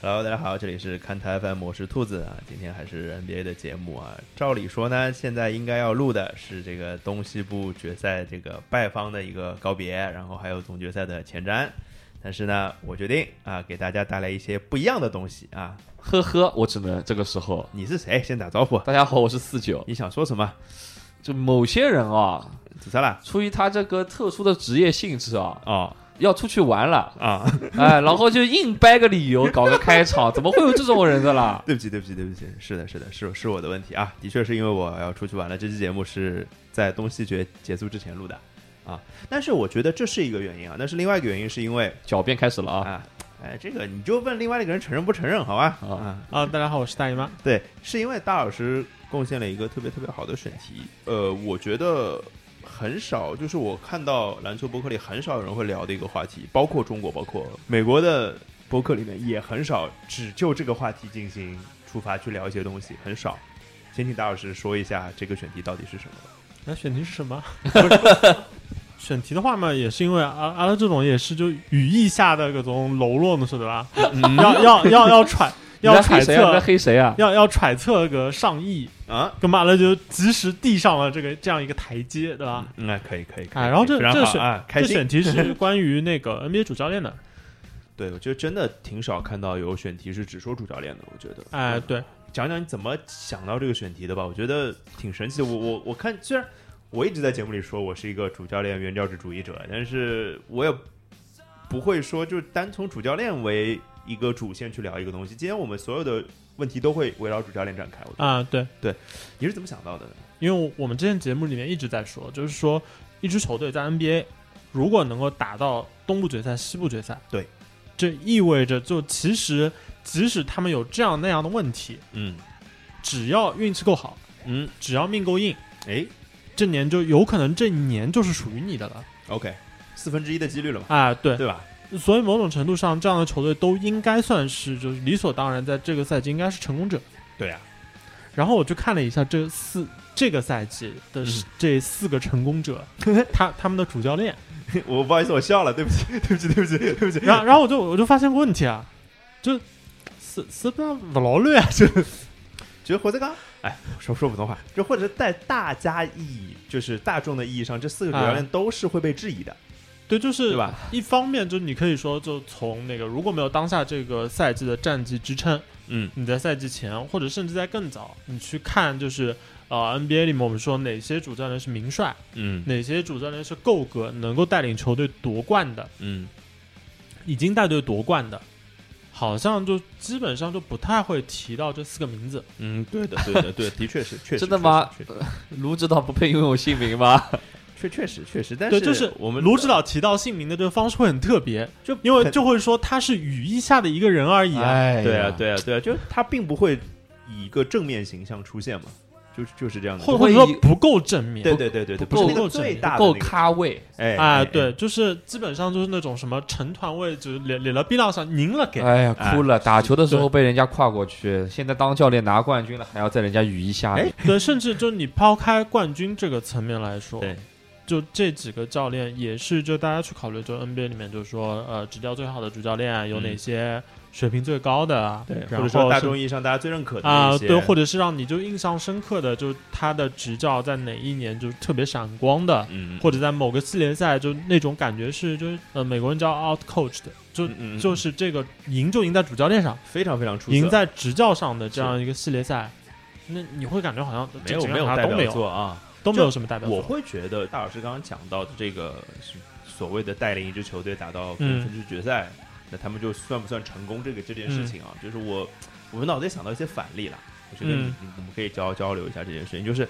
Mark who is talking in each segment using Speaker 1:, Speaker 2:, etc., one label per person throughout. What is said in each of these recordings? Speaker 1: Hello，大家好，这里是看台 FM，我是兔子啊。今天还是 NBA 的节目啊。照理说呢，现在应该要录的是这个东西部决赛这个败方的一个告别，然后还有总决赛的前瞻。但是呢，我决定啊，给大家带来一些不一样的东西啊。
Speaker 2: 呵呵，我只能这个时候。
Speaker 1: 你是谁？先打招呼。
Speaker 2: 大家好，我是四九。
Speaker 1: 你想说什么？
Speaker 2: 就某些人啊，
Speaker 1: 紫砂啦？
Speaker 2: 出于他这个特殊的职业性质啊，
Speaker 1: 哦
Speaker 2: 要出去玩了，
Speaker 1: 啊，
Speaker 2: 哎，然后就硬掰个理由搞个开场，怎么会有这种人的啦？
Speaker 1: 对不起，对不起，对不起，是的，是的，是是我的问题啊，的确是因为我要出去玩了。这期节目是在东西决结束之前录的啊，但是我觉得这是一个原因啊，但是另外一个原因是因为
Speaker 2: 狡辩开始了啊！
Speaker 1: 啊，哎，这个你就问另外那个人承认不承认，好吧？
Speaker 2: 啊
Speaker 1: 啊，
Speaker 3: 啊，大家好，我是大姨妈。
Speaker 1: 对，是因为大老师贡献了一个特别特别好的选题。呃，我觉得很少，就是我看到篮球博客里很少有人会聊的一个话题，包括中国，包括美国的博客里面也很少只就这个话题进行出发去聊一些东西，很少。先请大老师说一下这个选题到底是什么吧。
Speaker 3: 那、哎选题是什么？选题的话嘛，也是因为啊啊，这种也是就语义下的各种喽啰呢，是对吧？要要要要揣
Speaker 2: 你
Speaker 3: 要
Speaker 2: 在黑
Speaker 3: 揣
Speaker 2: 谁啊？你在
Speaker 3: 测，
Speaker 2: 黑谁啊？
Speaker 3: 要要揣测个上意，
Speaker 1: 啊，
Speaker 3: 跟嘛了就及时递上了这个这样一个台阶，对吧？
Speaker 1: 嗯，可以可以可以。
Speaker 3: 啊然后这
Speaker 1: 非常
Speaker 3: 这
Speaker 1: 好
Speaker 3: 是
Speaker 1: 啊，开
Speaker 3: 这
Speaker 1: 心。
Speaker 3: 选题是关于那个 NBA 主教练的，
Speaker 1: 对，我觉得真的挺少看到有选题是只说主教练的，我觉得。
Speaker 3: 哎、
Speaker 1: 嗯
Speaker 3: 对，
Speaker 1: 讲讲你怎么想到这个选题的吧，我觉得挺神奇的。我我我看，虽然我一直在节目里说我是一个主教练原教旨主义者，但是我也不会说就单从主教练为一个主线去聊一个东西。今天我们所有的问题都会围绕主教练展开。我觉得、
Speaker 3: 啊、对，
Speaker 1: 你是怎么想到的？
Speaker 3: 因为我们之前节目里面一直在说，就是说一支球队在 NBA 如果能够打到东部决赛、西部决赛，
Speaker 1: 对，
Speaker 3: 这意味着就其实即使他们有这样那样的问题，
Speaker 1: 嗯
Speaker 3: 只要运气够好，
Speaker 1: 嗯，
Speaker 3: 只要命够硬，
Speaker 1: 哎
Speaker 3: 这年就有可能这一年就是属于你的了
Speaker 1: ，OK，四分之一的几率了嘛，
Speaker 3: 啊、对，
Speaker 1: 对吧？
Speaker 3: 所以某种程度上，这样的球队都应该算是就是理所当然，在这个赛季应该是成功者。
Speaker 1: 对啊呀、
Speaker 3: 然后我就看了一下这四这个赛季的
Speaker 1: 嗯
Speaker 3: 这四个成 功者，他他们的主教练。
Speaker 1: 我不好意思，我笑了，对不起， 对不起，对不起，对不起。
Speaker 3: 然后然后我就我就发现个问题啊，就斯斯巴不劳累啊， 就
Speaker 1: 觉得活在刚，哎，说说普通话，就或者在大家意义，就是大众的意义上，这四个主教练都是会被质疑的，
Speaker 3: 嗯对，就是
Speaker 1: 对？吧？
Speaker 3: 一方面就是你可以说，就从那个如果没有当下这个赛季的战绩支撑，
Speaker 1: 嗯
Speaker 3: 你在赛季前或者甚至在更早，你去看就是呃 NBA 里面我们说哪些主教练是名帅，
Speaker 1: 嗯
Speaker 3: 哪些主教练是够格能够带领球队夺冠的，
Speaker 1: 嗯，
Speaker 3: 已经带队夺冠的，好像就基本上就不太会提到这四个名字。
Speaker 1: 嗯，对的，对的，对， 的确是，确实
Speaker 2: 真的吗
Speaker 1: 确实
Speaker 2: 卢指导不配拥有姓名吗？
Speaker 1: 确确实确实，但
Speaker 3: 对，
Speaker 1: 是
Speaker 3: 就是
Speaker 1: 我们
Speaker 3: 卢指导提到姓名的这个方式会很特别，
Speaker 1: 就
Speaker 3: 因为就会说他是语义下的一个人而已啊。
Speaker 2: 哎呀
Speaker 1: 对啊，，对啊，对啊，就他并不会以一个正面形象出现嘛，就是就是这样的，
Speaker 3: 或或者说不够正面，
Speaker 1: 对对对对对，
Speaker 2: 不
Speaker 1: 不是那
Speaker 2: 够
Speaker 1: 个
Speaker 3: 正
Speaker 1: 最
Speaker 3: 面
Speaker 1: 大的
Speaker 2: 够
Speaker 1: 那个，
Speaker 2: 咖位，
Speaker 1: 哎
Speaker 3: 啊，
Speaker 1: 哎
Speaker 3: 对，就是基本上就是那种什么成团位置，脸脸了逼浪上拧了给，
Speaker 2: 哎呀，
Speaker 1: 哎
Speaker 2: 哭了！打球的时候被人家跨过去，现在当教练拿冠军了，还要在人家羽翼下面。
Speaker 3: 对，甚至就你抛开冠军这个层面来说，
Speaker 1: 对
Speaker 3: 就这几个教练也是，就大家去考虑，就 NBA 里面就是说，呃，执教最好的主教练啊有哪些水平最高的啊，
Speaker 1: 嗯对，
Speaker 3: 然
Speaker 1: 或
Speaker 3: 后
Speaker 1: 者说大
Speaker 3: 是
Speaker 1: 众意义上大家最认可的
Speaker 3: 啊、
Speaker 1: 那些
Speaker 3: 对，或者是让你就印象深刻的，就是他的执教在哪一年就是特别闪光的，
Speaker 1: 嗯，
Speaker 3: 或者在某个系列赛就那种感觉是，就是呃美国人叫 out coach 的，就、
Speaker 1: 嗯嗯嗯
Speaker 3: 就是这个赢就赢在主教练上，
Speaker 1: 非常非常出色，
Speaker 3: 赢在执教上的这样一个系列赛，那你会感觉好像
Speaker 1: 没有
Speaker 3: 这几个
Speaker 1: 没有
Speaker 3: 好
Speaker 1: 代
Speaker 3: 像都没
Speaker 1: 表
Speaker 3: 有
Speaker 1: 作啊，
Speaker 3: 都没有什么代表作。
Speaker 1: 我会觉得大老师刚刚讲到的这个是所谓的带领一支球队打到分区决赛，那他们就算不算成功这个这件事情啊？就是我我脑子里想到一些反例了，我觉得你、
Speaker 3: 嗯
Speaker 1: 你我们可以交交流一下这件事情。就是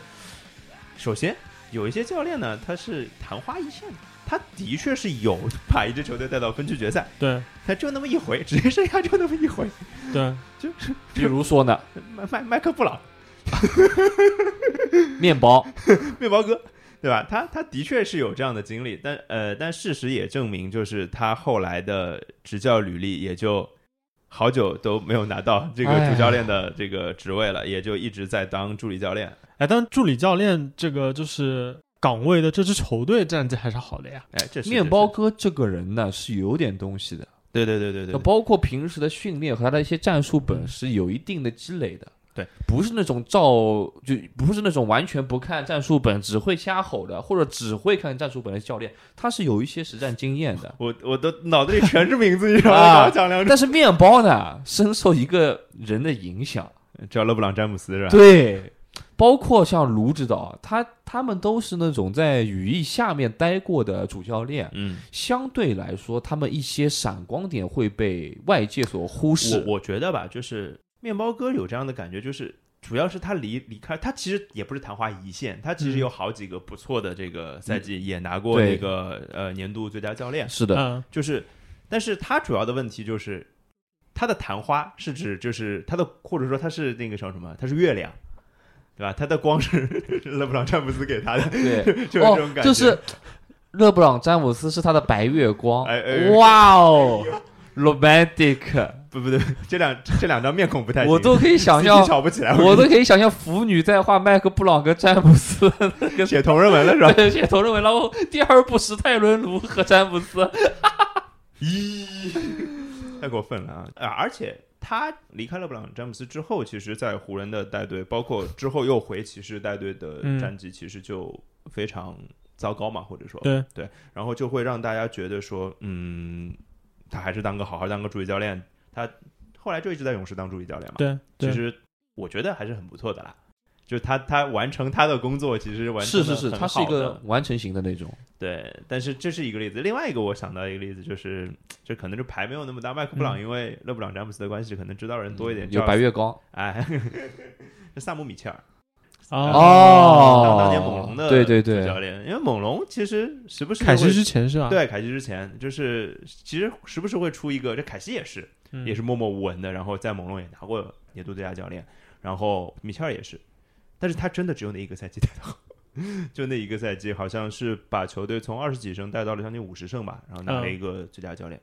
Speaker 1: 首先有一些教练呢，他是昙花一现的，他的确是有把一支球队带到分区决赛，
Speaker 3: 对
Speaker 1: 他就那么一回，职业生涯就那么一回，
Speaker 3: 对，
Speaker 1: 就是
Speaker 2: 比如说呢，
Speaker 1: 麦麦麦克布朗。
Speaker 2: 面包，
Speaker 1: 面包哥，对吧？他他的确是有这样的经历，但呃，但事实也证明，就是他后来的执教履历也就好久都没有拿到这个
Speaker 2: 哎
Speaker 1: 主教练的这个职位了，也就一直在当助理教练。
Speaker 3: 哎，但助理教练这个就是岗位的这支球队战绩还是好的呀。
Speaker 1: 哎，这是
Speaker 2: 面包哥这个人呢是有点东西的。
Speaker 1: 对对对对对
Speaker 2: 那
Speaker 1: 对，
Speaker 2: 包括平时的训练和他的一些战术本是有一定的积累的。
Speaker 1: 对，。
Speaker 2: 不是那种照就不是那种完全不看战术本只会瞎吼的，或者只会看战术本的教练，他是有一些实战经验的
Speaker 1: 我我的脑子里全是名字，你知道吗？
Speaker 2: 啊
Speaker 1: 刚刚讲两种，
Speaker 2: 但是面包呢，深受一个人的影响。
Speaker 1: 叫勒布朗詹姆斯是吧？
Speaker 2: 对，包括像卢指导，啊他他们都是那种在羽翼下面待过的主教练，
Speaker 1: 嗯，
Speaker 2: 相对来说，他们一些闪光点会被外界所忽视。
Speaker 1: 我我觉得吧，就是面包哥有这样的感觉，就是主要是他离离开他其实也不是昙花一现，他其实有好几个不错的这个赛季也拿过
Speaker 2: 嗯对
Speaker 1: 那个、呃年度最佳教练，
Speaker 2: 是的，
Speaker 3: 嗯，
Speaker 1: 就是，但是他主要的问题就是他的昙花是指就是他的或者说他是那个叫什么，他是月亮。对吧？他的光是 勒布朗詹姆斯给他的，
Speaker 2: 对，
Speaker 1: 就是这种感觉。
Speaker 2: 哦、就是勒布朗詹姆斯是他的白月光，
Speaker 1: 哎哎
Speaker 2: 哇哦，romantic，
Speaker 1: 不不对，这两这两张面孔不太行，
Speaker 2: 我都可以想
Speaker 1: CP
Speaker 2: 象，
Speaker 1: 吵不起来，
Speaker 2: 我都可以想象腐女在画麦克布朗跟詹 姆斯的那个
Speaker 1: 写同人文了是吧？
Speaker 2: 对写头认为，然后第二部史泰伦卢和詹姆斯，
Speaker 1: 咦，太过分了啊！啊而且他离开勒布朗詹姆斯之后，其实，在湖人的带队，包括之后又回骑士带队的
Speaker 3: 嗯
Speaker 1: 战绩，其实就非常糟糕嘛，或者说，
Speaker 3: 对
Speaker 1: 对，然后就会让大家觉得说，嗯，他还是当个好好当个助理教练，他后来就一直在勇士当助理教练嘛，
Speaker 3: 对
Speaker 1: 其
Speaker 3: 对，
Speaker 1: 实我觉得还是很不错的啦。就是他，他完成他的工作，其实完成
Speaker 2: 是
Speaker 1: 得
Speaker 2: 是是，
Speaker 1: 很
Speaker 2: 他是一
Speaker 1: 好的
Speaker 2: 个完成型的那种，
Speaker 1: 对，但是这是一个例子。另外一个我想到一个例子就是，这可能是牌没有那么大。麦克布朗因为勒布朗詹姆斯的关系，可能知道人嗯多一点。
Speaker 2: 嗯有
Speaker 1: 叫
Speaker 2: 白月光
Speaker 1: 哎， 这萨姆米切尔
Speaker 2: 哦
Speaker 1: 当当年猛龙的
Speaker 2: 对对对
Speaker 1: 主教练，因为猛龙其实时不时
Speaker 3: 凯西
Speaker 1: 会
Speaker 3: 之前是吧？，
Speaker 1: 对凯西之前就是其实时不时会出一个，这凯西也是也是默默无闻的，然后在猛龙也拿过年度最佳教练，然后米切尔也是，但是他真的只有那一个赛季带到， 就那一个赛季，好像是把球队从二十几胜带到了将近五十胜吧，然后拿了一个最佳教练，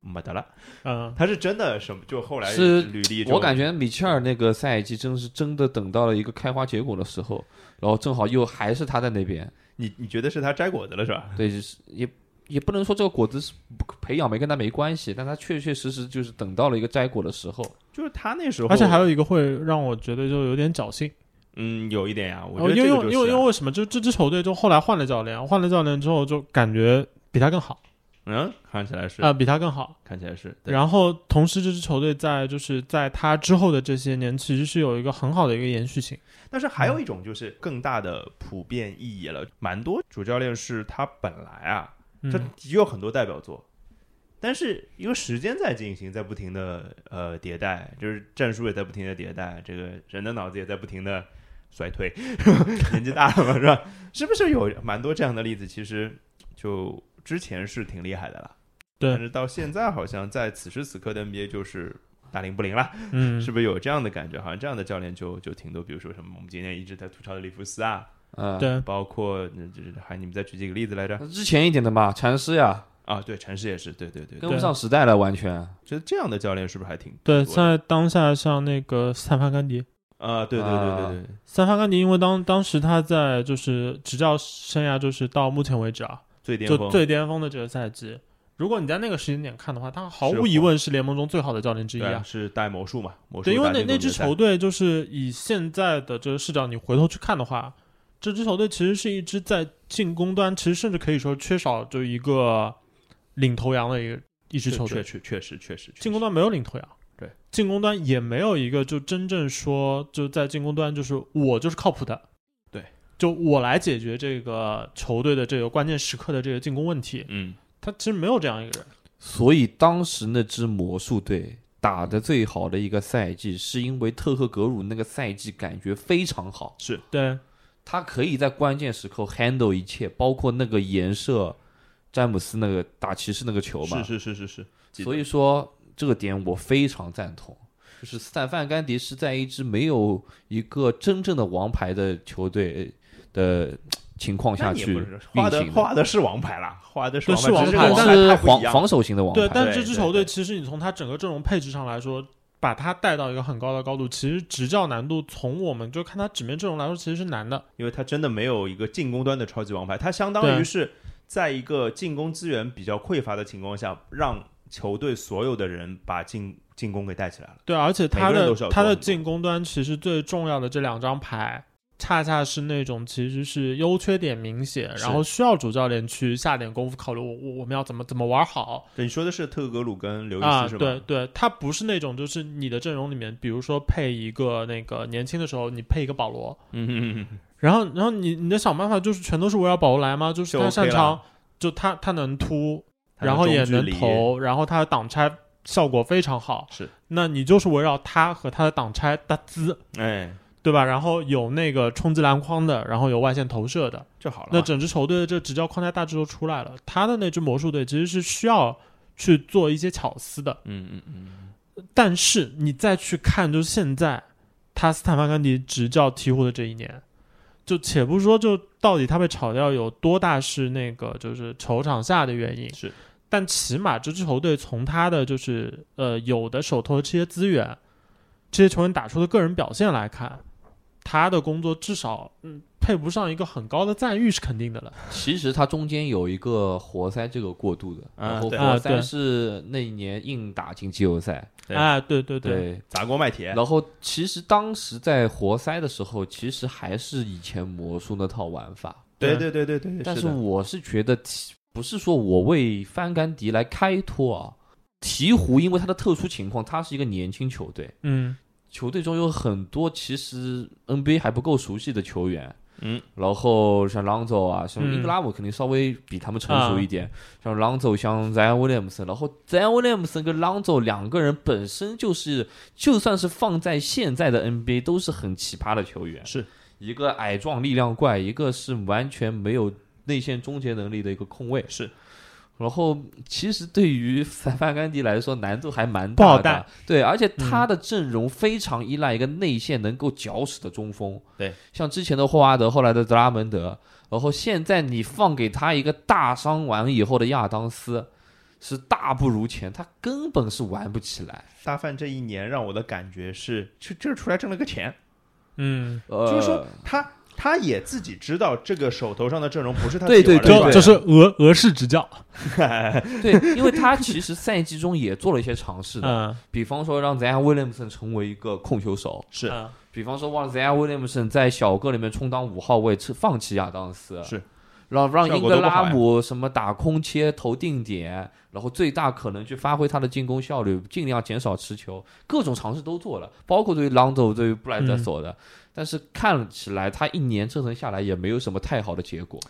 Speaker 1: 没得了，
Speaker 3: 嗯，
Speaker 1: 他是真的什么？就后来
Speaker 2: 是
Speaker 1: 履历就，
Speaker 2: 我感觉米切尔那个赛季真是真的等到了一个开花结果的时候，然后正好又还是他在那边，
Speaker 1: 你你觉得是他摘果子了是吧？
Speaker 2: 对，就是也也不能说这个果子是不培养没跟他没关系，但他确确实实就是等到了一个摘果的时候。
Speaker 1: 就是他那时候，
Speaker 3: 而且还有一个会让我觉得就有点侥幸，
Speaker 1: 嗯，有一点呀，我觉
Speaker 3: 哦
Speaker 1: 得这
Speaker 3: 因为
Speaker 1: 个就
Speaker 3: 因
Speaker 1: 是、啊
Speaker 3: 为因为因为为什么？就这支球队就后来换了教练，换了教练之后就感觉比他更好
Speaker 1: 嗯，看起来是，
Speaker 3: 啊，比他更好。
Speaker 1: 看起来是，对
Speaker 3: 然后同时这支球队在就是在他之后的这些年其实是有一个很好的一个延续性。
Speaker 1: 但是还
Speaker 3: 嗯
Speaker 1: 有一种就是更大的普遍意义了，蛮多主教练是他本来啊，
Speaker 3: 嗯
Speaker 1: 他也有很多代表作，但是因为时间在进行，在不停的呃迭代，就是战术也在不停的迭代，这个人的脑子也在不停的衰退， 年纪大了嘛，是吧？是不是有蛮多这样的例子？其实就之前是挺厉害的了，
Speaker 3: 对
Speaker 1: 但是到现在好像在此时此刻的 NBA 就是大龄不灵了。
Speaker 3: 嗯，
Speaker 1: 是不是有这样的感觉？好像这样的教练就就挺多，比如说什么我们今天一直在吐槽的里弗斯啊，
Speaker 2: 嗯，，
Speaker 3: 对，
Speaker 1: 包括嗯就是还你们再举几个例子来
Speaker 3: 嗯
Speaker 1: 着？
Speaker 2: 之前一点的嘛，禅师呀，
Speaker 1: 啊，对，禅师也是，对对对，
Speaker 2: 跟不上时代了，完全。
Speaker 1: 觉得这样的教练是不是还挺多
Speaker 3: 对，
Speaker 1: 的
Speaker 3: 在当下像那个斯坦潘甘迪，
Speaker 1: 啊，对对对对对，
Speaker 3: 斯坦潘甘迪，因为当当时他在就是执教生涯就是到目前为止啊，
Speaker 1: 最巅
Speaker 3: 就
Speaker 1: 峰，
Speaker 3: 最巅峰的这个赛季。如果你在那个时间点看的话，他毫
Speaker 1: 是
Speaker 3: 无
Speaker 1: 火
Speaker 3: 疑问是联盟中最好的教练之一
Speaker 1: 对
Speaker 3: 啊。
Speaker 1: 是带魔术嘛，魔术
Speaker 3: 对，因为
Speaker 1: 打
Speaker 3: 那
Speaker 1: 种
Speaker 3: 那支
Speaker 1: 决赛
Speaker 3: 球队就是以现在的这个视角，你回头去看的话，这支球队其实是一支在进攻端，其实甚至可以说缺少就一个领头羊的一个一支
Speaker 1: 确
Speaker 3: 球队
Speaker 1: 确。确确实确实
Speaker 3: 进攻
Speaker 1: 到
Speaker 3: 端没有领头羊，
Speaker 1: 对，
Speaker 3: 进攻端也没有一个就真正说就在进攻端就是我就是靠谱的，
Speaker 1: 对，
Speaker 3: 就我来解决这个球队的这个关键时刻的这个进攻问题，
Speaker 1: 嗯，
Speaker 3: 他其实没有这样一个人，
Speaker 2: 所以当时那支魔术队打的最好的一个赛季，是因为特赫格鲁那个赛季感觉非常好，
Speaker 3: 对，
Speaker 2: 他可以在关键时刻 handle 一切，包括那个颜射詹姆斯那个打骑士那个球嘛，
Speaker 1: 是是是是是，记得
Speaker 2: 所以说这个点我非常赞同，就是斯坦范甘迪是在一支没有一个真正的王牌的球队呃的情况
Speaker 1: 那
Speaker 2: 下
Speaker 1: 你也
Speaker 2: 去
Speaker 1: 不
Speaker 2: 运
Speaker 1: 是花的
Speaker 2: 行
Speaker 1: 花的是王牌啦，花的是
Speaker 3: 对
Speaker 1: 王牌，
Speaker 3: 是
Speaker 1: 只这个
Speaker 3: 王牌
Speaker 2: 但
Speaker 1: 牌
Speaker 2: 是
Speaker 1: 它不
Speaker 2: 防
Speaker 1: 一样
Speaker 2: 防守型的王
Speaker 3: 对，
Speaker 2: 牌，
Speaker 3: 但
Speaker 1: 对
Speaker 3: 这支球
Speaker 1: 对
Speaker 3: 队其实你从他整个阵容配置上来说，把他带到一个很高的高度，其实执教难度从我们就看他纸面阵容来说，其实是难的，
Speaker 1: 因为他真的没有一个进攻端的超级王牌，他相当于
Speaker 3: 对
Speaker 1: 是在一个进攻资源比较匮乏的情况下，让球队所有的人把进进攻给带起来了。
Speaker 3: 对，而且他
Speaker 1: 每个人
Speaker 3: 的
Speaker 1: 都是要做
Speaker 3: 他的
Speaker 1: 很多
Speaker 3: 进攻端其实最重要的这两张牌，恰恰是那种其实是优缺点明显，
Speaker 2: 是
Speaker 3: 然后需要主教练去下点功夫考虑我我我们要怎么怎么玩好
Speaker 1: 对，你说的是特格鲁跟刘易
Speaker 3: 啊。
Speaker 1: 斯是吧？
Speaker 3: 对对，他不是那种就是你的阵容里面，比如说配一个那个年轻的时候你配一个保罗，
Speaker 1: 嗯嗯嗯嗯，
Speaker 3: 然后然后你你的想办法就是全都是围绕保罗来吗？就是
Speaker 1: 就
Speaker 3: 他
Speaker 1: OK
Speaker 3: 擅
Speaker 1: 了
Speaker 3: 长，就他他能突，
Speaker 1: 他
Speaker 3: 然后
Speaker 1: 中
Speaker 3: 也
Speaker 1: 距
Speaker 3: 能
Speaker 1: 离，
Speaker 3: 投，然后他的挡拆效果非常好。
Speaker 1: 是，
Speaker 3: 那你就是围绕他和他的挡拆搭资，
Speaker 1: 哎，
Speaker 3: 对吧？然后有那个冲击篮筐的，然后有外线投射的，
Speaker 1: 这好了嘛。
Speaker 3: 那整支球队的这执教框架大致都出来了。他的那支魔术队其实是需要去做一些巧思的，
Speaker 1: 嗯嗯嗯，
Speaker 3: 但是你再去看，就现在他斯坦范甘迪执教鹈鹕的这一年，就且不说就到底他被炒掉有多大是那个就是球场下的原因，
Speaker 1: 是
Speaker 3: 但起码这支球队从他的就是呃有的手头的这些资源，这些球员打出的个人表现来看，他的工作至少嗯配不上一个很高的赞誉是肯定的了。
Speaker 2: 其实他中间有一个活塞这个过渡的，
Speaker 1: 啊
Speaker 2: 然后
Speaker 1: 对
Speaker 2: 活
Speaker 3: 啊
Speaker 2: 塞
Speaker 3: 对
Speaker 2: 是那一年硬打进季后赛，
Speaker 1: 对
Speaker 3: 哎，对对对，
Speaker 2: 对。
Speaker 1: 砸锅卖铁，
Speaker 2: 然后其实当时在活塞的时候，其实还是以前魔术那套玩法，
Speaker 1: 对对对对对对，
Speaker 2: 但
Speaker 1: 是
Speaker 2: 是
Speaker 1: 的
Speaker 2: 我是觉得鹈，不是说我为范甘迪来开脱啊。鹈鹕因为它的特殊情况，它是一个年轻球队，
Speaker 3: 嗯
Speaker 2: 球队中有很多其实 NBA 还不够熟悉的球员，
Speaker 1: 嗯，
Speaker 2: 然后像朗佐啊，像
Speaker 3: 嗯
Speaker 2: 英格拉姆肯定稍微比他们成熟一
Speaker 1: 嗯
Speaker 2: 点，像朗佐，像 Zion Williamson，然后 Zion Williamson 跟朗佐两个人本身就是，就算是放在现在的 NBA 都是很奇葩的球员，
Speaker 1: 是
Speaker 2: 一个矮壮力量怪，一个是完全没有内线终结能力的一个控卫。
Speaker 1: 是
Speaker 2: 然后，其实对于范范甘迪来说，难度还蛮
Speaker 3: 不
Speaker 2: 大
Speaker 3: 好
Speaker 2: 的。
Speaker 3: 带
Speaker 2: 对，而且他的阵容非常依赖一个内线能够搅屎的中锋。
Speaker 1: 对，
Speaker 2: 像之前的霍华德，后来的德拉蒙德，然后现在你放给他一个大伤完以后的亚当斯，是大不如前，他根本是玩不起来。
Speaker 1: 大范这一年让我的感觉是，这这出来挣了个钱，
Speaker 3: 嗯，
Speaker 2: 呃，
Speaker 1: 就是说他他也自己知道这个手头上的阵容不是他
Speaker 2: 对
Speaker 1: 自己玩
Speaker 2: 对
Speaker 1: 得出
Speaker 2: 对
Speaker 3: 就
Speaker 1: 来的
Speaker 2: 对
Speaker 3: 这是俄俄式执教，
Speaker 2: 对，因为他其实赛季中也做了一些尝试的，
Speaker 3: 嗯
Speaker 2: 比方说让 Zion Williamson 成为一个控球手，
Speaker 1: 是
Speaker 3: 嗯
Speaker 2: 比方说让 Zion Williamson 在小个里面充当五号位，吃放弃亚当斯，
Speaker 1: 是
Speaker 2: 让让
Speaker 1: 效
Speaker 2: 英
Speaker 1: 果
Speaker 2: 格
Speaker 1: 都不好
Speaker 2: 拉
Speaker 1: 呀
Speaker 2: 姆什么打空切、投定点，然后最大可能去发挥他的进攻效率，尽量减少持球，各种尝试都做了，包括对于朗佐、对于布莱德索的。但是看起来他一年折腾下来也没有什么太好的结果。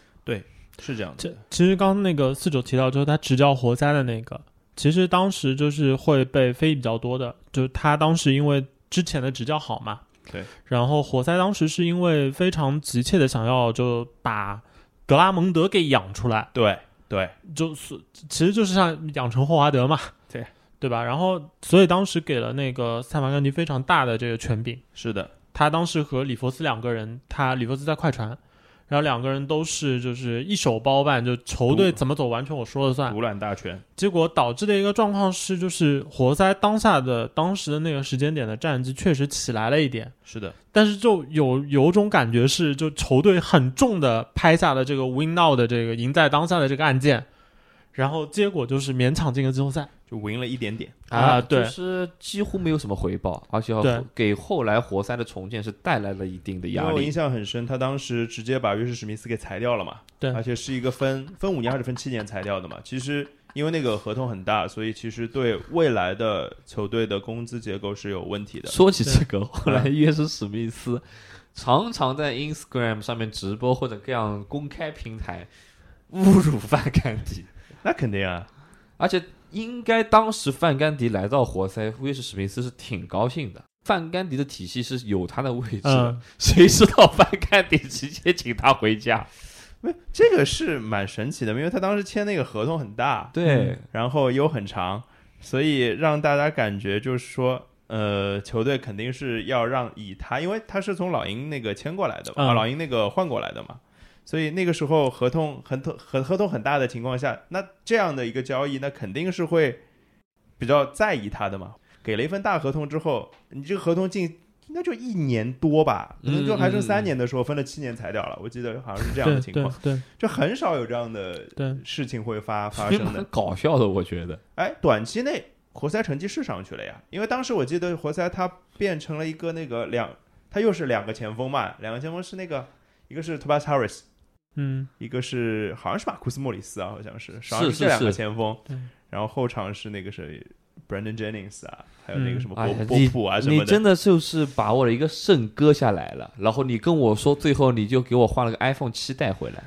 Speaker 1: 是这样的，
Speaker 3: 这其实刚刚那个四九提到，就是他执教活塞的那个，其实当时就是会被非议比较多的，就是他当时因为之前的执教好嘛，
Speaker 1: 对，
Speaker 3: 然后活塞当时是因为非常急切的想要就把格拉蒙德给养出来，
Speaker 1: 对对，
Speaker 3: 就是其实就是像养成霍华德嘛，
Speaker 1: 对
Speaker 3: 对吧？然后所以当时给了那个塞凡甘迪非常大的这个权柄。
Speaker 1: 是的，
Speaker 3: 他当时和里弗斯两个人，他里弗斯在快船，然后两个人都是就是一手包办，就球队怎么走完全我说了算。
Speaker 1: 独揽大权，
Speaker 3: 结果导致的一个状况是，就是活塞当下的当时的那个时间点的战绩确实起来了一点，
Speaker 1: 是的，
Speaker 3: 但是就有有种感觉是，就球队很重的拍下了这个 win now 的这个赢在当下的这个案件，然后结果就是勉强进个季后赛。
Speaker 1: 就赢了一点点，
Speaker 3: 啊对
Speaker 2: 就是几乎没有什么回报，而且
Speaker 3: 对
Speaker 2: 给后来活塞的重建是带来了一定的
Speaker 1: 因
Speaker 2: 压
Speaker 1: 为我印
Speaker 2: 力。
Speaker 1: 象很深，他当时直接把约什史密斯给裁掉了嘛，
Speaker 3: 对
Speaker 1: 而且是一个分分五年还是分七年裁掉的嘛。其实因为那个合同很大，所以其实对未来的球队的工资结构是有问题的。
Speaker 2: 说起这个，后来约什史密斯常常在 Instagram 上面直播或者各样公开平台侮辱范甘迪，
Speaker 1: 那肯定啊，
Speaker 2: 而且应该当时范甘迪来到活塞，约什史密斯是挺高兴的。范甘迪的体系是有他的位置的，
Speaker 3: 嗯
Speaker 2: 谁知道范甘迪直接请他回家？
Speaker 1: 没这个是蛮神奇的，因为他当时签那个合同很大，
Speaker 2: 对，
Speaker 1: 然后又很长，所以让大家感觉就是说。呃，球队肯定是要让以他，因为他是从老鹰那个签过来的嘛，
Speaker 3: 嗯
Speaker 1: 啊老鹰那个换过来的嘛，所以那个时候合同很很合同很大的情况下，那这样的一个交易，那肯定是会比较在意他的嘛。给了一份大合同之后，你这个合同进应该就一年多吧，可能就还剩
Speaker 2: 嗯嗯嗯
Speaker 1: 三年的时候分了七年裁掉了，我记得好像是这样的情况，
Speaker 3: 对对
Speaker 1: 就很少有这样的
Speaker 3: 对
Speaker 1: 事情会发发生的
Speaker 2: 蛮。搞笑的，我觉得。
Speaker 1: 哎，短期内活塞成绩是上去了呀，因为当时我记得活塞它变成了一个那个两，它又是两个前锋嘛，两个前锋是那个一个是 Tobias Harris，
Speaker 3: 嗯，
Speaker 1: 一个是好像是马库斯莫里斯啊，好像是，
Speaker 2: 是
Speaker 1: 好像这
Speaker 2: 是嗯
Speaker 1: 两个
Speaker 2: 是
Speaker 1: 前锋
Speaker 3: 对，
Speaker 1: 然后后场是那个谁 Brandon Jennings 啊，还有
Speaker 3: 嗯
Speaker 1: 那个什么
Speaker 2: 哎
Speaker 1: 波
Speaker 2: 呀
Speaker 1: 波
Speaker 2: 你
Speaker 1: 普啊什
Speaker 2: 你
Speaker 1: 么的。
Speaker 2: 真的就是把我的一个肾割下来了，然后你跟我说，最后你就给我换了个 iPhone 七带回来。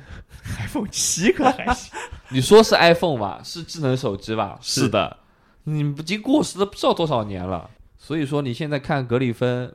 Speaker 1: iPhone 七可还行，
Speaker 2: 你说是 iPhone 吧？是智能手机吧？
Speaker 1: 是
Speaker 2: 是的，你已经过时了不知道多少年了。所以说你现在看格里芬，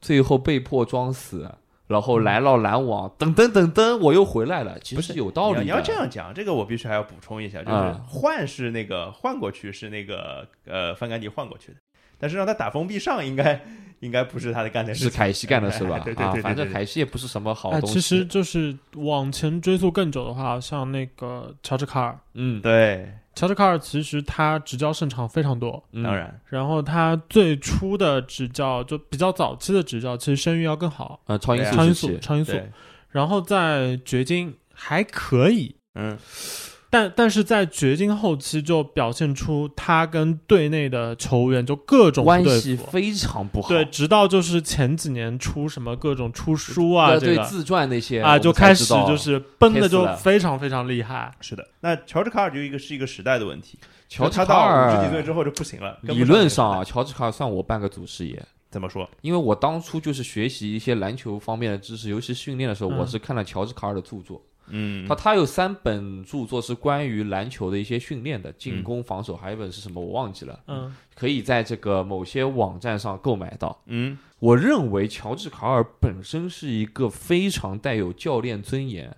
Speaker 2: 最后被迫装死，然后来到篮网，等等等等，我又回来了，其
Speaker 1: 不
Speaker 2: 实
Speaker 1: 是
Speaker 2: 有道理的。
Speaker 1: 你要。你要这样讲，这个我必须还要补充一下，就是
Speaker 2: 啊
Speaker 1: 换是那个换过去是那个呃范甘迪换过去的，但是让他打封闭上应该应该不是他的干的事
Speaker 2: 是
Speaker 1: 情。
Speaker 2: 凯西干的是吧？
Speaker 1: 哎对对对对
Speaker 2: 啊，反正
Speaker 1: 对
Speaker 2: 凯西也不是什么好
Speaker 3: 哎，
Speaker 2: 东西。
Speaker 3: 其实，就是往前追溯更久的话，像那个乔治卡尔，
Speaker 2: 嗯，
Speaker 1: 对，
Speaker 3: 乔治卡尔其实他执教胜场非常多，
Speaker 2: 嗯
Speaker 1: 当，然，
Speaker 3: 然后他最初的执教就比较早期的执教，其实声誉要更好，
Speaker 2: 呃，超音
Speaker 1: 对啊
Speaker 3: 超音
Speaker 2: 速时
Speaker 3: 速
Speaker 2: 期，
Speaker 3: 超音速，
Speaker 1: 对，
Speaker 3: 然后在掘金还可以，
Speaker 1: 嗯，
Speaker 3: 但但是在掘金后期就表现出他跟队内的球员就各种不
Speaker 2: 关
Speaker 3: 对
Speaker 2: 系
Speaker 3: 付，
Speaker 2: 非常不好。
Speaker 3: 对，直到就是前几年出什么各种出书啊，
Speaker 2: 呃
Speaker 3: 这
Speaker 2: 对
Speaker 3: 个
Speaker 2: 自传那些
Speaker 3: 啊，就开始就是崩的
Speaker 2: Tesla
Speaker 3: 就非常非常厉害。
Speaker 1: 是的。那乔治卡尔就一个是一个时代的问题，
Speaker 2: 乔
Speaker 1: 他
Speaker 2: 治
Speaker 1: 到
Speaker 2: 卡
Speaker 1: 五十几岁
Speaker 2: 尔。
Speaker 1: 之后就不行了。跟不
Speaker 2: 理论
Speaker 1: 那
Speaker 2: 上
Speaker 1: 个时
Speaker 2: 啊，乔治卡尔算我半个祖师爷，
Speaker 1: 代怎么说？
Speaker 2: 因为我当初就是学习一些篮球方面的知识，尤其训练的时候，
Speaker 3: 嗯
Speaker 2: 我是看了乔治卡尔的著作。
Speaker 1: 嗯
Speaker 2: 他他有三本著作是关于篮球的一些训练的，
Speaker 1: 嗯
Speaker 2: 进攻、防守，还有一本是什么我忘记了，
Speaker 3: 嗯，
Speaker 2: 可以在这个某些网站上购买到。
Speaker 1: 嗯，
Speaker 2: 我认为乔治卡尔本身是一个非常带有教练尊严，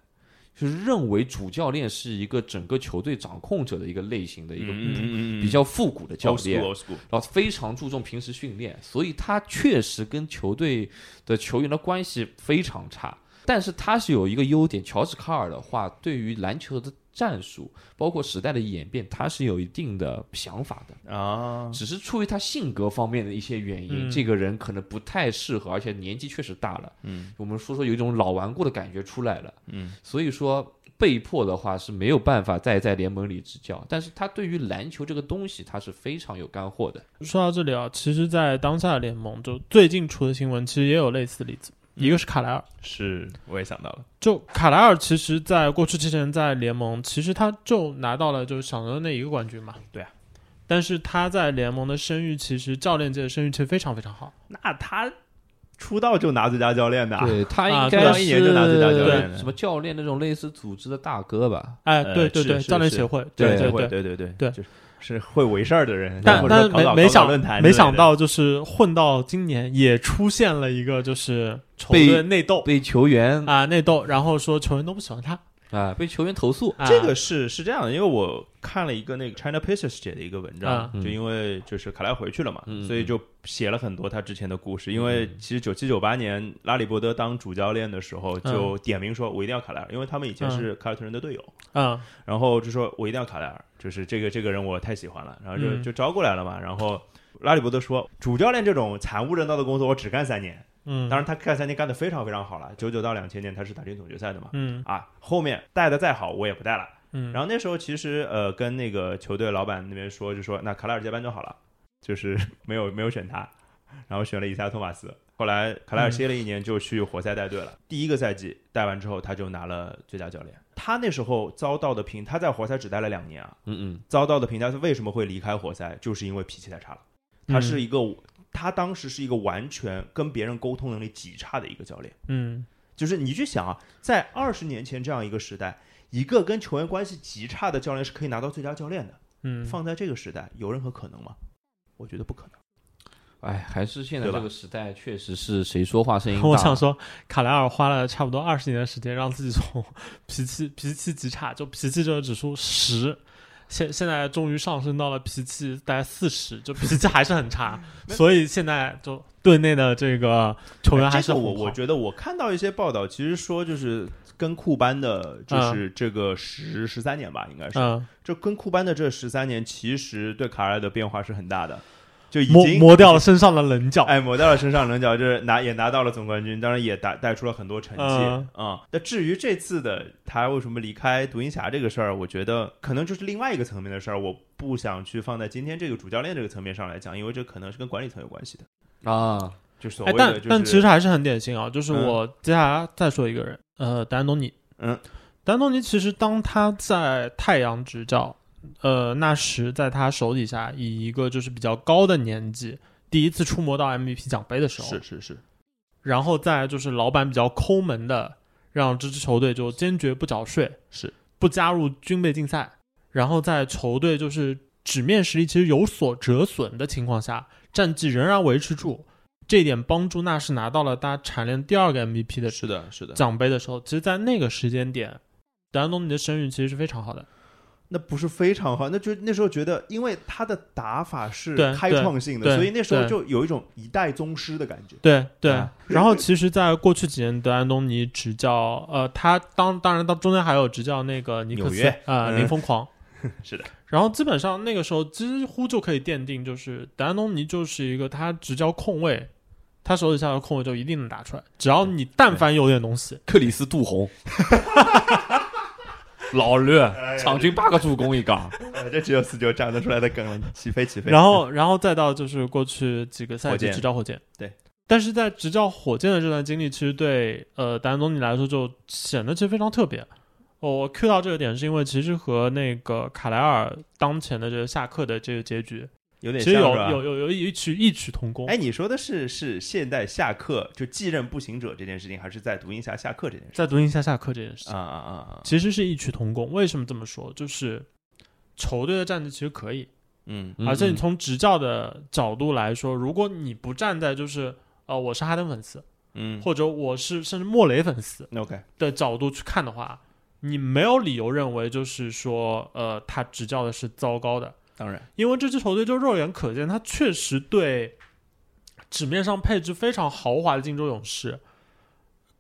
Speaker 2: 就是认为主教练是一个整个球队掌控者的一个类型的一个
Speaker 1: 嗯
Speaker 2: 比较复古的教
Speaker 1: old
Speaker 2: 练，
Speaker 1: school old school，
Speaker 2: 然后非常注重平时训练，所以他确实跟球队的球员的关系非常差。但是他是有一个优点，乔治卡尔的话，对于篮球的战术，包括时代的演变，他是有一定的想法的。
Speaker 1: 啊，
Speaker 2: 只是出于他性格方面的一些原因，
Speaker 3: 嗯
Speaker 2: 这个人可能不太适合，而且年纪确实大了。
Speaker 1: 嗯，
Speaker 2: 我们说说有一种老顽固的感觉出来了。
Speaker 1: 嗯，
Speaker 2: 所以说被迫的话是没有办法再在联盟里执教，但是他对于篮球这个东西，他是非常有干货的。
Speaker 3: 说到这里啊，其实，在当下联盟就最近出的新闻，其实也有类似的例子，一
Speaker 1: 嗯
Speaker 3: 个是卡莱尔。
Speaker 1: 是，我也想到了，
Speaker 3: 就卡莱尔，其实在过去之前在联盟，其实他就拿到了就是小牛的那一个冠军嘛。
Speaker 1: 对啊，
Speaker 3: 但是他在联盟的声誉，其实教练界的声誉其实非常非常好。
Speaker 1: 那他出道就拿最佳教练的啊，
Speaker 2: 对他
Speaker 3: 啊
Speaker 2: 应
Speaker 3: 对
Speaker 2: 该
Speaker 3: 啊
Speaker 2: 是
Speaker 1: 一年就拿最佳教练了
Speaker 2: 什么教练那种类似组织的大哥吧？
Speaker 3: 哎，
Speaker 1: 呃
Speaker 3: 对对
Speaker 1: 是
Speaker 3: 对，
Speaker 1: 是
Speaker 3: 教练
Speaker 1: 是
Speaker 3: 协会，
Speaker 2: 对
Speaker 3: 对
Speaker 1: 对会对对对
Speaker 3: 对
Speaker 1: 就是是会为事儿的人，
Speaker 3: 但
Speaker 1: 或者
Speaker 3: 但
Speaker 1: 说搞搞
Speaker 3: 没
Speaker 1: 搞
Speaker 3: 没
Speaker 1: 搞
Speaker 3: 想
Speaker 1: 论坛之
Speaker 3: 没
Speaker 1: 类的
Speaker 3: 想到就是混到今年也出现了一个就是球
Speaker 2: 被
Speaker 3: 队内斗
Speaker 2: 被球员啊、
Speaker 3: 啊内斗，然后说球员都不喜欢他。
Speaker 2: 被球员投诉，
Speaker 3: 啊、
Speaker 1: 这个是是这样的，因为我看了一个那个 China Pacers 写的一个文章
Speaker 3: 啊，
Speaker 2: 嗯
Speaker 1: 就因为就是卡莱回去了嘛，
Speaker 2: 嗯
Speaker 1: 所以就写了很多他之前的故事。因为
Speaker 3: 嗯
Speaker 1: 其实九七九八年拉里伯德当主教练的时候，
Speaker 3: 嗯
Speaker 1: 就点名说我一定要卡莱尔，因为他们以前是凯尔特人的队友，
Speaker 3: 嗯
Speaker 1: 然后就说我一定要卡莱尔，就是这个这个人我太喜欢了，然后就
Speaker 3: 嗯
Speaker 1: 就招过来了嘛。然后拉里伯德说，主教练这种惨无人道的工作我只干三年，
Speaker 3: 嗯，
Speaker 1: 当然他干三年干得非常非常好了，九九到两千年他是打进总决赛的嘛。
Speaker 3: 嗯
Speaker 1: 啊，后面带的再好我也不带了。
Speaker 3: 嗯，
Speaker 1: 然后那时候其实呃跟那个球队老板那边说，就说那卡莱尔接班就好了，就是 没有没有选他，然后选了伊萨托马斯。后来卡
Speaker 3: 嗯
Speaker 1: 莱尔歇了一年就去活塞带队了，第一个赛季带完之后他就拿了最佳教练。他那时候遭到的评，他在活塞只待了两年啊，
Speaker 2: 嗯嗯，
Speaker 1: 遭到的评价是为什么会离开活塞，就是因为脾气太差了。他
Speaker 3: 嗯
Speaker 1: 是一个，他当时是一个完全跟别人沟通能力极差的一个教练。
Speaker 3: 嗯
Speaker 1: 就是你去想啊，在二十年前这样一个时代，一个跟球员关系极差的教练是可以拿到最佳教练的。
Speaker 3: 嗯，
Speaker 1: 放在这个时代，有任何可能吗？我觉得不可能。
Speaker 2: 哎，还是现在
Speaker 1: 对吧，
Speaker 2: 这个时代，确实是谁说话声音大。
Speaker 3: 我想说，卡莱尔花了差不多二十年的时间，让自己从 脾气脾气极差，就脾气这个指数十，现现在终于上升到了脾气大概四十，就脾气还是很差
Speaker 1: 没哎
Speaker 3: 所以现在就队内的这个球员还是
Speaker 1: 这个
Speaker 3: 很
Speaker 1: 我
Speaker 3: 狂
Speaker 1: 我觉得我看到一些报道，其实说就是跟库班的，就是这个十十三年吧，应该是、
Speaker 3: 嗯
Speaker 1: 这跟库班的这十三年，其实对卡莱尔的变化是很大的。就已
Speaker 3: 磨
Speaker 1: 经
Speaker 3: 磨掉了身上的棱角。
Speaker 1: 哎，抹掉了身上棱角，就是拿也拿到了总冠军，当然也打带出了很多成绩啊
Speaker 3: 嗯。
Speaker 1: 嗯那、至于这次的他为什么离开独行侠这个事儿，我觉得可能就是另外一个层面的事儿，我不想去放在今天这个主教练这个层面上来讲，因为这可能是跟管理层有关系的，
Speaker 2: 啊，
Speaker 1: 就所谓
Speaker 3: 哎，
Speaker 1: 的、
Speaker 3: 但
Speaker 1: 就是
Speaker 3: 但其实还是很典型啊，就是
Speaker 1: 嗯
Speaker 3: 我接下来再说一个人，呃，丹东尼，
Speaker 1: 嗯，
Speaker 3: 丹东尼其实当他在太阳执教，呃，纳什在他手底下以一个就是比较高的年纪，第一次触摸到 MVP 奖杯的时候，
Speaker 1: 是是是，
Speaker 3: 然后再就是老板比较抠门的，让这支球队就坚决不缴税，
Speaker 1: 是
Speaker 3: 不加入军备竞赛，然后在球队就是纸面实力其实有所折损的情况下，战绩仍然维持住，这一点帮助纳什拿到了他蝉联第二个 MVP 的
Speaker 1: 是的是的。
Speaker 3: 奖杯的时候，其实，在那个时间点，德安东尼的声誉其实是非常好的。
Speaker 1: 那不是非常好，那就那时候觉得，因为他的打法是
Speaker 3: 对
Speaker 1: 开
Speaker 3: 对
Speaker 1: 创性的，
Speaker 3: 对
Speaker 1: 所以那时候
Speaker 3: 对
Speaker 1: 就有一种一代宗师的感觉。
Speaker 3: 对对，
Speaker 1: 啊
Speaker 3: 然后其实，在过去几年，德安东尼执教，呃，他当当然到中间还有执教那个尼克
Speaker 1: 纽
Speaker 3: 斯
Speaker 1: 约
Speaker 3: 啊、呃
Speaker 1: 嗯
Speaker 3: 零疯狂，
Speaker 1: 是的，
Speaker 3: 然后基本上那个时候几乎就可以奠定，就是德安东尼就是一个他执教控卫，他手底下的控卫就一定能打出来，只要你但凡有点东西，
Speaker 2: 克里斯杜洪， 老略，场均八个助攻一个，
Speaker 1: 哎这只有四九站得出来的梗了，起飞起飞。
Speaker 3: 然后然后再到就是过去几个赛
Speaker 1: 火
Speaker 3: 季
Speaker 1: 箭
Speaker 3: 执教火箭，
Speaker 1: 对。
Speaker 3: 但是在执教火箭的这段经历，其实对呃达安东尼来说就显得其实非常特别。哦我 Q 到这个点是因为其实和那个卡莱尔当前的这个下课的这个结局，
Speaker 1: 有点
Speaker 3: 其
Speaker 1: 像
Speaker 3: 实有
Speaker 1: 是吧
Speaker 3: 有有有异曲异曲同工。
Speaker 1: 哎，你说的是是现代下课就继任步行者这件事情，还是在独行侠下课这件事
Speaker 3: 在独行侠下课这件事
Speaker 1: 情？啊啊啊啊！
Speaker 3: 其实是异曲同工。为什么这么说？就是球队的战绩其实可以，
Speaker 1: 嗯
Speaker 2: 嗯
Speaker 3: 而且你从执教的角度来说，如果你不站在就是呃我是哈登粉丝，
Speaker 1: 嗯
Speaker 3: 或者我是甚至莫雷粉丝
Speaker 1: ，OK，
Speaker 3: 的角度去看的话，你没有理由认为就是说呃他执教的是糟糕的，
Speaker 1: 当然
Speaker 3: 因为这支球队就肉眼可见，他确实对纸面上配置非常豪华的金州勇士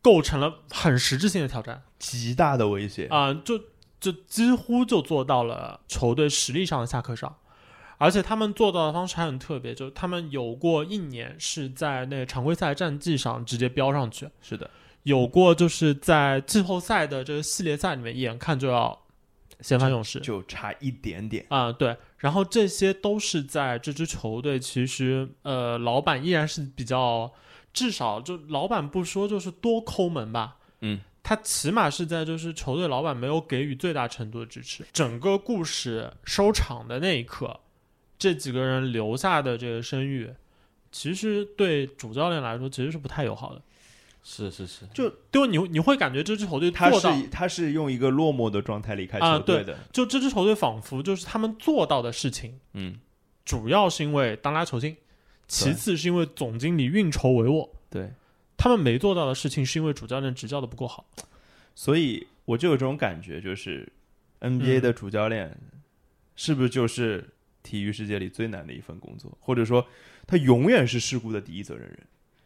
Speaker 3: 构成了很实质性的挑战。
Speaker 1: 极大的威胁。
Speaker 3: 啊、就就几乎就做到了球队实力上的下课上，而且他们做到的方式还很特别，就是他们有过一年是在那个常规赛战绩上直接飙上去，
Speaker 1: 是的，
Speaker 3: 有过就是在季后赛的这个系列赛里面眼看就要掀翻勇士
Speaker 1: 就差一点点。
Speaker 3: 啊、对。然后这些都是在这支球队，其实呃，老板依然是比较，至少就老板不说，就是多抠门吧，
Speaker 1: 嗯，
Speaker 3: 他起码是在就是球队老板没有给予最大程度的支持。整个故事收场的那一刻，这几个人留下的这个声誉，其实对主教练来说其实是不太友好的。
Speaker 2: 是是是，
Speaker 3: 对，你你会感觉这支球队
Speaker 1: 他
Speaker 3: 做到，
Speaker 1: 是他是用一个落寞的状态离开
Speaker 3: 啊
Speaker 1: 球队
Speaker 3: 对
Speaker 1: 的。
Speaker 3: 就这支球队仿佛就是他们做到的事情，
Speaker 1: 嗯，
Speaker 3: 主要是因为当拉球星，其次是因为总经理运筹帷幄。
Speaker 1: 对，
Speaker 3: 他们没做到的事情，是因为主教练执教的不够好。
Speaker 1: 所以我就有这种感觉，就是 NBA
Speaker 3: 嗯
Speaker 1: 的主教练是不是就是体育世界里最难的一份工作，或者说他永远是事故的第一责任人，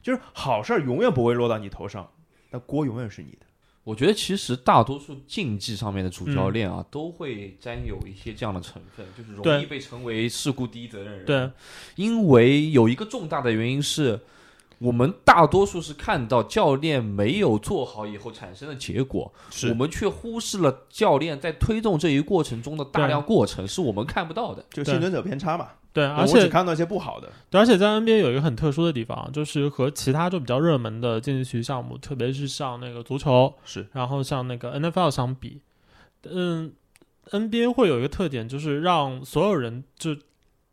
Speaker 1: 就是好事儿永远不会落到你头上，那锅永远是你的。
Speaker 2: 我觉得其实大多数竞技上面的主教练啊，都会沾有一些这样的成分，就是容易
Speaker 3: 对
Speaker 2: 被成为事故第一责任人。
Speaker 3: 对，
Speaker 2: 因为有一个重大的原因是，我们大多数是看到教练没有做好以后产生的结果，
Speaker 1: 是
Speaker 2: 我们却忽视了教练在推动这一过程中的大量过程，是我们看不到 的。
Speaker 1: 就
Speaker 3: 对
Speaker 1: 幸存者偏差嘛。
Speaker 3: 对，而
Speaker 1: 我
Speaker 3: 且
Speaker 1: 只看到一些不好的，
Speaker 3: 对，而且在 NBA 有一个很特殊的地方，啊就是和其他就比较热门的竞技体育项目，特别是像那个足球，
Speaker 1: 是
Speaker 3: 然后像那个 NFL 相比，嗯，NBA 会有一个特点，就是让所有人就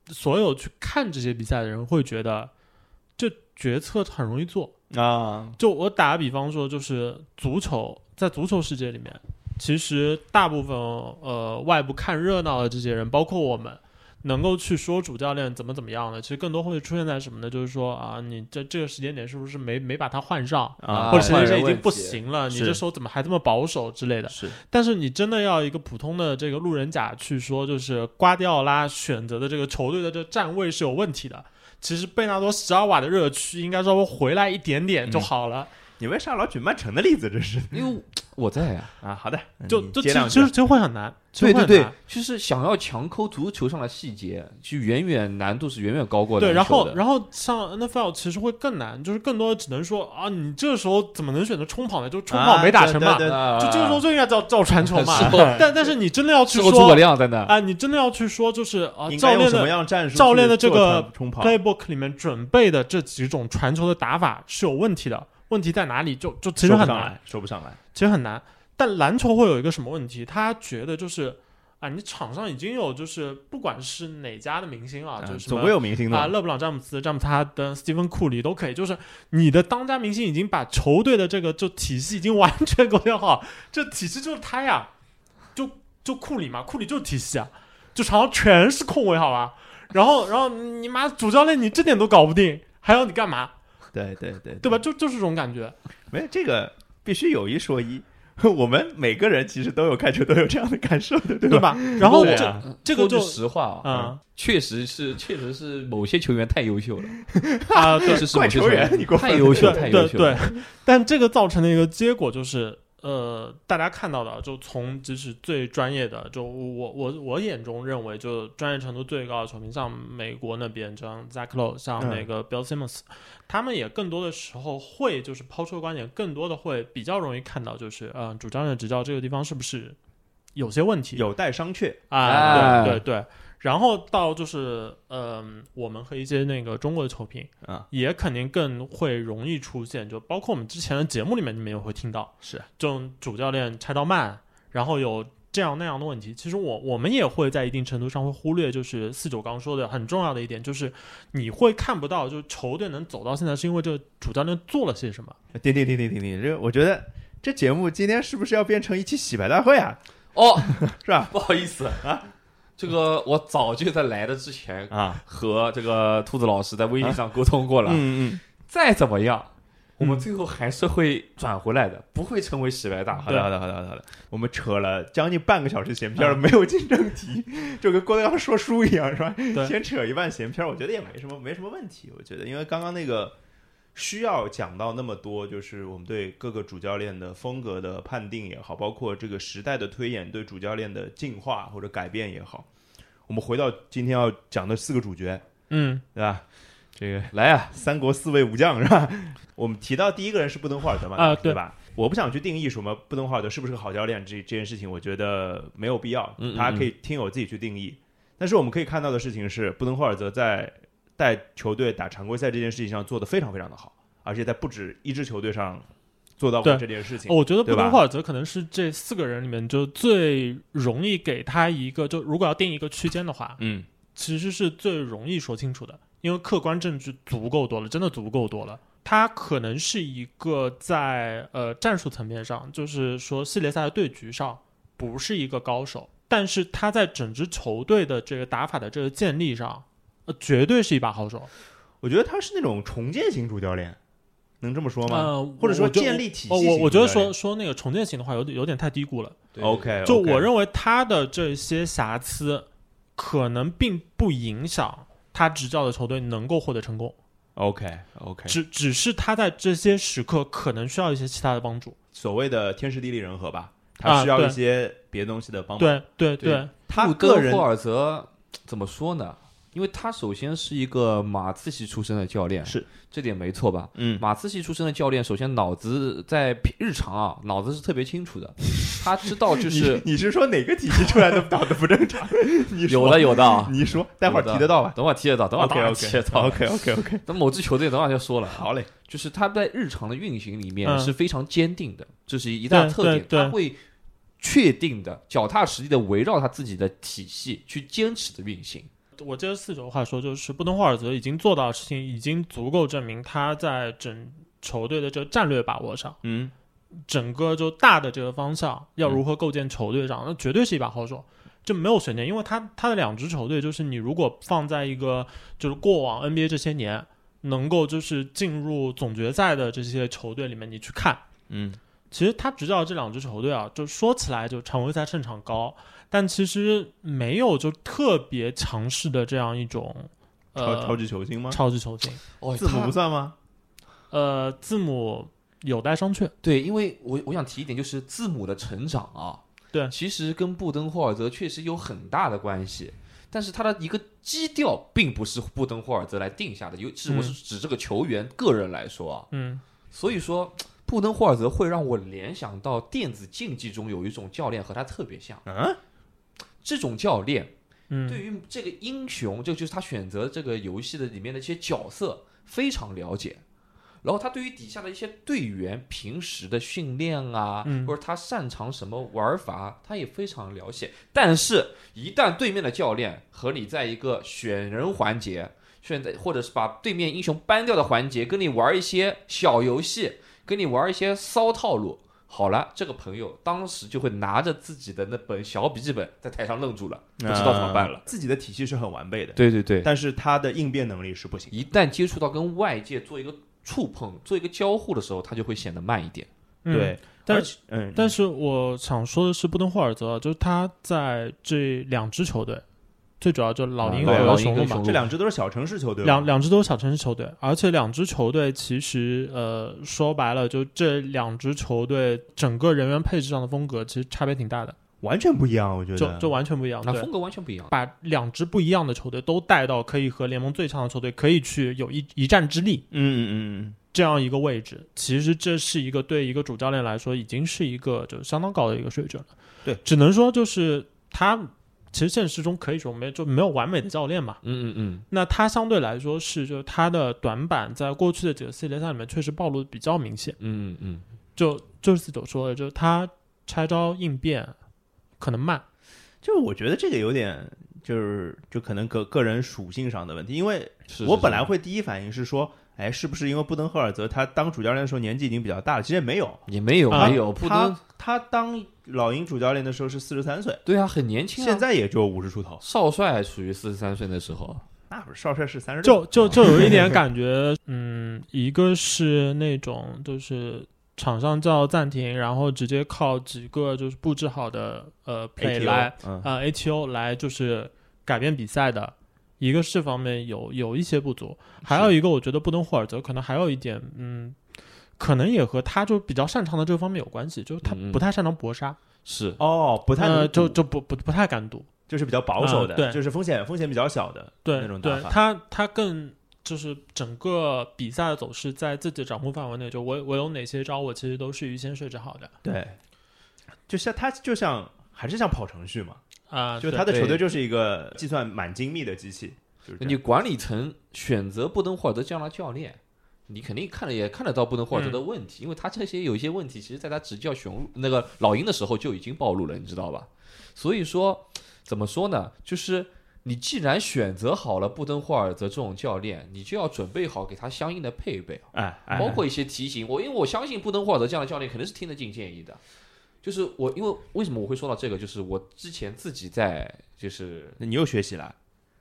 Speaker 3: 所有去看这些比赛的人会觉得，这决策很容易做。
Speaker 1: 啊，
Speaker 3: 就我打个比方说，就是足球，在足球世界里面，其实大部分呃外部看热闹的这些人，包括我们，能够去说主教练怎么怎么样的，其实更多会出现在什么呢？就是说啊，你这这个时间点是不是没没把他换上，
Speaker 1: 啊
Speaker 3: 或者谁谁
Speaker 2: 换人
Speaker 3: 谁已
Speaker 2: 问
Speaker 3: 经不
Speaker 2: 题
Speaker 3: 行了，你
Speaker 1: 是
Speaker 3: 这时候怎么还这么保守之类的？
Speaker 1: 是
Speaker 3: 但是你真的要一个普通的这个路人甲去说，就是瓜迪奥拉选择的这个球队的这站位是有问题的。其实贝纳多十二瓦的热区应该稍微回来一点点就好了，
Speaker 1: 你为啥老举曼城的例子？这是
Speaker 2: 因为我在呀、
Speaker 1: 啊，好的，
Speaker 3: 就
Speaker 1: 你
Speaker 3: 就
Speaker 1: 接
Speaker 3: 其
Speaker 1: 两
Speaker 3: 实
Speaker 1: 句啊
Speaker 3: 其实其实会很难，其
Speaker 2: 对
Speaker 3: 实
Speaker 2: 对
Speaker 3: 会
Speaker 2: 对
Speaker 3: 很，
Speaker 2: 就是想要强抠足球上的细节，就远远难度是远远高过
Speaker 3: 难对，然
Speaker 2: 篮球
Speaker 3: 后
Speaker 2: 的
Speaker 3: 然后上 NFL 其实会更难，就是更多的只能说啊，你这时候怎么能选择冲跑呢？就冲跑
Speaker 1: 啊
Speaker 3: 没打
Speaker 1: 对
Speaker 3: 成嘛，
Speaker 1: 对
Speaker 2: 啊
Speaker 3: 就这个时候就应该叫叫传 球嘛
Speaker 2: 是。
Speaker 3: 但但是你真的要去
Speaker 2: 事后诸葛
Speaker 3: 说
Speaker 2: 亮在那，
Speaker 3: 啊，你真的要去说就是啊，
Speaker 1: 应该
Speaker 3: 教
Speaker 1: 用
Speaker 3: 练
Speaker 1: 什么
Speaker 3: 的
Speaker 1: 样战术去
Speaker 3: 教练的这
Speaker 1: 做
Speaker 3: 个
Speaker 1: 传冲跑？
Speaker 3: playbook 里面准备的这几种传球的打法是有问题的，问题在哪里？就就其实
Speaker 1: 说不
Speaker 3: 很
Speaker 1: 上
Speaker 3: 难
Speaker 1: 来，，说不上来。
Speaker 3: 其实很难。但篮球会有一个什么问题？他觉得就是啊，你场上已经有就是不管是哪家的明星啊，就是什
Speaker 1: 嗯总
Speaker 3: 么
Speaker 1: 归有明星的
Speaker 3: 啊，
Speaker 1: 嘛，
Speaker 3: 勒布朗、詹姆斯、詹姆斯哈登、斯蒂芬·库里都可以，就是你的当家明星已经把球队的这个就体系已经完全构建好，这体系就是他呀，就就库里嘛，库里就是体系啊，就场上全是空位，好吧，然后然后你妈主教练你这点都搞不定，还要你干嘛，
Speaker 1: 对对对
Speaker 3: 对吧？？就就是这种感觉，
Speaker 1: 没这个必须有一说一， 我们每个人其实都有看球都有这样的感受的，对
Speaker 3: 对
Speaker 1: 吧？
Speaker 3: 吧？然后
Speaker 1: 对
Speaker 3: 这、
Speaker 1: 啊
Speaker 3: 这个
Speaker 2: 说
Speaker 3: 就
Speaker 2: 句实话啊，
Speaker 3: 啊
Speaker 2: 确实是确实是某些球员太优秀了，
Speaker 3: 啊，对
Speaker 2: 确实是某
Speaker 1: 怪
Speaker 2: 些
Speaker 1: 球员，你过分
Speaker 2: 太优秀，太
Speaker 3: 对
Speaker 2: 优
Speaker 3: 对
Speaker 2: 秀
Speaker 3: 对
Speaker 2: 了。，
Speaker 3: 但这个造成的一个结果就是，呃，大家看到的，就从即使最专业的，就我我我眼中认为，就专业程度最高的球评，像美国那边，像 Zach Lowe，像
Speaker 2: 嗯
Speaker 3: 那个 Bill Simmons，、他们也更多的时候会就是抛出的观点，更多的会比较容易看到，就是嗯、呃主教练执教这个地方是不是有些问题？
Speaker 1: 有待商榷。
Speaker 3: 啊，
Speaker 2: 哎
Speaker 3: 对对对。然后到就是，嗯、我们和一些那个中国的球评
Speaker 1: 啊，
Speaker 3: 也肯定更会容易出现，就包括我们之前的节目里面，你们也会听到，
Speaker 1: 是
Speaker 3: 这种主教练拆到慢，然后有这样那样的问题。其实我我们也会在一定程度上会忽略，就是四九刚说的很重要的一点，就是你会看不到，就是球队能走到现在，是因为这个主教练做了些什么。
Speaker 1: 停停停停停停，这个我觉得这节目今天是不是要变成一期洗白大会啊？
Speaker 2: 哦，
Speaker 1: 是吧？
Speaker 2: 不好意思啊，这个我早就在来的之前
Speaker 1: 啊，
Speaker 2: 和这个兔子老师在微信上沟通过了，
Speaker 1: 嗯嗯，
Speaker 2: 再怎么样，我们最后还是会转回来的，不会成为洗白大
Speaker 1: 好
Speaker 2: 会。
Speaker 1: 的好的好的好的好的，我们扯了将近半个小时闲篇了，没有进正题， 就跟郭德纲说书一样，是吧？
Speaker 3: 对
Speaker 1: 先扯一半闲篇，我觉得也没什么没什么问题。我觉得，因为刚刚那个需要讲到那么多，就是我们对各个主教练的风格的判定也好，包括这个时代的推演对主教练的进化或者改变也好，我们回到今天要讲的四个主角，
Speaker 3: 嗯，
Speaker 1: 对吧？这个
Speaker 2: 来啊，
Speaker 1: 三国四位武将是吧？ 我们提到第一个人是布登霍尔德嘛？
Speaker 3: 啊
Speaker 1: 对
Speaker 3: 对
Speaker 1: 吧？我不想去定义什么布登霍尔德是不是个好教练这这件事情，我觉得没有必要
Speaker 2: 嗯嗯，嗯
Speaker 1: 大家可以听友自己去定义。但是我们可以看到的事情是，布登霍尔德在带球队打常规赛这件事情上做得非常非常的好，而且在不止一支球队上做到过
Speaker 3: 对
Speaker 1: 这件事情
Speaker 3: 哦。我觉得
Speaker 1: 对
Speaker 3: 布
Speaker 1: 吧
Speaker 3: 登霍尔泽可能是这四个人里面就最容易给他一个，就如果要定一个区间的话，
Speaker 1: 嗯，
Speaker 3: 其实是最容易说清楚的，因为客观证据足够多了，真的足够多了。他可能是一个在呃战术层面上，就是说系列赛的对局上不是一个高手，但是他在整支球队的这个打法的这个建立上，呃，绝对是一把好手。
Speaker 1: 我觉得他是那种重建型主教练，能这么说吗？
Speaker 3: 嗯，
Speaker 1: 或者说
Speaker 3: 我就
Speaker 1: 建立体系
Speaker 3: 哦，
Speaker 1: 型
Speaker 3: 我我觉得
Speaker 1: 主教
Speaker 3: 说
Speaker 1: 练
Speaker 3: 说那个重建型的话，有点有点太低估了。
Speaker 2: 对
Speaker 1: 哎 OK，
Speaker 3: 就我认为他的这些瑕疵，可能并不影响他执教的球队能够获得成功。
Speaker 1: OK OK，
Speaker 3: 只只是他在这些时刻可能需要一些其他的帮助。
Speaker 1: 所谓的天时地利人和吧，他
Speaker 3: 啊
Speaker 1: 需要
Speaker 3: 对
Speaker 1: 一些别东西的帮忙。
Speaker 3: 对对
Speaker 2: 对
Speaker 3: 对，
Speaker 1: 他
Speaker 2: 布
Speaker 1: 个
Speaker 2: 登
Speaker 1: 人
Speaker 2: 霍尔泽怎么说呢？因为他首先是一个马刺系出身的教练，
Speaker 1: 是
Speaker 2: 这点没错吧？
Speaker 1: 嗯
Speaker 2: 马刺系出身的教练，首先脑子在平日常啊，脑子是特别清楚 的，他知道
Speaker 1: 你
Speaker 2: 就是
Speaker 1: 你是说哪个体系出来的脑子不正常？你说
Speaker 2: 有的，有的啊，
Speaker 1: 你说，待会儿
Speaker 2: 有的
Speaker 1: 提得到吧？
Speaker 2: 等会儿提得到，等会儿
Speaker 1: OK
Speaker 2: 当然
Speaker 1: OK
Speaker 2: 提得到。
Speaker 1: OK OK OK，
Speaker 2: 等某支球队等会儿就说了啊，
Speaker 1: 好嘞，
Speaker 2: 就是他在日常的运行里面
Speaker 3: 嗯
Speaker 2: 是非常坚定的，这是一大特点，
Speaker 3: 对对
Speaker 2: 他会确定的、脚踏实地的围绕他自己的体系去坚持的运行。
Speaker 3: 我接着四九的话说，就是布登霍尔泽已经做到的事情，已经足够证明他在整球队的这个战略把握上，
Speaker 1: 嗯，
Speaker 3: 整个就大的这个方向要如何构建球队上，那绝对是一把好手。这没有悬念，因为他他的两支球队就是你如果放在一个就是过往 NBA 这些年能够就是进入总决赛的这些球队里面，你去看，
Speaker 1: 嗯，
Speaker 3: 其实他执教的这两支球队啊，就说起来就常规赛胜场高，但其实没有就特别强势的这样一种
Speaker 1: 超
Speaker 3: 呃
Speaker 1: 超级球星吗？
Speaker 3: 超级球星。
Speaker 2: 哦，
Speaker 1: 字母不算吗？
Speaker 3: 呃，字母有待商榷。
Speaker 2: 对，因为我我想提一点，就是字母的成长啊，
Speaker 3: 对
Speaker 2: 其实跟布登霍尔泽确实有很大的关系，但是他的一个基调并不是布登霍尔泽来定下的，尤其是我
Speaker 3: 嗯
Speaker 2: 是指这个球员个人来说啊，
Speaker 3: 嗯，
Speaker 2: 所以说布登霍尔泽会让我联想到电子竞技中有一种教练和他特别像，
Speaker 1: 嗯，
Speaker 2: 这种教练
Speaker 3: 嗯，
Speaker 2: 对于这个英雄，这就是他选择这个游戏的里面的一些角色非常了解，然后他对于底下的一些队员平时的训练啊，
Speaker 3: 嗯
Speaker 2: 或者他擅长什么玩法，他也非常了解。但是，一旦对面的教练和你在一个选人环节，选在或者是把对面英雄搬掉的环节，跟你玩一些小游戏，跟你玩一些骚套路。好了，这个朋友当时就会拿着自己的那本小笔记本在台上愣住了，
Speaker 1: 不
Speaker 2: 不知道怎么办了。
Speaker 1: 自己的体系是很完备的，
Speaker 2: 啊对对对，
Speaker 1: 但是他的应变能力是不行。
Speaker 2: 一旦接触到跟外界做一个触碰、做一个交互的时候，它就会显得慢一点。
Speaker 3: 嗯，
Speaker 1: 对，
Speaker 3: 但
Speaker 1: 而且嗯，
Speaker 3: 但是我想说的是，布登霍尔泽就是他在这两支球队，最主要就老鹰
Speaker 1: 啊
Speaker 3: 和
Speaker 1: 老
Speaker 2: 鹰
Speaker 3: 雄鹿
Speaker 2: 跟
Speaker 3: 嘛
Speaker 2: 雄，
Speaker 1: 这两支都是小城市球队嘛，
Speaker 3: 两两支都是小城市球队，而且两支球队其实呃说白了，就这两支球队整个人员配置上的风格其实差别挺大的，
Speaker 1: 完全不一样，我觉得
Speaker 3: 就就完全不一样。
Speaker 2: 那
Speaker 3: 对，
Speaker 2: 风格完全不一样。
Speaker 3: 把两支不一样的球队都带到可以和联盟最强的球队可以去有一一战之力
Speaker 1: 嗯嗯嗯
Speaker 3: 这样一个位置，其实这是一个对一个主教练来说已经是一个就相当高的一个水准了。
Speaker 1: 对，
Speaker 3: 只能说就是他其实现实中可以说没就没有完美的教练嘛。
Speaker 2: 嗯嗯嗯，
Speaker 3: 那他相对来说是，就是他的短板在过去的几个系列赛里面确实暴露得比较明显。
Speaker 2: 嗯嗯嗯，
Speaker 3: 就就是所说的，就是他拆招应变可能慢。
Speaker 1: 嗯，就是我觉得这个有点就是就可能个个人属性上的问题，因为
Speaker 2: 是
Speaker 1: 我本来会第一反应是说，哎，是不是因为布登赫尔泽他当主教练的时候年纪已经比较大了？其实也没有，
Speaker 2: 也没有
Speaker 3: 啊
Speaker 2: 没有，不能
Speaker 1: 他他当老鹰主教练的时候是四十三岁，
Speaker 2: 对啊，很年轻啊。
Speaker 1: 现在也就五十出头，
Speaker 2: 少帅属于四十三岁的时候，
Speaker 1: 那不是少帅是三十
Speaker 3: 就就就有 一点感觉，嗯，一个是那种就是场上叫暂停，然后直接靠几个就是布置好的呃 play 来
Speaker 1: ATO，嗯
Speaker 3: 啊 ATO 来就是改变比赛的。一个是这方面有有一些不足，还有一个我觉得布登霍尔泽可能还有一点，嗯，可能也和他就比较擅长的这方面有关系，就是他
Speaker 2: 嗯嗯
Speaker 3: 不太擅长搏杀，
Speaker 2: 是
Speaker 1: 哦，不太能
Speaker 3: 呃，
Speaker 1: 赌
Speaker 3: 就就不不不太敢赌，
Speaker 1: 就是比较保守的，
Speaker 3: 嗯对
Speaker 1: 就是风险风险比较小的
Speaker 3: 对
Speaker 1: 那种打
Speaker 3: 对，
Speaker 1: 法。
Speaker 3: 他他更就是整个比赛的走势在自己的掌控范围内，就我我有哪些招，我其实都是预先设置好的
Speaker 1: 对，就像他就像还是像跑程序嘛，
Speaker 3: 啊，
Speaker 1: 就
Speaker 3: 对
Speaker 1: 他的
Speaker 2: 对
Speaker 1: 球队就是一个计算蛮精密的机器，就是这
Speaker 2: 你
Speaker 1: 样
Speaker 2: 管理层选择布登霍尔德这样的教练。你肯定看了也看得到布登霍尔德
Speaker 1: 嗯
Speaker 2: 的问题，因为他这些有一些问题，其实在他执教雄那个老鹰的时候就已经暴露了，你知道吧？所以说，怎么说呢？就是你既然选择好了布登霍尔德这种教练，你就要准备好给他相应的配备。啊
Speaker 1: 哎哎，
Speaker 2: 包括一些提醒。我因为我相信布登霍尔德这样的教练肯定是听得进建议的。就是我，因为为什么我会说到这个？就是我之前自己在，就是
Speaker 1: 那你又学习了，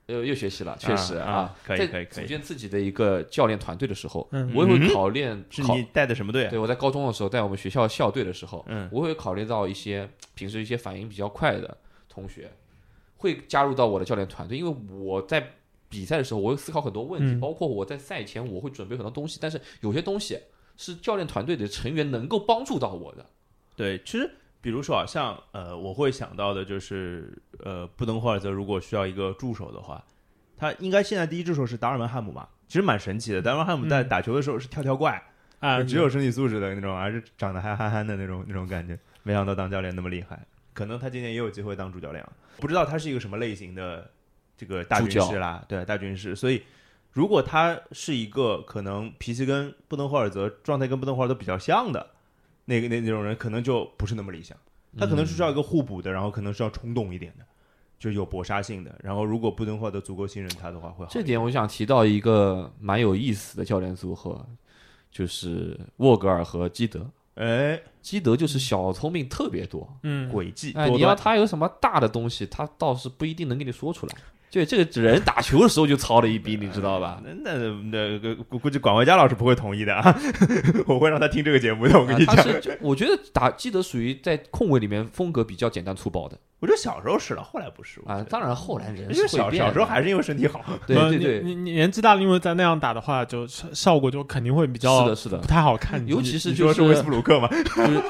Speaker 2: 呃，又学习了，确实
Speaker 1: 啊
Speaker 2: 啊
Speaker 1: 啊，可以
Speaker 2: 在
Speaker 1: 可以可以
Speaker 2: 组建自己的一个教练团队的时候，
Speaker 3: 嗯
Speaker 2: 我也会
Speaker 1: 嗯
Speaker 2: 考练
Speaker 1: 是
Speaker 2: 考
Speaker 1: 你带的什么队啊？
Speaker 2: 对，我在高中的时候，在我们学校校队的时候，
Speaker 1: 嗯
Speaker 2: 我会考虑到一些平时一些反应比较快的同学，会加入到我的教练团队，因为我在比赛的时候，我会思考很多问题，
Speaker 3: 嗯
Speaker 2: 包括我在赛前我会准备很多东西，但是有些东西是教练团队的成员能够帮助到我的。
Speaker 1: 对，其实比如说啊，像呃，我会想到的就是呃，布登霍尔泽如果需要一个助手的话，他应该现在第一助手是达尔文汉姆嘛，其实蛮神奇的。达尔文汉姆在
Speaker 3: 嗯
Speaker 1: 打球的时候是跳跳怪，
Speaker 3: 啊，
Speaker 1: 就只有身体素质的那种，还是长得还憨憨的那种那种感觉。没想到当教练那么厉害，可能他今年也有机会当主教练啊，不知道他是一个什么类型的这个大
Speaker 2: 助
Speaker 1: 军
Speaker 2: 教
Speaker 1: 师啦，对大军师。所以，如果他是一个可能脾气跟布登霍尔泽状态跟布登霍尔泽比较像的那个那那种人，可能就不是那么理想。
Speaker 2: 嗯
Speaker 1: 他可能是需要一个互补的，然后可能是要冲动一点的，就是有搏杀性的。然后，如果布登霍尔泽足够信任他的话，会好一
Speaker 2: 这点我想提到一个蛮有意思的教练组合，就是沃格尔和基德。
Speaker 1: 哎
Speaker 2: 基德就是小聪明特别多，
Speaker 3: 嗯，
Speaker 1: 诡计
Speaker 2: 哎，
Speaker 1: 多
Speaker 2: 你要
Speaker 1: 端。
Speaker 2: 他有什么大的东西，他倒是不一定能给你说出来。就这个人打球的时候就操了一逼，你知道吧？
Speaker 1: 啊那那那个估估计管维佳老师不会同意的啊， 我会让他听这个节目的。 我跟你讲，
Speaker 2: 啊他是就我觉得打记得属于在控卫里面风格比较简单粗暴的
Speaker 1: 我觉得小时候是了，后来不是我觉
Speaker 2: 啊。
Speaker 1: 得
Speaker 2: 当然后来人
Speaker 1: 因
Speaker 2: 是
Speaker 1: 为
Speaker 2: 会
Speaker 1: 小
Speaker 2: 变的
Speaker 1: 小时候还是因为身体好，
Speaker 2: 对
Speaker 3: 呃
Speaker 2: 对
Speaker 3: 你
Speaker 2: 对，
Speaker 3: 你你年纪大了，因为在那样打的话，就效果就肯定会比
Speaker 2: 是
Speaker 3: 较
Speaker 2: 的，是的
Speaker 3: 不，太好看。
Speaker 2: 尤其是
Speaker 1: 你
Speaker 2: 就
Speaker 1: 说
Speaker 2: 是
Speaker 1: 是威斯布鲁 克嘛，
Speaker 2: 就是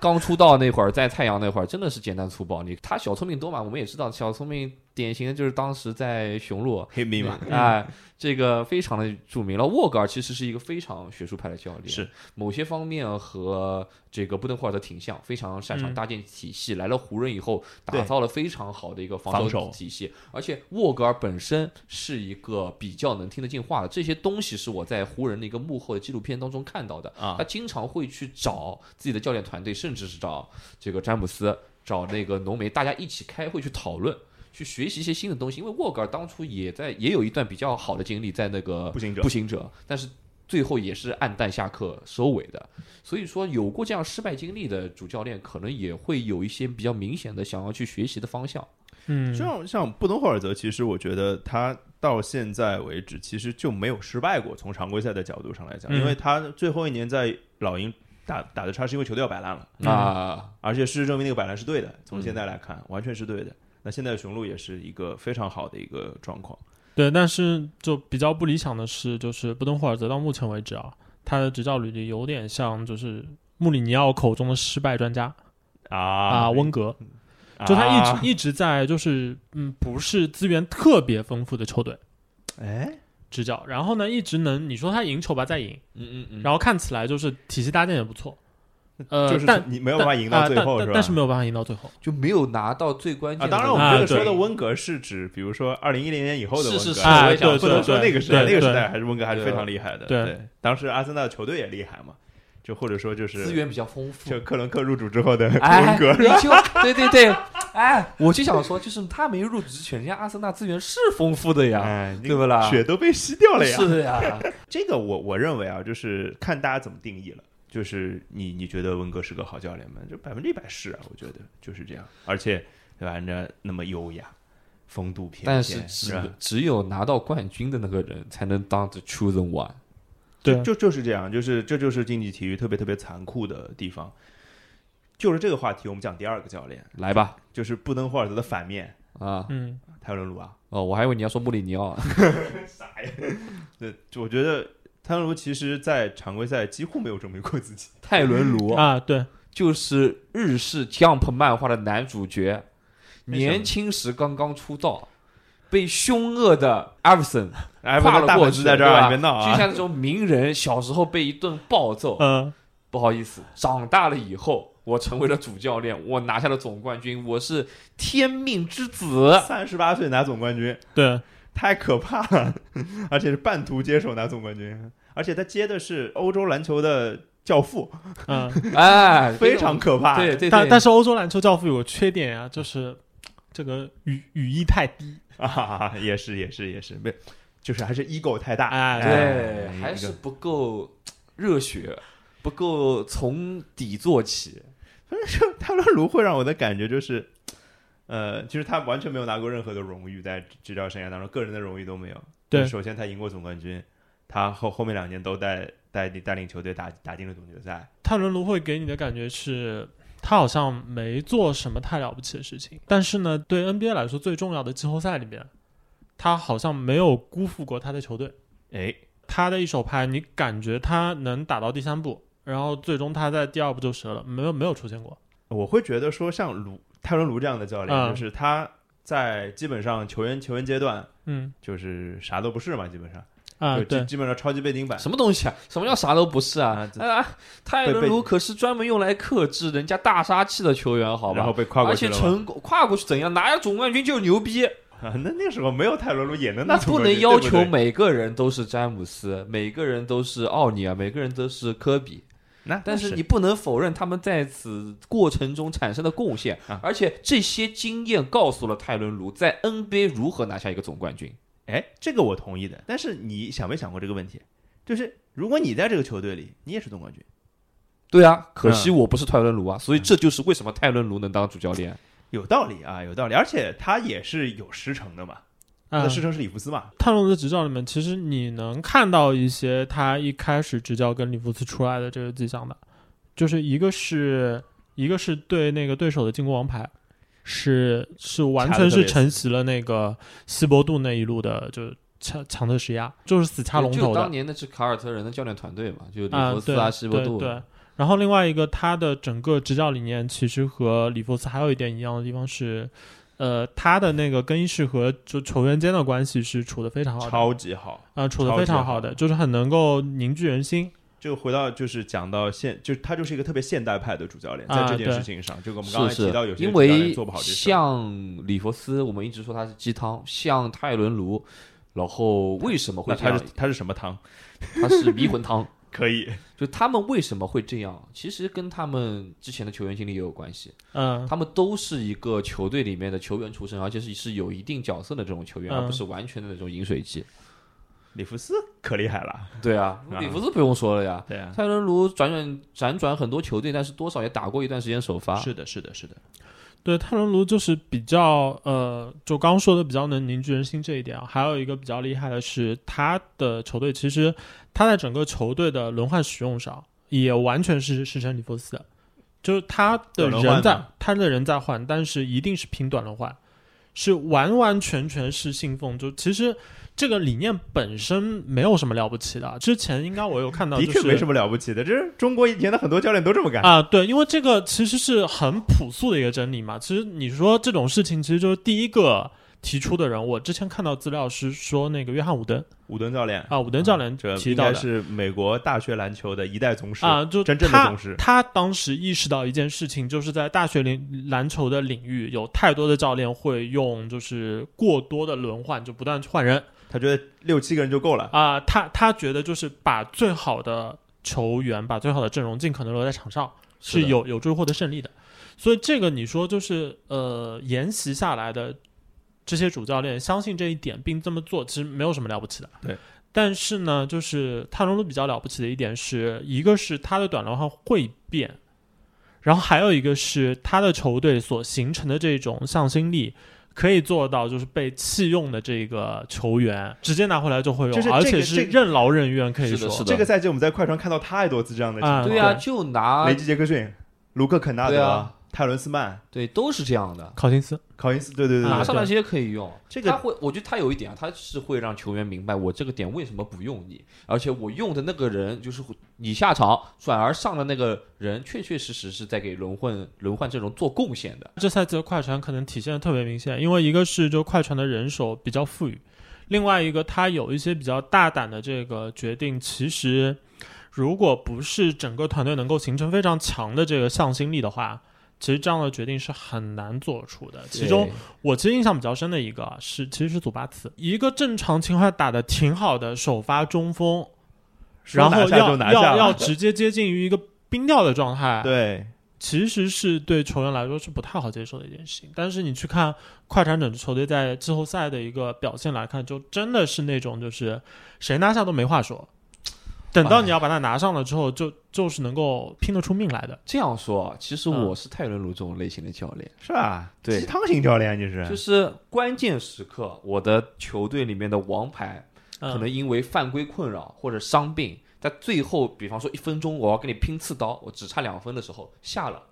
Speaker 2: 刚出道那会儿，在太阳那会儿，真的是简单粗暴。你他小聪明多嘛，我们也知道，小聪明典型的就是当时在雄鹿。
Speaker 1: 黑米嘛，
Speaker 2: 哎，这个非常的著名了。沃格尔其实是一个非常学术派的教练，
Speaker 1: 是
Speaker 2: 某些方面和这个布登霍尔特挺像，非常擅长
Speaker 3: 嗯
Speaker 2: 搭建体系。来了湖人以后，打
Speaker 1: 对
Speaker 2: 造了非常好的一个
Speaker 1: 防
Speaker 2: 守
Speaker 1: 守
Speaker 2: 体系，而且沃格尔本身是一个比较能听得进话的，这些东西是我在湖人的一个幕后的纪录片当中看到的。
Speaker 1: 啊
Speaker 2: 他经常会去找自己的教练团队，甚至是找这个詹姆斯、找那个浓眉，大家一起开会去讨论。去学习一些新的东西，因为沃格尔当初也在也有一段比较好的经历，在那个
Speaker 1: 步行者
Speaker 2: 步行者，但是最后也是暗淡下课收尾的。所以说，有过这样失败经历的主教练，可能也会有一些比较明显的想要去学习的方向。
Speaker 3: 嗯，
Speaker 1: 像像布登霍尔泽，其实我觉得他到现在为止其实就没有失败过。从常规赛的角度上来讲，
Speaker 3: 嗯
Speaker 1: 因为他最后一年在老鹰打打的差，是因为球队要摆烂了，
Speaker 3: 嗯
Speaker 2: 啊，
Speaker 1: 而且事实证明那个摆烂是对的。从现
Speaker 2: 嗯
Speaker 1: 在来看，完全是对的。那现在雄鹿也是一个非常好的一个状况，
Speaker 3: 对，但是就比较不理想的是，就是布登霍尔泽到目前为止啊，他的执教履历有点像就是穆里尼奥口中的失败专家
Speaker 1: 啊
Speaker 3: 啊，
Speaker 1: 啊
Speaker 3: 温格，就他一直、
Speaker 1: 直
Speaker 3: 一直在就是嗯，不是资源特别丰富的球队
Speaker 1: 哎，
Speaker 3: 执教，然后呢，一直能你说他赢球吧，再赢，
Speaker 2: 嗯嗯嗯，
Speaker 3: 然后看起来就是体系搭建也不错，呃，
Speaker 1: 就是
Speaker 3: 但啊
Speaker 1: 你没有办法赢到最后
Speaker 3: 但但
Speaker 1: 吧？
Speaker 3: 但但是没有办法赢到最后，
Speaker 2: 就没有拿到最关
Speaker 1: 啊，
Speaker 2: 键的。
Speaker 1: 当然，我们这个
Speaker 3: 啊对
Speaker 1: 说的温格是指，比如说二零一零年以后的温格，
Speaker 2: 是是是，
Speaker 3: 啊
Speaker 2: 我也想
Speaker 3: 对
Speaker 1: 不
Speaker 2: 说
Speaker 1: 能说
Speaker 3: 对
Speaker 1: 那个时代，那
Speaker 3: 对
Speaker 1: 个时代还是温格还是非常厉害的。
Speaker 3: 对
Speaker 1: 当时阿森纳的球队也厉害嘛，就或者说就是
Speaker 2: 资，源比较丰富，
Speaker 1: 就克伦克入主之后的温
Speaker 2: 哎，
Speaker 1: 格，
Speaker 2: 你就对对对，哎，我就想说，就是他没入职之前，人家阿森纳资源是丰富的呀，
Speaker 1: 哎，那
Speaker 2: 对不啦？
Speaker 1: 血都被吸掉了呀。
Speaker 2: 是的啊呀，
Speaker 1: 这个我我认为啊，就是看大家怎么定义了。就是你你觉得温格是个好教练吗？就百分之一百是啊，我觉得就是这样。而且对吧，人家那么优雅，风度翩翩，
Speaker 2: 但是
Speaker 1: 吧
Speaker 2: 只只有拿到冠军的那个人才能当 the chosen one。
Speaker 3: 对
Speaker 2: 啊
Speaker 1: 就就是这样，就是这就是竞技体育特别特别残酷的地方。就是这个话题，我们讲第二个教练，
Speaker 2: 来吧，
Speaker 1: 就是布登霍尔德的反面
Speaker 2: 啊，
Speaker 3: 嗯，
Speaker 1: 泰伦卢啊。
Speaker 2: 哦，我还以为你要说穆里尼奥，
Speaker 1: 对，就我觉得泰伦卢其实，在常规赛几乎没有证明过自己。
Speaker 2: 泰伦卢
Speaker 3: 啊，对，
Speaker 2: 就是日式 Jump 漫画的男主角，
Speaker 1: 为什么
Speaker 2: 年轻时刚刚出道，被凶恶的 Everson
Speaker 1: 哎，不
Speaker 2: 跨
Speaker 1: 大
Speaker 2: 了过
Speaker 1: 本
Speaker 2: 去，
Speaker 1: 事在这儿
Speaker 2: 对吧
Speaker 1: 啊，你别闹
Speaker 2: 就
Speaker 1: 啊！嗯
Speaker 2: 像那种名人小时候被一顿暴揍，
Speaker 3: 呃，
Speaker 2: 不好意思，长大了以后，我成为了主教练，我拿下了总冠军，我是天命 之子。
Speaker 1: 三十八岁拿总冠军，
Speaker 3: 对，
Speaker 1: 太可怕了，而且是半途接手拿总冠军，而且他接的是欧洲篮球的教父，
Speaker 3: 嗯、
Speaker 2: 哎，
Speaker 1: 非常可怕。
Speaker 2: 对对
Speaker 3: 但
Speaker 2: 对，
Speaker 3: 但是欧洲篮球教父有个缺点呀、就是这个语语义太低。
Speaker 1: 啊，也是也是也是，没，就是还是 ego 太大。
Speaker 3: 哎
Speaker 2: 对
Speaker 1: 哎，
Speaker 2: 还是
Speaker 1: 一个
Speaker 2: 不够热血，不够从底做起。
Speaker 1: 泰勒卢会让我的感觉就是，呃，其实他完全没有拿过任何的荣誉，在执教生涯当中，个人的荣誉都没有。
Speaker 3: 对
Speaker 1: 首先他赢过总冠军，他后后面两年都带带带领球队打打进了总决赛。
Speaker 3: 泰伦卢会给你的感觉是，他好像没做什么太了不起的事情，但是呢，对 NBA 来说最重要的季后赛里面，他好像没有辜负过他的球队。
Speaker 1: 哎，
Speaker 3: 他的一手拍，你感觉他能打到第三步，然后最终他在第二步就折了，没有没有出现过。
Speaker 1: 我会觉得说像卢泰伦卢这样的教练，
Speaker 3: 嗯
Speaker 1: 就是他在基本上球员球员阶段
Speaker 3: 嗯
Speaker 1: 就是啥都不是嘛，基本上
Speaker 3: 啊，
Speaker 1: 就基
Speaker 3: 对，
Speaker 1: 基本上超级背景板。
Speaker 2: 什么东西啊？什么叫啥都不是啊
Speaker 1: 啊？这
Speaker 2: 啊，泰伦卢可是专门用来克制人家大杀器的球员，好
Speaker 1: 然后
Speaker 2: 吧？
Speaker 1: 被跨
Speaker 2: 而
Speaker 1: 过去
Speaker 2: 且
Speaker 1: 了嘛，
Speaker 2: 成功跨过去怎样？拿下总冠军就牛逼，
Speaker 1: 啊，那那时候没有泰伦卢也能拿
Speaker 2: 你
Speaker 1: 总
Speaker 2: 不
Speaker 1: 冠军，
Speaker 2: 能要
Speaker 1: 对
Speaker 2: 求
Speaker 1: 不对
Speaker 2: 每个人都是詹姆斯，每个人都是奥尼尔，每个人都是科比。
Speaker 1: 那
Speaker 2: 但是你不能否认他们在此过程中产生的贡献，
Speaker 1: 啊
Speaker 2: 而且这些经验告诉了泰伦卢在 NBA 如何拿下一个总冠军。
Speaker 1: 哎，这个我同意的。但是你想没想过这个问题？就是如果你在这个球队里，你也是总冠军，
Speaker 2: 对啊，可惜
Speaker 1: 嗯
Speaker 2: 我不是泰伦卢啊，所以这就是为什么泰伦卢能当主教练。
Speaker 1: 有道理啊，有道理。而且他也是有师承的嘛，他
Speaker 3: 嗯
Speaker 1: 的师承是里弗斯嘛，
Speaker 3: 探路的啊执教里面，其实你能看到一些他一开始执教跟里弗斯出来的这个迹象的，就是一个是一个是对那个对手的进攻王牌，是是完全是承袭了那个西伯杜那一路的，就是强强侧施压，就是死掐龙头
Speaker 2: 就
Speaker 3: 的
Speaker 2: 当年那支卡尔特人的教练团队嘛，就里
Speaker 3: 啊
Speaker 2: 弗，斯
Speaker 3: 对
Speaker 2: 啊、西伯杜，
Speaker 3: 对对。然后另外一个，他的整个执教理念其实和里弗斯还有一点一样的地方是，呃，他的那个更衣室和就球员间的关系是处的非常好的，
Speaker 1: 超级好。
Speaker 3: 啊，处的
Speaker 1: 超
Speaker 3: 非
Speaker 1: 级
Speaker 3: 常
Speaker 1: 好
Speaker 3: 好的，就是很能够凝聚人心。
Speaker 1: 就回到就是讲到现，就他就是一个特别现代派的主教练，
Speaker 3: 啊
Speaker 1: 在这件
Speaker 3: 对
Speaker 1: 事情上，就跟我们刚
Speaker 2: 是
Speaker 1: 才提到有
Speaker 2: 是，
Speaker 1: 些
Speaker 2: 因
Speaker 1: 主教练
Speaker 2: 为
Speaker 1: 做不好这事儿，
Speaker 2: 像里弗斯，我们一直说他是鸡汤，像泰伦卢，然后为什么
Speaker 1: 那
Speaker 2: 会这
Speaker 1: 他
Speaker 2: 样
Speaker 1: 是？他是什么汤？
Speaker 2: 他是迷魂汤，
Speaker 1: 可以，
Speaker 2: 就他们为什么会这样？其实跟他们之前的球员经历也有关系。
Speaker 3: 嗯
Speaker 2: 他们都是一个球队里面的球员出身，而且是是有一定角色的这种球员，
Speaker 3: 嗯
Speaker 2: 而不是完全的那种饮水机。
Speaker 1: 里弗斯可厉害了，
Speaker 2: 对啊，
Speaker 1: 啊
Speaker 2: 里弗斯不用说了呀。
Speaker 1: 对啊，
Speaker 2: 泰伦卢辗转辗转很多球队，但是多少也打过一段时间首发。
Speaker 1: 是的，是的，啊是的，
Speaker 3: 对，泰伦卢就是比较呃，就刚说的比较能凝聚人心这一点啊。还有一个比较厉害的是，他的球队其实他在整个球队的轮换使用上也完全是师承里弗斯的，就是他的
Speaker 1: 短轮换
Speaker 3: 人在
Speaker 1: 吗
Speaker 3: 他的人在换，但是一定是拼短轮换，是完完全全是信奉。就其实这个理念本身没有什么了不起的啊。之前应该我有看到、
Speaker 1: 的
Speaker 3: 就是，
Speaker 1: 确没什么了不起的，这是中国以前的很多教练都这么干。
Speaker 3: 啊，对，因为这个其实是很朴素的一个真理嘛。其实你说这种事情，其实就是第一个提出的人。我之前看到资料是说那个约翰伍登
Speaker 1: 伍顿教练，
Speaker 3: 啊，伍登教练
Speaker 1: 这
Speaker 3: 提
Speaker 1: 应
Speaker 3: 到
Speaker 1: 该
Speaker 3: 的
Speaker 1: 是美国大学篮球的一代宗师
Speaker 3: 啊，就
Speaker 1: 真正的
Speaker 3: 他
Speaker 1: 宗师。
Speaker 3: 他当时意识到一件事情，就是在大学领篮球的领域，有太多的教练会用就是过多的轮换，就不断换人
Speaker 1: 他觉得六七个人就够了，
Speaker 3: 啊。他他觉得就是把最好的球员，把最好的阵容尽可能留在场上。是
Speaker 2: 的，
Speaker 3: 有有助于获得胜利的。所以这个你说就是呃，沿袭下来的这些主教练相信这一点并这么做，其实没有什么了不起的。
Speaker 1: 对。
Speaker 3: 但是呢，就是泰隆卢比较了不起的一点是，一个是他的短轮换会变，然后还有一个是他的球队所形成的这种向心力。可以做到，就是被弃用的这个球员直接拿回来就会用，
Speaker 1: 就是这个
Speaker 3: 而且是
Speaker 1: 这个
Speaker 3: 任劳任怨，可以
Speaker 2: 是
Speaker 3: 说
Speaker 2: 的是的
Speaker 1: 这个赛季我们在快船看到太多次这样的情
Speaker 3: 啊
Speaker 1: 况。
Speaker 2: 对啊，就拿
Speaker 1: 雷吉·杰克逊、卢克·肯纳
Speaker 2: 对
Speaker 1: 德、
Speaker 2: 啊
Speaker 1: 泰伦斯曼、
Speaker 2: 对都是这样的，
Speaker 3: 考辛斯
Speaker 1: 考因斯，对对对对，
Speaker 2: 拿
Speaker 3: 啊
Speaker 2: 上来这些可以用。
Speaker 1: 这个
Speaker 2: 他会，我觉得他有一点啊，他是会让球员明白我这个点为什么不用你，而且我用的那个人就是你下场转而上的那个人，确确实实是在给轮换轮换阵容做贡献的。
Speaker 3: 这赛季的快船可能体现的特别明显，因为一个是就快船的人手比较富裕，另外一个他有一些比较大胆的这个决定，其实如果不是整个团队能够形成非常强的这个向心力的话，其实这样的决定是很难做出的。其中
Speaker 2: 对
Speaker 3: 我其实印象比较深的一个啊是，其实是祖巴茨，一个正常情况下打的挺好的首发中锋，
Speaker 1: 说
Speaker 3: 然后
Speaker 1: 拿下就
Speaker 3: 要
Speaker 1: 拿下
Speaker 3: 要要
Speaker 1: 了，
Speaker 3: 直接接近于一个冰掉的状态，
Speaker 1: 对，
Speaker 3: 其实是对球员来说是不太好接受的一件事情。但是你去看快船整支球队在季后赛的一个表现来看，就真的是那种就是谁拿下都没话说，等到你要把它拿上了之后，就就是能够拼得出命来的。
Speaker 2: 这样说啊，其实
Speaker 3: 嗯
Speaker 2: 我是泰伦卢这种类型的教练，
Speaker 1: 是吧？
Speaker 2: 对
Speaker 1: 鸡汤型教练你是，啊
Speaker 2: 就是关键时刻，我的球队里面的王牌
Speaker 3: 嗯
Speaker 2: 可能因为犯规困扰或者伤病，在最后，比方说一分钟我要跟你拼刺刀，我只差两分的时候下了，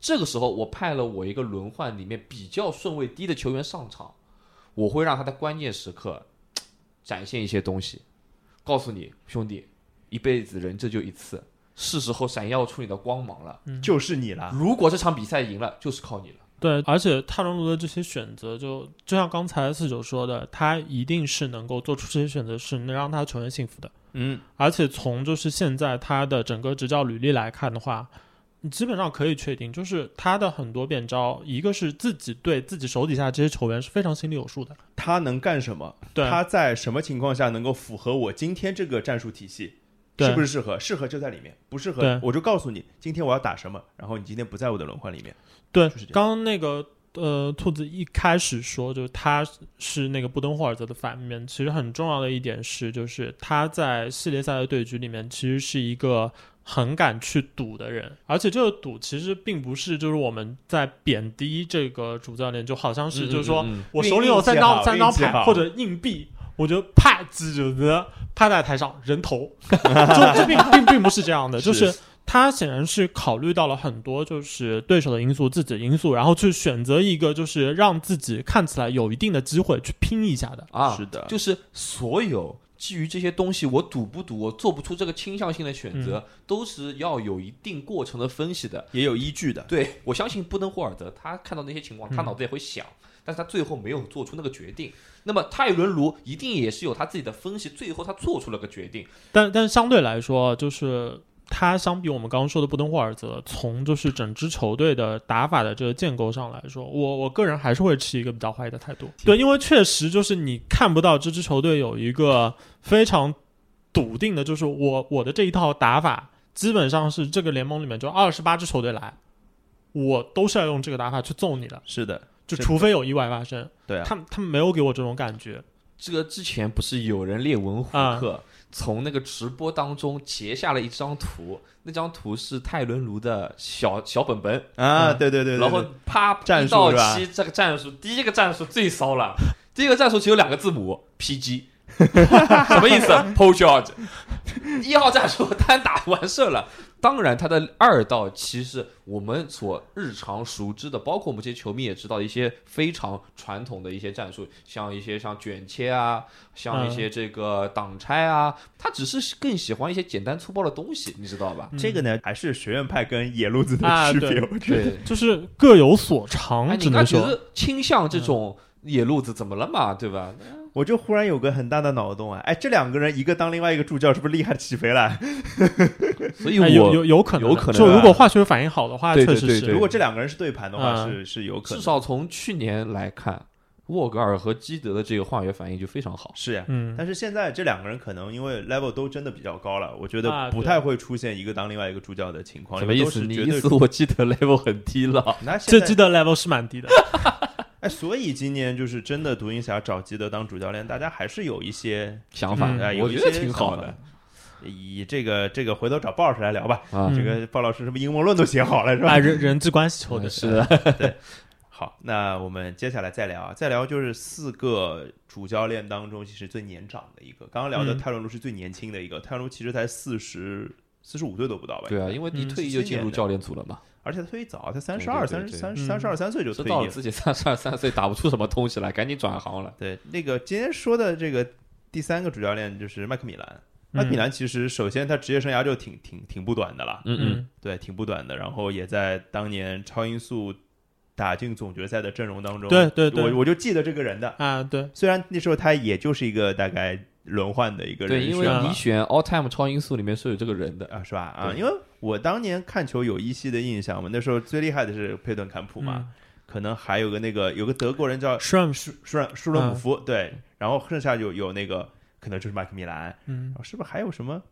Speaker 2: 这个时候我派了我一个轮换里面比较顺位低的球员上场，我会让他在关键时刻嘖展现一些东西，告诉你兄弟，一辈子人这就一次，是时候闪耀出你的光芒了。
Speaker 3: 嗯
Speaker 2: 啊
Speaker 1: 就是你了。
Speaker 2: 如果这场比赛赢了，就是靠你了。
Speaker 3: 对，而且泰伦卢的这些选择就，就像刚才四九说的，他一定是能够做出这些选择，是能让他球员幸福的。
Speaker 1: 嗯，
Speaker 3: 而且从就是现在他的整个执教履历来看的话，你基本上可以确定，就是他的很多变招，一个是自己对自己手底下这些球员是非常心里有数的，
Speaker 1: 他能干什么？
Speaker 3: 对，
Speaker 1: 他在什么情况下能够符合我今天这个战术体系？
Speaker 3: 对
Speaker 1: 是不是适合？适合就在里面，不适合
Speaker 3: 对
Speaker 1: 我就告诉你，今天我要打什么，然后你今天不在我的轮换里面。
Speaker 3: 对
Speaker 1: 就是这样，
Speaker 3: 刚刚那个。呃，兔子一开始说，就是他是那个布登霍尔泽的反面。其实很重要的一点是，就是他在系列赛的对局里面，其实是一个很敢去赌的人。而且这个赌其实并不是就是我们在贬低这个主教练，就好像是就是说
Speaker 2: 嗯嗯嗯
Speaker 3: 我手里有三
Speaker 1: 运气
Speaker 3: 张
Speaker 1: 好
Speaker 3: 三张
Speaker 1: 运气
Speaker 3: 牌
Speaker 1: 好
Speaker 3: 或者硬币，我就啪几肘子趴在台上人头， 就这并并并不是这样 的，就是是他显然是考虑到了很多就是对手的因素、自己的因素，然后去选择一个就是让自己看起来有一定的机会去拼一下的。
Speaker 2: 啊，
Speaker 1: 是的
Speaker 2: 就是所有基于这些东西，我赌不赌，我做不出这个倾向性的选择，都是要有一定过程的分析的。
Speaker 1: 也有依据的。
Speaker 2: 对我相信布登霍尔德，他看到那些情况，
Speaker 3: 嗯
Speaker 2: 他脑子也会想，但是他最后没有做出那个决定。那么泰伦卢一定也是有他自己的分析，最后他做出了个决定。
Speaker 3: 但但相对来说，啊就是他相比我们刚刚说的布登霍尔泽，从就是整支球队的打法的这个建构上来说，我我个人还是会持一个比较怀疑的态度。对，因为确实就是你看不到这支球队有一个非常笃定的，就是我我的这一套打法基本上是这个联盟里面就二十八支球队来，我都是要用这个打法去揍你的，
Speaker 1: 是的，
Speaker 3: 就是除非有意外发生。
Speaker 1: 对啊，
Speaker 3: 他们他们没有给我这种感觉。
Speaker 2: 这个之前不是有人列文胡克、从那个直播当中截下了一张图，那张图是泰伦卢的小小本本，
Speaker 1: 啊，对对对，对
Speaker 2: 然后
Speaker 1: 对
Speaker 2: 啪
Speaker 1: 战
Speaker 2: 一
Speaker 1: 术
Speaker 2: 到
Speaker 1: 是吧
Speaker 2: 七这个战术，第一个战术最骚了， 第一个战术只有两个字母 PG，什么意思？Pull shot，一号战术单打完事儿了。当然，它的二到七是我们所日常熟知的，包括我们这些球迷也知道的一些非常传统的一些战术，像一些像卷切啊，像一
Speaker 1: 嗯
Speaker 2: 些这个挡拆啊，他只是更喜欢一些简单粗暴的东西，你知 道吧？
Speaker 1: 这个呢还是学院派跟野路子
Speaker 3: 啊
Speaker 1: 的区别，
Speaker 3: 对
Speaker 1: 我觉得。
Speaker 2: 对，
Speaker 3: 就是各有所
Speaker 2: 哎，
Speaker 3: 长，
Speaker 2: 你
Speaker 3: 只
Speaker 2: 那
Speaker 3: 能
Speaker 2: 觉
Speaker 3: 说。
Speaker 2: 得倾向这种野路子怎么了嘛？对吧？
Speaker 1: 我就忽然有个很大的脑洞啊！哎，这两个人一个当另外一个助教，是不是厉害起飞了？
Speaker 2: 所以
Speaker 3: 哎、有有
Speaker 2: 我
Speaker 3: 有可能
Speaker 2: 有
Speaker 3: 的，
Speaker 2: 可能
Speaker 3: 就
Speaker 2: 的
Speaker 3: 如果化学反应好的话，
Speaker 2: 对
Speaker 3: 确
Speaker 2: 对
Speaker 3: 实
Speaker 2: 对
Speaker 3: 是。
Speaker 2: 对
Speaker 1: 如果这两个人是对盘的话，
Speaker 3: 嗯
Speaker 1: 是是有可
Speaker 2: 至
Speaker 1: 能。
Speaker 2: 少从去年来看，沃格尔和基德的这个化学反应就非常好。
Speaker 1: 是呀，
Speaker 3: 嗯，
Speaker 1: 但是现在这两个人可能因为 level 都真的比较高了，我觉
Speaker 3: 啊
Speaker 1: 得
Speaker 3: 对
Speaker 1: 不太会出现一个当另外一个助教的情况。
Speaker 2: 什么意思？
Speaker 1: 因
Speaker 2: 你
Speaker 1: 为都
Speaker 2: 意
Speaker 1: 是绝
Speaker 2: 思
Speaker 1: 对？
Speaker 2: 我基德 level 很低了？
Speaker 1: 那现
Speaker 3: 这
Speaker 1: 在
Speaker 3: 基德 level 是蛮低的，
Speaker 1: 哎，所以今年就是真的独行侠找基德当主教练，大家还是有一些，
Speaker 2: 想法、
Speaker 3: 嗯
Speaker 1: 哎，有
Speaker 2: 我
Speaker 1: 一
Speaker 2: 觉
Speaker 1: 些
Speaker 2: 得挺好
Speaker 1: 想
Speaker 2: 的
Speaker 1: 法。以这个这个回头找鲍老师来聊吧，
Speaker 2: 啊。
Speaker 3: 嗯
Speaker 1: 这个鲍老师什么阴谋论都写好了是吧？
Speaker 3: 哎，人人际关系球的
Speaker 2: 嗯是的，
Speaker 1: 好，那我们接下来再聊，啊，再聊就是四个主教练当中，其实最年长的一个。刚刚聊的
Speaker 3: 嗯
Speaker 1: 泰伦卢是最年轻的一个，泰伦卢其实才四十四十五岁都不到吧？
Speaker 2: 对啊，因为你
Speaker 3: 嗯
Speaker 2: 退役就进入教练组了嘛，
Speaker 1: 而且他退役早，他三
Speaker 2: 对
Speaker 1: 十二、
Speaker 2: 对
Speaker 1: 三十
Speaker 2: 对
Speaker 1: 三、
Speaker 3: 嗯
Speaker 1: 三十二三岁就
Speaker 2: 知
Speaker 1: 退
Speaker 2: 道
Speaker 1: 役
Speaker 2: 了
Speaker 1: 了。
Speaker 2: 自己三十二三岁打不出什么东西来，赶紧转行了。
Speaker 1: 对，那个今天说的这个第三个主教练就是麦克米
Speaker 2: 嗯
Speaker 1: 兰。麦克米兰其实首先他职业生涯就挺挺挺不短的了，
Speaker 2: 嗯
Speaker 3: 嗯
Speaker 1: 对，挺不短的。然后也在当年超音速打进总决赛的阵容当中，
Speaker 3: 对对对
Speaker 1: 我我就记得这个人的。
Speaker 3: 啊，对，
Speaker 1: 虽然那时候他也就是一个大概轮换的一个人
Speaker 2: 嗯，对，
Speaker 1: 选
Speaker 2: 因为
Speaker 1: 吧
Speaker 2: 你选 all time 超音速里面是有这个人的，
Speaker 1: 啊，是吧？啊，
Speaker 2: 对
Speaker 1: 因为我当年看球有依稀的印象嘛，那时候最厉害的是佩顿坎普
Speaker 2: 嗯
Speaker 1: 嘛，可能还有个那个有个德国人叫
Speaker 3: 嗯，Shrimp，
Speaker 1: 舒舒兰舒
Speaker 3: 嗯
Speaker 1: 伦姆夫，对，然后剩下有有那个可能就是麦克米兰，
Speaker 3: 嗯
Speaker 1: 然后是不是还有什么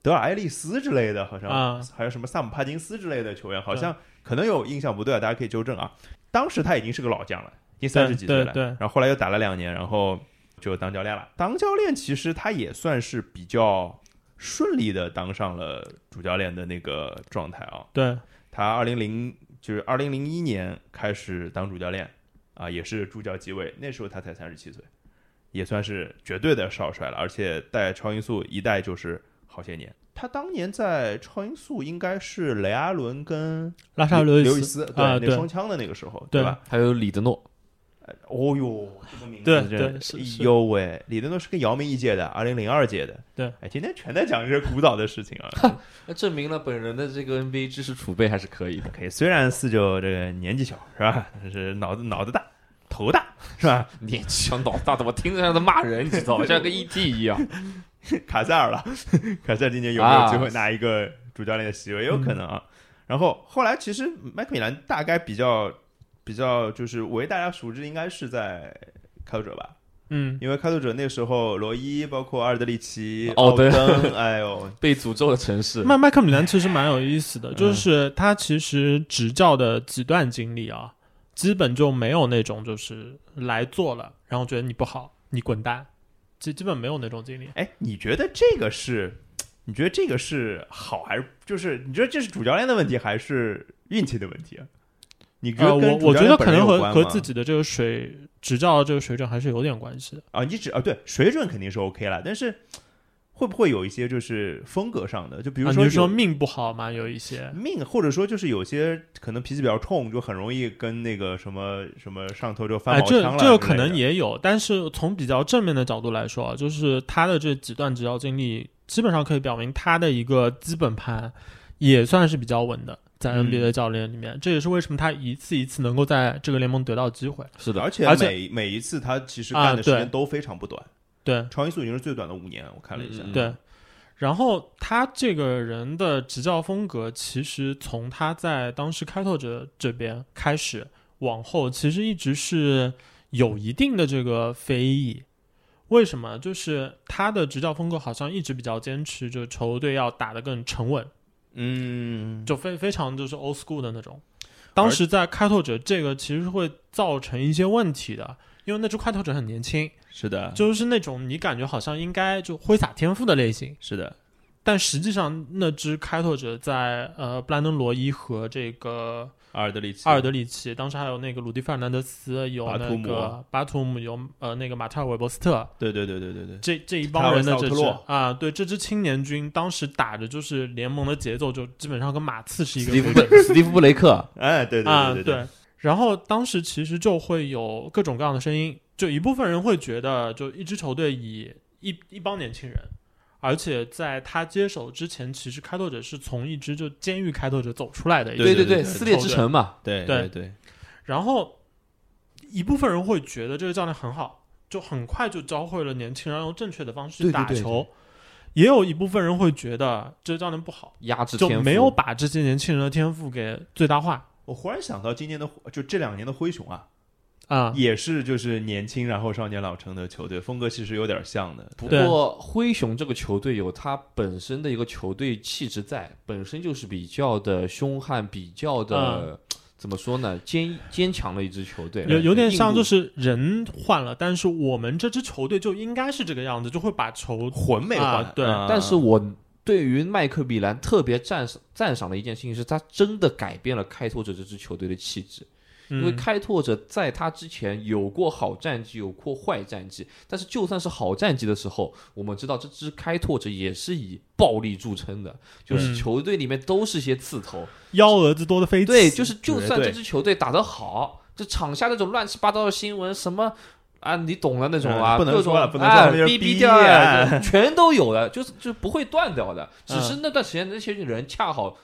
Speaker 1: 德尔埃利斯之类的？好像、
Speaker 3: 啊嗯
Speaker 1: 还有什么萨姆帕金斯之类的球员，好像可能有印象不对啊，大家可以纠正啊。当时他已经是个老将了，已经三十几岁了，
Speaker 3: 对对
Speaker 1: 然后后来又打了两年，然后就当教练了。当教练其实他也算是比较顺利的当上了主教练的那个状态啊。
Speaker 3: 对，
Speaker 1: 他二零零就是二零零一年开始当主教练啊，也是助教继位，那时候他才三十七岁，也算是绝对的少帅了，而且带超音速一带就是好些年。他当年在超音速应该是雷阿伦跟
Speaker 3: 拉沙
Speaker 1: 刘
Speaker 3: 刘
Speaker 1: 刘
Speaker 3: 易
Speaker 1: 易斯
Speaker 3: 斯啊，
Speaker 1: 那
Speaker 3: 对
Speaker 1: 双枪的那个时候，
Speaker 3: 对
Speaker 1: 吧？
Speaker 2: 还有里德诺，
Speaker 1: 哦呦，这个名字
Speaker 3: 对
Speaker 1: 真
Speaker 3: 对
Speaker 1: 的
Speaker 3: 是
Speaker 1: 哎
Speaker 3: 是
Speaker 1: 呦喂，李登都是跟姚明一届的，二零零二届的，
Speaker 3: 对，
Speaker 1: 哎，今天全在讲这些古早的事情啊。
Speaker 2: 那证明了本人的这个 NBA 知识储备还是可以的。
Speaker 1: 可以，虽然四九这个年纪小是吧， 但是脑子脑子大，头大是吧？
Speaker 2: 年纪嗯小脑大，怎么听着像在骂人？你知道吗？像个 ET 一样。
Speaker 1: 卡塞尔了， 卡塞尔今年有没有机会拿一个主教练的席位？也有可能啊。然后后来其实麦克米兰大概比较比较就是为大家熟知，应该是在开拓者吧，
Speaker 3: 嗯，
Speaker 1: 因为开拓者那时候罗伊包括阿尔德里奇、
Speaker 2: 奥
Speaker 1: 奥
Speaker 2: 登
Speaker 1: 登，哎呦，
Speaker 2: 被诅咒的城市。
Speaker 3: 麦麦克嗯米兰其实蛮有意思的，就是他其实执教的几段经历啊，基本就没有那种就是来做了，然后觉得你不好，你滚蛋，基基本没有那种经历。
Speaker 1: 哎，你觉得这个是？你觉得这个是好还是就是你觉得这是主教练的问题还是运气的问题啊？你觉
Speaker 3: 呃，
Speaker 1: 得
Speaker 3: 我
Speaker 1: 跟主教
Speaker 3: 我觉得
Speaker 1: 练
Speaker 3: 可
Speaker 1: 本人有
Speaker 3: 能和
Speaker 1: 关吗
Speaker 3: 和自己的这个水执照的这个水准还是有点关系的。
Speaker 1: 啊，你只啊对水准肯定是 OK 了，但是会不会有一些就是风格上的？就比
Speaker 3: 比
Speaker 1: 如说
Speaker 3: 啊你
Speaker 1: 有、
Speaker 3: 是说命不好嘛，有一些
Speaker 1: 命，或者说就是有些可能脾气比较冲，就很容易跟那个什么什么上头就翻
Speaker 3: 哎，
Speaker 1: 毛
Speaker 3: 这
Speaker 1: 腔了、
Speaker 3: 这个可能。也有，但是从比较正面的角度来说啊，就是他的这几段执教经历，基本上可以表明他的一个基本盘也算是比较稳的，在
Speaker 1: 嗯
Speaker 3: NBA 的教练里面，这也是为什么他一次一次能够在这个联盟得到机会。
Speaker 2: 是的，
Speaker 1: 而且
Speaker 3: 而且
Speaker 1: 每每一次他其实
Speaker 3: 啊
Speaker 1: 干的时
Speaker 3: 对
Speaker 1: 间都非常不短，
Speaker 3: 对
Speaker 1: 超音速已经是最短的五年，我看了一下。
Speaker 2: 嗯
Speaker 3: 对，然后他这个人的执教风格，其实从他在当时开拓者这边开始，往后其实一直是有一定的这个非议。为什么？就是他的执教风格好像一直比较坚持，就球队要打得更沉稳，
Speaker 1: 嗯，
Speaker 3: 就非非常就是 old school 的那种。当时在开拓者这个其实会造成一些问题的，因为那支开拓者很年轻，
Speaker 1: 是的，
Speaker 3: 就是那种你感觉好像应该就挥洒天赋的类型。
Speaker 1: 是的，
Speaker 3: 但实际上，那支开拓者在呃布兰登·罗伊和这个
Speaker 1: 阿尔德里奇，
Speaker 3: 阿尔德里奇，当时还有那个鲁迪·费尔南德斯，有
Speaker 1: 巴图
Speaker 3: 那
Speaker 1: 姆啊
Speaker 3: 个巴图姆，有呃那个马特尔·韦伯斯特，
Speaker 1: 对对对对对对，
Speaker 3: 这这一帮人的
Speaker 1: 塔
Speaker 3: 这
Speaker 1: 尔
Speaker 3: 支
Speaker 1: 萨特
Speaker 3: 啊，对这支青年军当时打的就是联盟的节奏，就基本上跟马刺是一
Speaker 2: 史
Speaker 3: 个
Speaker 2: 蒂夫
Speaker 3: 水
Speaker 2: 布
Speaker 3: 准
Speaker 2: 雷史蒂夫布雷克，
Speaker 1: 哎，对
Speaker 3: 啊，
Speaker 1: 对对，
Speaker 3: 然后当时其实就会有各种各样的声音，就一部分人会觉得，就一支球队以一一帮年轻人，而且在他接手之前，其实开拓者是从一支就监狱开拓者走出来的一个，
Speaker 2: 对
Speaker 1: 对对
Speaker 2: 对，
Speaker 1: 对
Speaker 2: 撕裂之城嘛，
Speaker 1: 对
Speaker 3: 对
Speaker 1: 对，
Speaker 3: 然后一部分人会觉得这个教练很好，就很快就教会了年轻人用正确的方式
Speaker 2: 对对
Speaker 3: 去打球。
Speaker 2: 对
Speaker 3: 也有一部分人会觉得这个教练不好，
Speaker 2: 压制
Speaker 3: 就
Speaker 2: 天赋
Speaker 3: 没有把这些年轻人的天赋给最大化
Speaker 1: 我忽然想到今年的，就这两年的灰熊啊，
Speaker 2: 嗯
Speaker 3: 啊、
Speaker 1: 也是就是年轻然后少年老成的球队，风格其实有点像的。
Speaker 2: 不
Speaker 3: 对
Speaker 2: 过灰熊这个球队有它本身的一个球队气质在，本身就是比较的凶悍，比较的、怎么说呢，坚坚强的一支球队，
Speaker 3: 嗯有有点像就是是人换了，但是我们这支球队就应该是这个样子，就会把球
Speaker 1: 魂没换、
Speaker 3: 啊对
Speaker 1: 嗯
Speaker 2: 但是我对于麦克比兰特别赞赏赞赏的一件事情是，他真的改变了开拓者这支球队的气质。因为
Speaker 3: 嗯
Speaker 2: 开拓者在他之前有过好战绩，有过坏战绩，但是就算是好战绩的时候，我们知道这支开拓者也是以暴力著称的，就是
Speaker 3: 嗯
Speaker 2: 球队里面都是些刺头，
Speaker 3: 幺蛾子多的飞起，
Speaker 2: 对，就是就
Speaker 1: 绝
Speaker 2: 算这
Speaker 1: 对
Speaker 2: 支球队打得好，这场下那种乱七八糟的新闻什么。啊，你懂的那种啊，
Speaker 1: 嗯不能
Speaker 2: 各种
Speaker 1: 说了不能说
Speaker 2: 啊
Speaker 1: 了就是
Speaker 2: 逼逼
Speaker 1: 逼
Speaker 2: 掉啊，
Speaker 1: 啊
Speaker 2: 这种全都有的，就是就是不会断掉的，只
Speaker 3: 嗯
Speaker 2: 是那段时间那些人恰好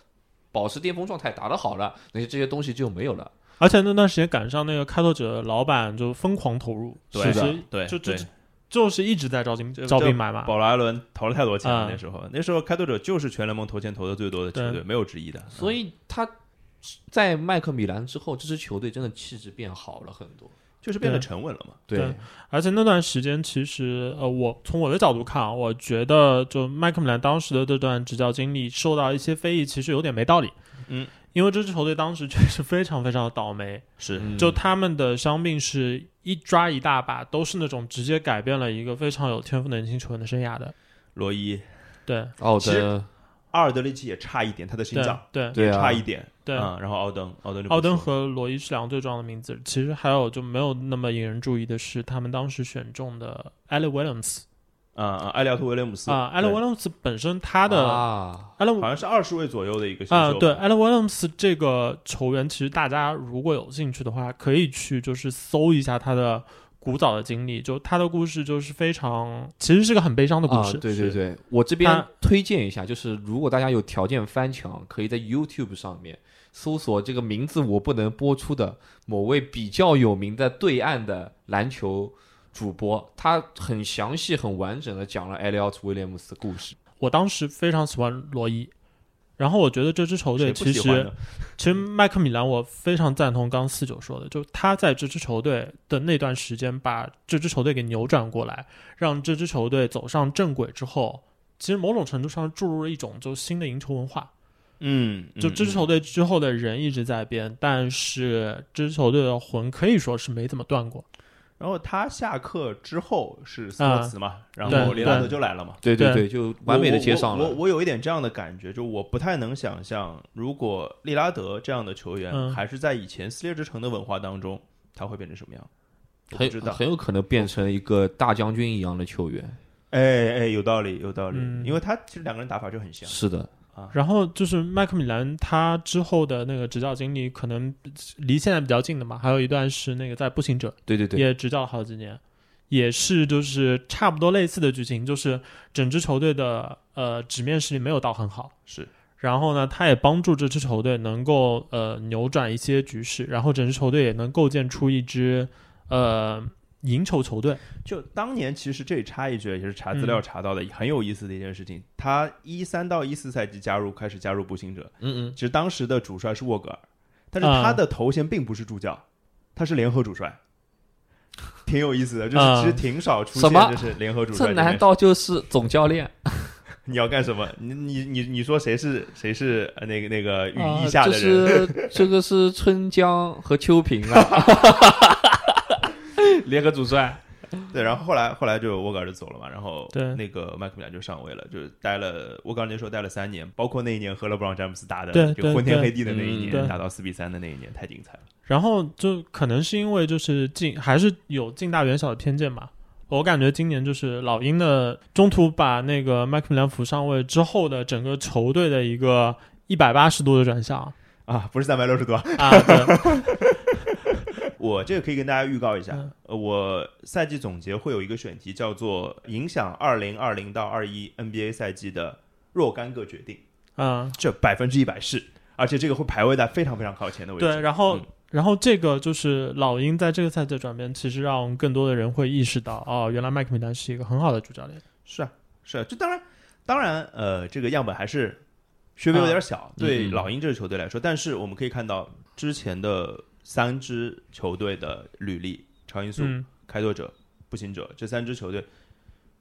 Speaker 2: 保持巅峰状态，打得好了，那些这些东西就没有了。
Speaker 3: 而且那段时间赶上那个开拓者老板就疯狂投入，
Speaker 1: 对
Speaker 3: 其
Speaker 2: 是的
Speaker 3: 实
Speaker 1: 对
Speaker 3: 就就
Speaker 1: 对
Speaker 3: 就就是一直在招兵
Speaker 1: 就
Speaker 3: 招
Speaker 1: 就
Speaker 3: 兵买马，
Speaker 1: 保罗·艾伦投了太多钱了，
Speaker 3: 嗯
Speaker 1: 那时候那时候开拓者就是全联盟投钱投的最多的球队，
Speaker 3: 对
Speaker 1: 没有之一的。啊
Speaker 2: 所以他在麦克米兰之后，这支球队真的气质变好了很多。
Speaker 1: 就是变得沉稳了嘛。
Speaker 3: 对而且那段时间其实呃，我从我的角度看啊，我觉得就麦克米兰当时的这段执教经历受到一些非议，其实有点没道理，
Speaker 1: 嗯，
Speaker 3: 因为这支球队当时确实非常非常的倒霉，
Speaker 1: 是
Speaker 2: 嗯
Speaker 3: 就他们的伤病是一抓一大把，都是那种直接改变了一个非常有天赋的年轻球员的生涯的。
Speaker 1: 罗伊、
Speaker 3: 对，
Speaker 2: 奥
Speaker 1: 其实
Speaker 2: 登，
Speaker 1: 阿尔德里奇也差一点，他的心
Speaker 3: 对
Speaker 1: 脏，
Speaker 3: 对
Speaker 2: 对啊
Speaker 1: 差，一点。
Speaker 3: 对
Speaker 1: 嗯，然后奥登，奥登就不
Speaker 3: 奥登
Speaker 1: 错
Speaker 3: 和罗伊是两个最重要的名字。其实还有就没有那么引人注意的是，他们当时选中的 Allen Williams
Speaker 1: 嗯嗯，埃利奥特·威廉姆斯
Speaker 3: 啊，Allen
Speaker 1: 对
Speaker 3: Williams 本身他的
Speaker 2: 啊，
Speaker 1: 好
Speaker 3: Allen
Speaker 1: 像是二十位左右的一个新
Speaker 3: 啊，
Speaker 1: 秀
Speaker 3: 对
Speaker 1: 吧
Speaker 3: Allen Williams 这个球员，其实大家如果有兴趣的话，可以去就是搜一下他的古早的经历，就他的故事就是非常，其实是个很悲伤的故
Speaker 2: 啊
Speaker 3: 事。，
Speaker 2: 对对
Speaker 1: 是
Speaker 2: 对，我这边
Speaker 3: 他
Speaker 2: 推荐一下，就是如果大家有条件翻墙，可以在 YouTube 上面搜索这个名字我不能播出的某位比较有名的对岸的篮球主播，他很详细、很完整的讲了埃利奥特·威廉姆斯的故事。
Speaker 3: 我当时非常喜欢罗伊，然后我觉得这支球队
Speaker 1: 谁不
Speaker 3: 其
Speaker 1: 喜欢
Speaker 3: 实
Speaker 1: 呢？嗯
Speaker 3: 其实麦克米兰，我非常赞同刚刚四九说的，就他在这支球队的那段时间，把这支球队给扭转过来，让这支球队走上正轨之后，其实某种程度上注入了一种就新的赢球文化。
Speaker 1: 嗯，
Speaker 3: 就这支球
Speaker 1: 队，
Speaker 3: 队之后的人一直在变，但是这支球队的魂可以说是没怎么断过。
Speaker 1: 然后他下课之后是斯托茨嘛，然后
Speaker 3: 啊对
Speaker 1: 雷纳德
Speaker 3: 对
Speaker 1: 就来了嘛，
Speaker 2: 对
Speaker 3: 对
Speaker 2: 对，就完美的接上
Speaker 1: 我我
Speaker 2: 了。
Speaker 1: 我我有一点这样的感觉，就我不太能想象，如果利拉德这样的球员
Speaker 3: 嗯
Speaker 1: 还是在以前撕裂之城的文化当中，他会变成什么样？我不
Speaker 2: 很
Speaker 1: 知道。
Speaker 2: 很有可能变成一个大将军一样的球员，
Speaker 1: 哎哎，有道理，有道理，
Speaker 3: 嗯
Speaker 1: 因为他其实两个人打法就很像。
Speaker 2: 是的，
Speaker 3: 然后就是麦克米兰他之后的那个执教经历，可能离现在比较近的嘛，还有一段是那个在步行者
Speaker 2: 对对对，
Speaker 3: 也执教了好几年，也是就是差不多类似的剧情，就是整支球队的呃纸面实力没有到很好，
Speaker 1: 是，
Speaker 3: 然后呢，他也帮助这支球队能够呃扭转一些局势，然后整支球队也能构建出一支呃赢球球队。
Speaker 1: 就当年其实这里插一句，也是查
Speaker 3: 嗯
Speaker 1: 资料查到的，很有意思的一件事情。他一三到一四赛季加入，开始加入步行者，
Speaker 2: 嗯嗯，
Speaker 1: 其实当时的主帅是沃格尔，但是他的头衔并不是助教，他是联合主帅，挺有意思的，就是
Speaker 3: 啊
Speaker 1: 其实挺少出
Speaker 2: 什么
Speaker 1: 现，就是联合主帅
Speaker 2: 这
Speaker 1: 这边。
Speaker 2: 难道就是总教练？
Speaker 1: 你要干什么？你你你你说谁是谁是呃那个那个羽
Speaker 2: 啊
Speaker 1: 翼下的
Speaker 2: 这
Speaker 1: 人？
Speaker 2: 是这个是春江和秋萍啊，联合主帅。
Speaker 1: 对，然后后来后来就沃格尔就走了嘛，然后
Speaker 3: 对
Speaker 1: 那个麦克米兰就上位了，就是待了沃格尔那时候待了三年，包括那一年和勒布朗詹姆斯打的
Speaker 3: 对
Speaker 1: 就
Speaker 3: 对
Speaker 1: 昏天
Speaker 3: 对
Speaker 1: 黑地的那一
Speaker 2: 嗯
Speaker 1: 年，
Speaker 3: 对
Speaker 1: 打到四比三的那一年太精彩了。
Speaker 3: 然后就可能是因为就是近还是有近大远小的偏见吧。我感觉今年就是老鹰的中途把那个麦克米兰扶上位之后的整个球队的一个一百八十度的转向
Speaker 1: 啊，不是三百六十多，
Speaker 3: 啊，对，
Speaker 1: 我这个可以跟大家预告一下
Speaker 3: 嗯，
Speaker 1: 呃，我赛季总结会有一个选题叫做“影响二零二零到二一 NBA 赛季的若干个决定
Speaker 3: 嗯”，，
Speaker 1: 这百分之一百是，而且这个会排位在非常非常靠前的位置。
Speaker 3: 对，然后、
Speaker 1: 嗯
Speaker 3: 然后这个就是老鹰在这个赛季的转变，其实让更多的人会意识到，哦，原来麦克米兰是一个很好的主教练。
Speaker 1: 是啊，是啊，就当然，当然，呃，这个样本还是稍微有点小，对
Speaker 2: 嗯嗯
Speaker 1: 老鹰这支球队来说。但是我们可以看到之前的三支球队的履历，超音速、
Speaker 3: 嗯，
Speaker 1: 开拓者、步行者这三支球队，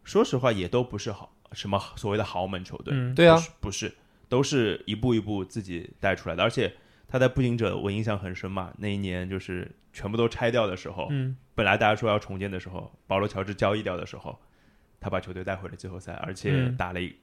Speaker 1: 说实话也都不是好什么所谓的豪门球队，
Speaker 3: 嗯，
Speaker 2: 对啊
Speaker 1: 不，是，不是，都是一步一步自己带出来的。而且他在步行者，我印象很深嘛，那一年就是全部都拆掉的时候，
Speaker 3: 嗯，
Speaker 1: 本来大家说要重建的时候，保罗乔治交易掉的时候，他把球队带回了季后赛，而且
Speaker 3: 嗯
Speaker 1: 打了一、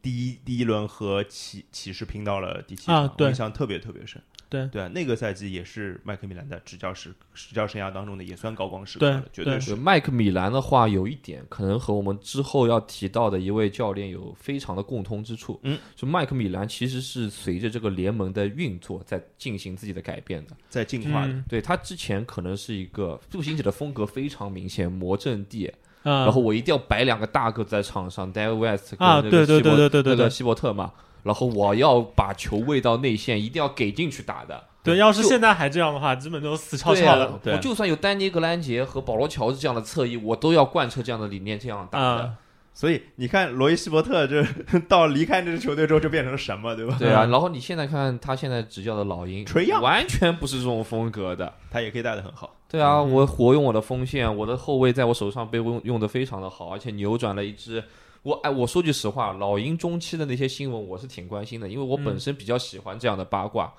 Speaker 1: 第一第一轮和骑骑士拼到了第七
Speaker 3: 啊
Speaker 1: 场，我
Speaker 3: 对
Speaker 1: 印象特别特别深。
Speaker 3: 对
Speaker 1: 对啊，那个赛季也是麦克米兰的执教时执教生涯当中的也算高光时刻
Speaker 3: 对
Speaker 1: 了，绝对
Speaker 3: 对
Speaker 1: 是。
Speaker 2: 麦克米兰的话，有一点可能和我们之后要提到的一位教练有非常的共通之处。
Speaker 1: 嗯，
Speaker 2: 就麦克米兰其实是随着这个联盟的运作在进行自己的改变的。
Speaker 1: 在进化的，
Speaker 3: 嗯
Speaker 2: 对他之前可能是一个步行者的风格非常明显，魔怔地，
Speaker 3: 啊
Speaker 2: 然后我一定要摆两个大个子在场上，David West 跟
Speaker 3: 啊
Speaker 2: 那个
Speaker 3: 对对
Speaker 2: 希伯
Speaker 3: 对对对对
Speaker 2: 那个
Speaker 3: 对
Speaker 2: 希伯特嘛，然后我要把球喂到内线，一定要给进去打的。
Speaker 3: 对，要是
Speaker 2: 就
Speaker 3: 现在还这样的话，基本都死翘
Speaker 2: 对
Speaker 3: 翘了。
Speaker 2: 啊，
Speaker 1: 对
Speaker 2: 我就算有丹尼格兰杰和保罗乔治这样的侧翼，我都要贯彻这样的理念，这样打的。
Speaker 3: 啊，
Speaker 1: 所以你看罗伊希伯特这 到离开这支球队之后就变成了什么，对吧？
Speaker 2: 对啊，然后你现在看他现在执教的老鹰，
Speaker 1: 垂杨
Speaker 2: 完全不是这种风格的。
Speaker 1: 他也可以带的很好。
Speaker 2: 对
Speaker 3: 嗯
Speaker 2: 啊，我活用我的锋线，我的后卫在我手上被我用用的非常的好，而且扭转了一支。我哎，我说句实话，老鹰中期的那些新闻我是挺关心的，因为我
Speaker 3: 嗯
Speaker 2: 本身比较喜欢这样的八卦。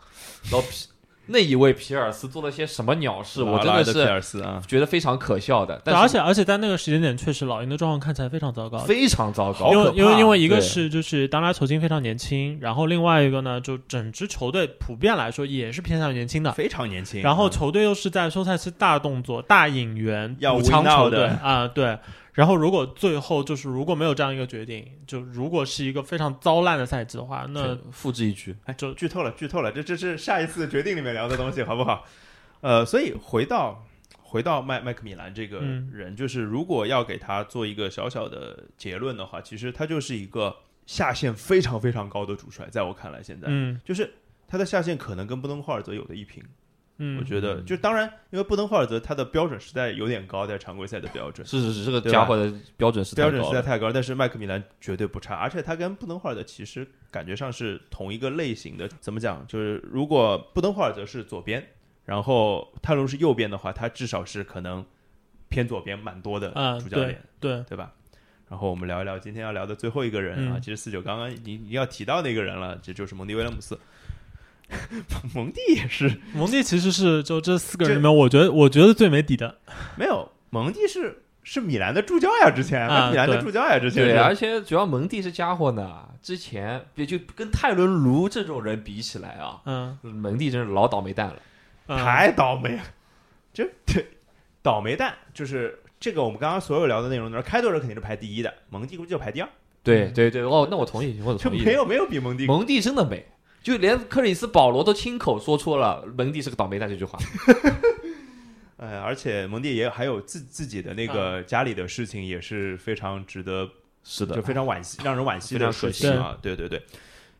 Speaker 2: 然后皮那一位皮尔斯做了些什么鸟事，我
Speaker 1: 劳
Speaker 2: 真
Speaker 1: 啊拉
Speaker 2: 的
Speaker 1: 皮
Speaker 2: 是
Speaker 1: 尔斯啊，
Speaker 2: 觉得非常可笑的，
Speaker 3: 对，而
Speaker 2: 但是
Speaker 3: 且而且在那个时间点，确实老鹰的状况看起来非常糟糕。
Speaker 2: 非常糟糕。
Speaker 3: 因为
Speaker 1: 好可怕
Speaker 3: 因为因为一个
Speaker 2: 对
Speaker 3: 是就是当拉球星非常年轻，然后另外一个呢，就整支球队普遍来说也是偏向于年轻的，
Speaker 1: 非常年轻。
Speaker 3: 然后
Speaker 1: 嗯
Speaker 3: 球队又是在休赛期大动作、大引援、
Speaker 1: 要
Speaker 3: 补强球
Speaker 1: win now
Speaker 3: 队
Speaker 1: 的
Speaker 3: 啊、对。然后如果最后就是如果没有这样一个决定，就如果是一个非常糟烂的赛季的话，那
Speaker 2: 复制一句，
Speaker 1: 哎，就剧透了，剧透了，这这是下一次决定里面聊的东西，好不好？呃，所以回到回到麦麦克米兰这个
Speaker 3: 嗯
Speaker 1: 人，就是如果要给他做一个小小的结论的话，其实他就是一个下限非常非常高的主帅，在我看来，现在、
Speaker 3: 嗯
Speaker 1: 就是他的下限可能跟布登霍尔泽有的一拼，我
Speaker 3: 嗯，
Speaker 1: 觉得，就当然，因为布登霍尔泽他的标准实在有点高，在常规赛的标准。
Speaker 2: 是是是，这个
Speaker 1: 对
Speaker 2: 家
Speaker 1: 吧
Speaker 2: 伙的标准是太
Speaker 1: 标准
Speaker 2: 高
Speaker 1: 实在
Speaker 2: 了。
Speaker 1: 太高了，但是麦克米兰绝对不差，而且他跟布登霍尔德其实感觉上是同一个类型的。怎么讲？就是如果布登霍尔德是左边，然后泰隆是右边的话，他至少是可能偏左边蛮多的
Speaker 3: 啊、
Speaker 1: 主教练，
Speaker 3: 对对，
Speaker 1: 对吧？然后我们聊一聊今天要聊的最后一个人啊，
Speaker 3: 嗯
Speaker 1: 其实四九刚刚已经已经要提到那个人了，这就是蒙蒂威廉姆斯。蒙蒂也是
Speaker 3: 蒙蒂其实是就这四个人
Speaker 1: 这
Speaker 3: 里面，我觉得我觉得最没底的。
Speaker 1: 没有，蒙蒂是是米兰的助教呀，之前、
Speaker 3: 啊
Speaker 1: 米兰的
Speaker 3: 对
Speaker 1: 助教呀，之前
Speaker 2: 对，
Speaker 1: 是
Speaker 2: 而且主要蒙蒂这家伙呢，之前也就跟泰伦卢这种人比起来啊，
Speaker 3: 嗯，
Speaker 2: 蒙蒂真是老倒霉蛋了。
Speaker 3: 嗯
Speaker 1: 太倒霉了，这这倒霉蛋就是这个我们刚刚所有聊的内容里面，开拓者肯定是排第一的，蒙蒂估计就排第二，
Speaker 2: 对对对，哦，那我同意，我
Speaker 1: 就
Speaker 2: 同意
Speaker 1: 没。有没有比蒙蒂
Speaker 2: 蒙蒂真的美，就连克里斯保罗都亲口说出了蒙蒂是个倒霉蛋这句话。
Speaker 1: 呃，而且蒙蒂也还有自自己的那个家里的事情，也是非常值得，
Speaker 2: 是
Speaker 1: 就非常惋惜，让人惋惜
Speaker 2: 非常
Speaker 1: 的
Speaker 2: 可
Speaker 1: 事
Speaker 2: 惜
Speaker 1: 情啊。对对对，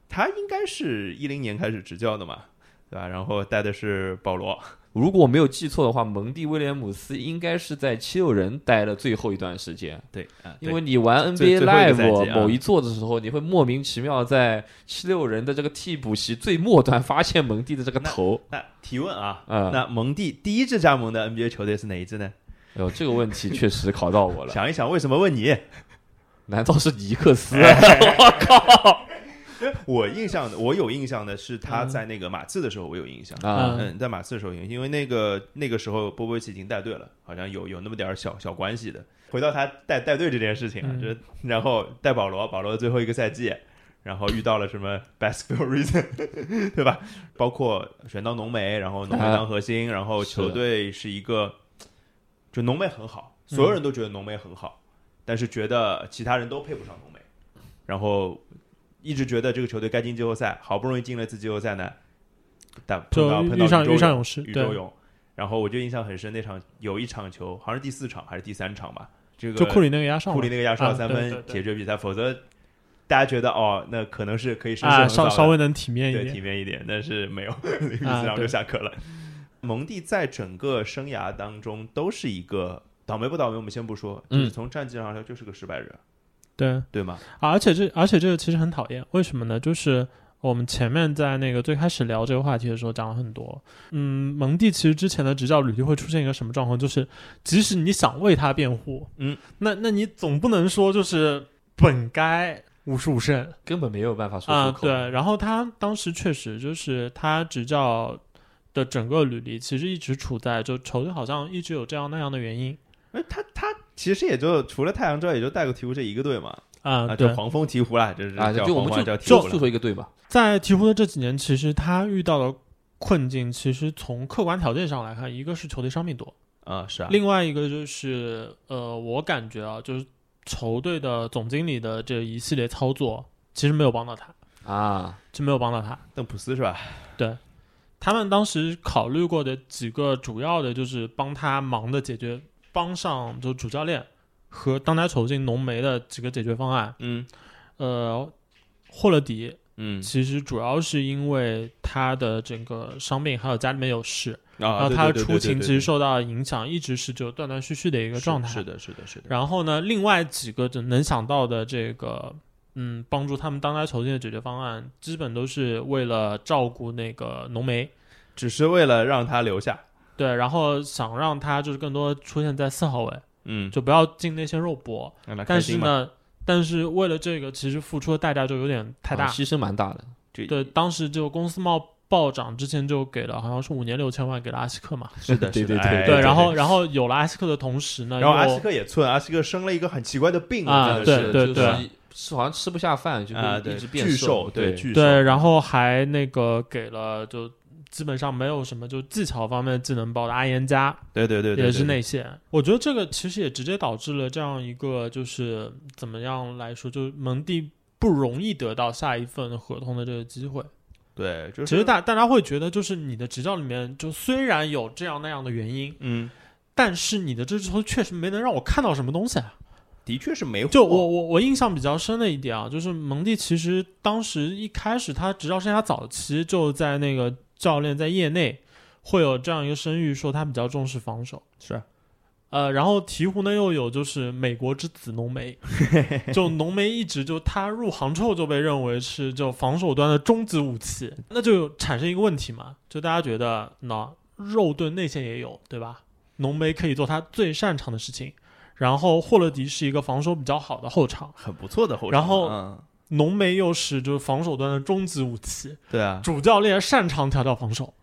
Speaker 1: 他应该是一零年开始执教的嘛，对吧？然后带的是保罗，
Speaker 2: 如果我没有记错的话，蒙蒂威廉姆斯应该是在七六人待了最后一段时间，
Speaker 1: 对，啊
Speaker 2: 因为你玩
Speaker 1: 最
Speaker 2: NBA
Speaker 1: 最后一个赛季
Speaker 2: Live
Speaker 1: 啊
Speaker 2: 某一座的时候，你会莫名其妙在七六人的这个替补席最末端发现蒙蒂的这个头。
Speaker 1: 那提问啊，
Speaker 2: 嗯
Speaker 1: 那蒙蒂第一支加盟的 NBA 球队是哪一支呢？
Speaker 2: 哎呦，这个问题确实考到我 了。
Speaker 1: 想一想，为什么问你？
Speaker 2: 难道是尼克 斯？
Speaker 1: 我印象的，我有印象的是他
Speaker 3: 嗯
Speaker 1: 在那个马刺的时候，我有印象。
Speaker 2: 啊，
Speaker 1: 嗯，在马刺的时候有，因为那个那个时候波波维奇已经带队了，好像有有那么点儿小小关系的。回到他带带队这件事情啊，
Speaker 3: 嗯
Speaker 1: 就是然后带保罗，保罗最后一个赛季，然后遇到了什么 basketball reason，对吧？包括选到浓眉，然后浓眉
Speaker 2: 啊
Speaker 1: 当核心，然后
Speaker 2: 是
Speaker 1: 球
Speaker 2: 的
Speaker 1: 队是一个，就浓眉很好，所有人都觉得浓眉很好，但是觉得其他人都配不上浓眉，然后一直觉得这个球队该进季后赛，好不容易进了一次季后赛呢，但碰
Speaker 3: 就
Speaker 1: 到碰到
Speaker 3: 遇上
Speaker 1: 宇宙
Speaker 3: 遇上
Speaker 1: 勇
Speaker 3: 勇士，
Speaker 1: 宇
Speaker 3: 对
Speaker 1: 宙，勇，然后我就印象很深，那场有一场球，好像是第四场还是第三场吧，这个
Speaker 3: 就库里那个压上
Speaker 1: 库里那个压哨
Speaker 3: 啊
Speaker 1: 三
Speaker 3: 对
Speaker 1: 分
Speaker 3: 对对
Speaker 1: 解决比赛，否则大家觉得哦，那可能是可以深受
Speaker 3: 啊，
Speaker 1: 横
Speaker 3: 稍
Speaker 1: 扫
Speaker 3: 稍
Speaker 1: 的
Speaker 3: 微能体面一
Speaker 1: 对
Speaker 3: 点。啊
Speaker 1: 体面一点，但是没 有，那个比赛然后就
Speaker 3: 对
Speaker 1: 下课了。蒙蒂在整个生涯当中都是一个倒霉不倒霉，我们先不说，就
Speaker 2: 嗯
Speaker 1: 是从战绩上来说就是个失败者，
Speaker 3: 对，
Speaker 1: 对吗？
Speaker 3: 啊，而且这而且这个其实很讨厌，为什么呢？就是我们前面在那个最开始聊这个话题的时候讲了很多，嗯，蒙蒂其实之前的执教履历会出现一个什么状况，就是即使你想为他辩护，
Speaker 1: 嗯，
Speaker 3: 那那你总不能说就是本该五十五胜
Speaker 2: 根本没有办法说
Speaker 3: 啊、
Speaker 2: 出口。
Speaker 3: 对。然后他当时确实就是他执教的整个履历，其实一直处在就球队好像一直有这样那样的原因
Speaker 1: 哎，他他其实也就除了太阳之外，也就带过鹈鹕这一个队嘛，
Speaker 3: 啊、
Speaker 1: 啊，
Speaker 3: 对
Speaker 1: 就，黄蜂鹈鹕啦，这是
Speaker 2: 啊，
Speaker 1: 叫
Speaker 2: 就我
Speaker 1: 黄
Speaker 2: 们
Speaker 1: 蜂叫
Speaker 2: 就
Speaker 1: 鹈鹕
Speaker 2: 就最
Speaker 1: 了
Speaker 2: 后一个队吧。
Speaker 3: 在鹈鹕的这几年，其实他遇到的困境，其实从客观条件上来看，一个是球队伤病多，
Speaker 1: 啊，是啊，
Speaker 3: 另外一个就是呃，我感觉啊，就是球队的总经理的这一系列操作，其实没有帮到他，
Speaker 2: 啊，
Speaker 3: 就没有帮到他。
Speaker 1: 邓普斯是吧？
Speaker 3: 他们当时考虑过的几个主要的就是帮他忙的解决，帮上就主教练和当家球星浓眉的几个解决方案。
Speaker 1: 嗯
Speaker 3: 呃，霍勒迪
Speaker 1: 嗯
Speaker 3: 其实主要是因为他的整个伤病，还有家里面有事，然
Speaker 1: 啊
Speaker 3: 后
Speaker 1: 对
Speaker 3: 他
Speaker 1: 对
Speaker 3: 的
Speaker 1: 对
Speaker 3: 出
Speaker 1: 对
Speaker 3: 勤
Speaker 1: 对
Speaker 3: 其
Speaker 1: 对
Speaker 3: 实受到影响，一直是就断断续续的一个
Speaker 1: 是
Speaker 3: 状态。
Speaker 1: 是。的，是的，是的。
Speaker 3: 然后呢，另外几个就能想到的这个，嗯，帮助他们当家球星的解决方案，基本都是为了照顾那个浓眉，
Speaker 1: 只是为了让他留下，
Speaker 3: 对，然后想让他就是更多出现在四号位，
Speaker 1: 嗯，
Speaker 3: 就不要进那些肉搏。
Speaker 1: 让他开
Speaker 3: 但是
Speaker 1: 心嘛。
Speaker 3: 呢，但是为了这个，其实付出的代价就有点太大
Speaker 2: 啊。牺牲蛮大的。
Speaker 1: 这
Speaker 3: 对，当时就公司贸暴涨之前就给了，好像是五年六千万给了阿西克嘛。
Speaker 1: 是的，
Speaker 2: 对
Speaker 1: 是的
Speaker 2: 对对
Speaker 1: 哎
Speaker 2: 对
Speaker 3: 对，然后然后有了阿西克的同时呢，
Speaker 1: 然后阿
Speaker 3: 又
Speaker 1: 西克也寸，阿西克生了一个很奇怪的病
Speaker 3: 啊
Speaker 1: 真的是
Speaker 3: 对对
Speaker 2: 就是
Speaker 3: 对
Speaker 2: 是好像吃不下饭，就
Speaker 1: 啊，
Speaker 2: 是
Speaker 1: 对，
Speaker 2: 一直变
Speaker 1: 巨瘦，对
Speaker 2: 对，
Speaker 1: 巨瘦，
Speaker 3: 对，然后还那个给了就基本上没有什么就技巧方面的技能包的阿岩加
Speaker 1: 对对对对，
Speaker 3: 也是
Speaker 1: 对
Speaker 3: 内线，我觉得这个其实也直接导致了这样一个就是怎么样来说，就是蒙蒂不容易得到下一份合同的这个机会。
Speaker 1: 对，就是
Speaker 3: 其实大大家会觉得就是你的执教里面就虽然有这样那样的原因，
Speaker 1: 嗯，
Speaker 3: 但是你的这支球队确实没能让我看到什么东西啊。
Speaker 1: 的确是没
Speaker 3: 就
Speaker 1: 货
Speaker 3: 我我我印象比较深的一点啊，就是蒙蒂其实当时一开始他执教生涯早期就在那个教练在业内会有这样一个声誉，说他比较重视防守。
Speaker 1: 是
Speaker 3: 呃，然后鹈鹕呢又有就是美国之子 浓眉，就浓眉一直就他入行之后就被认为是就防守端的终极武器，那就有产生一个问题嘛，就大家觉得那肉盾内线也有对吧？浓眉可以做他最擅长的事情，然后霍勒迪是一个防守比较好的后场，
Speaker 1: 很不错的后场。
Speaker 3: 然后
Speaker 1: 嗯，
Speaker 3: 浓眉又是就是防守端的终极武器。
Speaker 1: 对啊，
Speaker 3: 主教练擅长调教防守，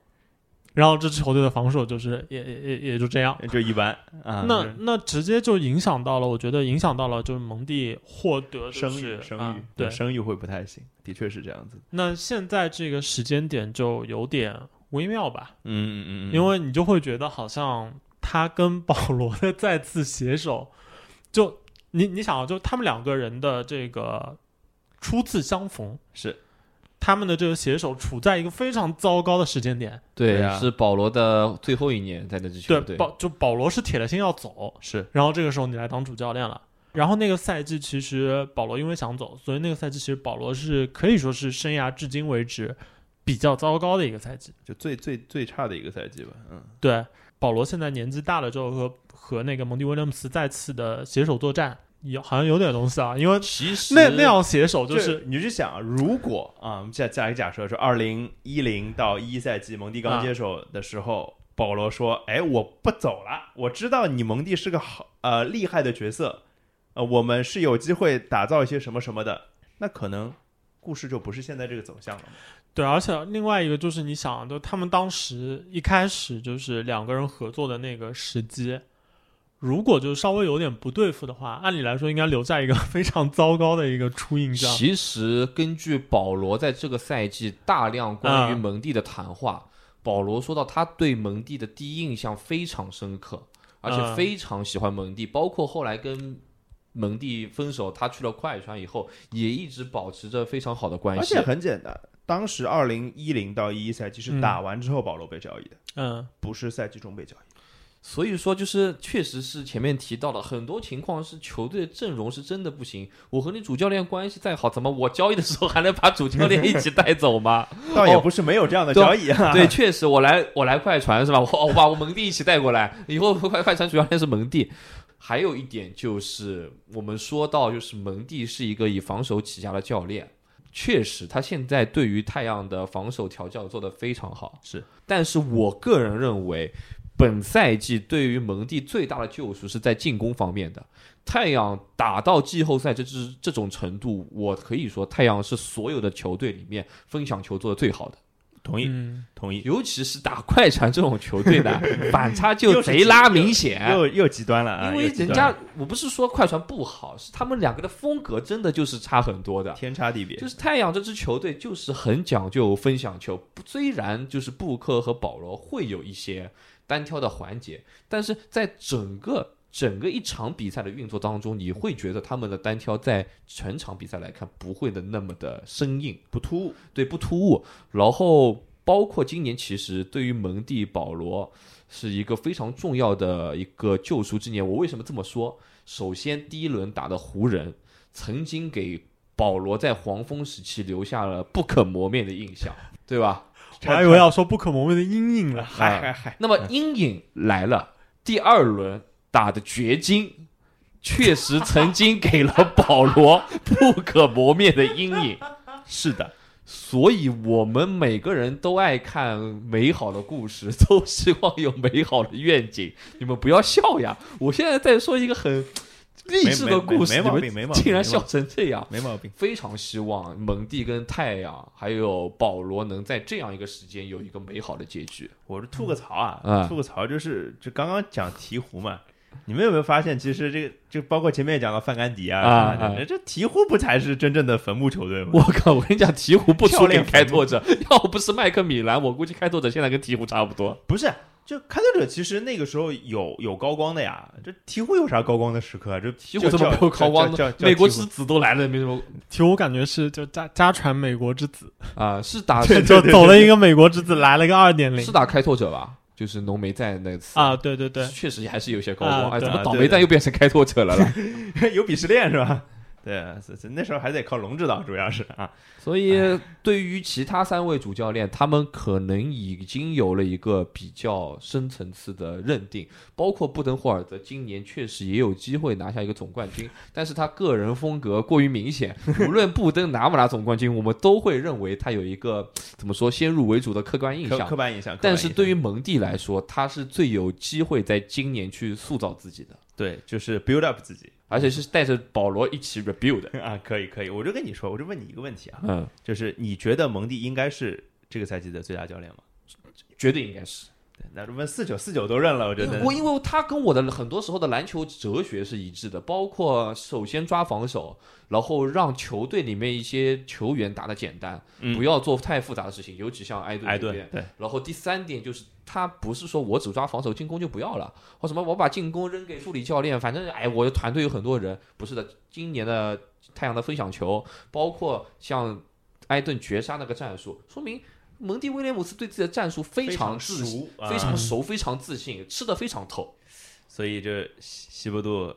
Speaker 3: 然后这支球队的防守就是也也也也就这样。
Speaker 1: 就一般啊。
Speaker 3: 那那直接就影响到了，我觉得影响到了就是蒙蒂获得就
Speaker 1: 生
Speaker 3: 是
Speaker 1: 育，生育，
Speaker 3: 啊对。
Speaker 1: 生育会不太行，的确是这样子。
Speaker 3: 那现在这个时间点就有点微妙吧，
Speaker 1: 嗯嗯嗯，
Speaker 3: 因为你就会觉得好像他跟保罗的再次携手， 就你你想啊，就他们两个人的这个初次相逢，
Speaker 1: 是
Speaker 3: 他们的这个携手处在一个非常糟糕的时间点，
Speaker 2: 对
Speaker 1: 对啊
Speaker 2: 是保罗的最后一年在那支球
Speaker 3: 对，
Speaker 2: 队，
Speaker 3: 保就保罗是铁了心要走，
Speaker 1: 是，
Speaker 3: 然后这个时候你来当主教练了。然后那个赛季，其实保罗因为想走，所以那个赛季其实保罗是可以说是生涯至今为止比较糟糕的一个赛季。
Speaker 1: 就最最最差的一个赛季吧。嗯，
Speaker 3: 对，保罗现在年纪大了之后和和那个蒙蒂威廉姆斯再次的携手作战，有好像有点东西啊，因为
Speaker 2: 其实
Speaker 3: 那那样携手就是
Speaker 1: 你去想啊，如果啊，我们假假一个假设说，二零一零到一赛季蒙蒂
Speaker 3: 啊
Speaker 1: 刚接手的时候，保罗说：“哎，我不走了，我知道你蒙蒂是个好呃厉害的角色，呃，我们是有机会打造一些什么什么的。”那可能故事就不是现在这个走向了嘛。
Speaker 3: 对，而且另外一个就是你想，就他们当时一开始就是两个人合作的那个时机，如果就稍微有点不对付的话，按理来说应该留下一个 非常糟糕的一个初印象。
Speaker 2: 其实根据保罗在这个赛季大量关于
Speaker 3: 嗯
Speaker 2: 蒙蒂的谈话，保罗说到他对蒙蒂的第一印象非常深刻，而且
Speaker 3: 嗯
Speaker 2: 非常喜欢蒙蒂，包括后来跟。蒙蒂分手，他去了快船以后，也一直保持着非常好的关
Speaker 1: 而
Speaker 2: 系
Speaker 1: 且。很简单，当时二零一零到一赛季是
Speaker 3: 嗯
Speaker 1: 打完之后保罗被交易的，
Speaker 3: 嗯，
Speaker 1: 不是赛季中被交易。
Speaker 2: 所以说，就是确实是前面提到的，很多情况是球队的阵容是真的不行。我和你主教练关系再好，怎么我交易的时候还能把主教练一起带走吗？
Speaker 1: 倒也不是没有这样的交易 啊。
Speaker 2: 对，确实，我来我来快船是吧？我我把我蒙蒂一起带过来，以后快快船主教练是蒙蒂。还有一点就是，我们说到就是蒙蒂是一个以防守起家的教练，确实他现在对于太阳的防守调教做得非常好。
Speaker 1: 是，
Speaker 2: 但是我个人认为，本赛季对于蒙蒂最大的救赎是在进攻方面的。太阳打到季后赛这支这种程度，我可以说太阳是所有的球队里面分享球做的最好的。
Speaker 1: 同意，
Speaker 3: 嗯
Speaker 1: 同意，
Speaker 2: 尤其是打快船这种球队呢，反差就
Speaker 1: 又是
Speaker 2: 贼拉明显。
Speaker 1: 又又极端了啊！
Speaker 2: 因为
Speaker 1: 又极
Speaker 2: 人
Speaker 1: 端
Speaker 2: 家，我不是说快船不好，是他们两个的风格真的就是差很多的。
Speaker 1: 天差地别，
Speaker 2: 就是太阳这支球队就是很讲究分享球，不虽然就是布克和保罗会有一些单挑的环节，但是在整个整个一场比赛的运作当中，你会觉得他们的单挑在全场比赛来看不会的那么的生硬。
Speaker 1: 不突兀。
Speaker 2: 对，不突兀。然后包括今年，其实对于蒙蒂、保罗是一个非常重要的一个救赎之年。我为什么这么说？首先，第一轮打的湖人曾经给保罗在黄蜂时期留下了不可磨灭的印象，对吧？
Speaker 3: 我还以哎为要说不可磨灭的阴影了。
Speaker 1: 嗨嗨嗨，
Speaker 2: 那么 阴影来了，第二轮打的掘金，确实曾经给了保罗不可磨灭的阴影。
Speaker 1: 是的，
Speaker 2: 所以我们每个人都爱看美好的故事，都希望有美好的愿景。你们不要笑呀！我现在在说一个很励志的故事，
Speaker 1: 没没没没毛
Speaker 2: 你
Speaker 1: 病没
Speaker 2: 们
Speaker 1: 毛病
Speaker 2: 竟然笑成这样。
Speaker 1: 没毛病。
Speaker 2: 非常希望蒙蒂跟太阳还有保罗能在这样一个时间有一个美好的结局。
Speaker 1: 我是吐个槽啊，
Speaker 2: 嗯
Speaker 1: 吐个槽就是，就刚刚讲鹈鹕嘛，你们有没有发现，其实这个就包括前面也讲到范甘迪啊，
Speaker 2: 啊
Speaker 1: 什么的
Speaker 2: 啊
Speaker 1: 这鹈鹕不才是真正的坟墓球队吗？
Speaker 2: 我靠！我跟你讲，鹈鹕不
Speaker 1: 嗯
Speaker 2: 输
Speaker 1: 漂
Speaker 2: 给
Speaker 1: 亮
Speaker 2: 开拓者，要不是麦克米兰，我估计开拓者现在跟鹈鹕差不多。
Speaker 1: 不是。啊就开拓者其实那个时候有有高光的呀，这鹈鹕有啥高光的时刻啊？这
Speaker 2: 鹈鹕怎么没有高光
Speaker 1: 呢
Speaker 2: 呢？？美国
Speaker 1: 是
Speaker 2: 之子都来了，没什么
Speaker 3: 其实我感觉是就家家传美国之子，
Speaker 2: 啊、是打
Speaker 1: 对
Speaker 3: 就走了一个美国之子，来了个二点零
Speaker 2: 是打开拓者吧？就是浓眉在那次，
Speaker 3: 啊！对对对，
Speaker 2: 确实还是有些高光。
Speaker 3: 啊
Speaker 2: 哎，
Speaker 3: 对
Speaker 2: 怎么
Speaker 1: 啊
Speaker 2: 倒
Speaker 1: 对
Speaker 2: 霉
Speaker 1: 对
Speaker 2: 蛋又变成开拓者了啦？
Speaker 1: 有鄙视链是吧？对，是是那时候还得靠龙指导，主要是啊，
Speaker 2: 所以对于其他三位主教练，他们可能已经有了一个比较深层次的认定，包括布登霍尔德今年确实也有机会拿下一个总冠军，但是他个人风格过于明 显，无论布登拿不拿总冠军，我们都会认为他有一个怎么说先入为主的客观印
Speaker 1: 刻
Speaker 2: 象
Speaker 1: 刻。板印象。刻板
Speaker 2: 但
Speaker 1: 印
Speaker 2: 是
Speaker 1: 象
Speaker 2: 对于蒙蒂来说，他是最有机会在今年去塑造自己的。
Speaker 1: 对，就是 build up 自己
Speaker 2: 而且是带着保罗一起 rebuild 的。
Speaker 1: 啊，可以可以，我就跟你说，我就问你一个问题啊，
Speaker 2: 嗯，
Speaker 1: 就是你觉得蒙蒂应该是这个赛季的最佳教练吗？
Speaker 2: 绝对应该是。
Speaker 1: 对那问四九四九都认了，我觉得
Speaker 2: 我因为他跟我的很多时候的篮球哲学是一致的，包括首先抓防守，然后让球队里面一些球员打得简单，
Speaker 1: 嗯
Speaker 2: 不要做太复杂的事情，尤其像埃顿
Speaker 1: 埃
Speaker 2: 这
Speaker 1: 顿
Speaker 2: 边。
Speaker 1: 哎对
Speaker 2: 然后第三点就是，他不是说我只抓防守，进攻就不要了，或什么我把进攻扔给助理教练，反正哎，我的团队有很多人，不是的。今年的太阳的分享球，包括像埃顿绝杀那个战术，说明蒙蒂威廉姆斯对自己的战术非常自信。
Speaker 1: 熟，啊
Speaker 2: 非常熟，非常自信，吃的非常透。
Speaker 1: 所以这西西伯杜呃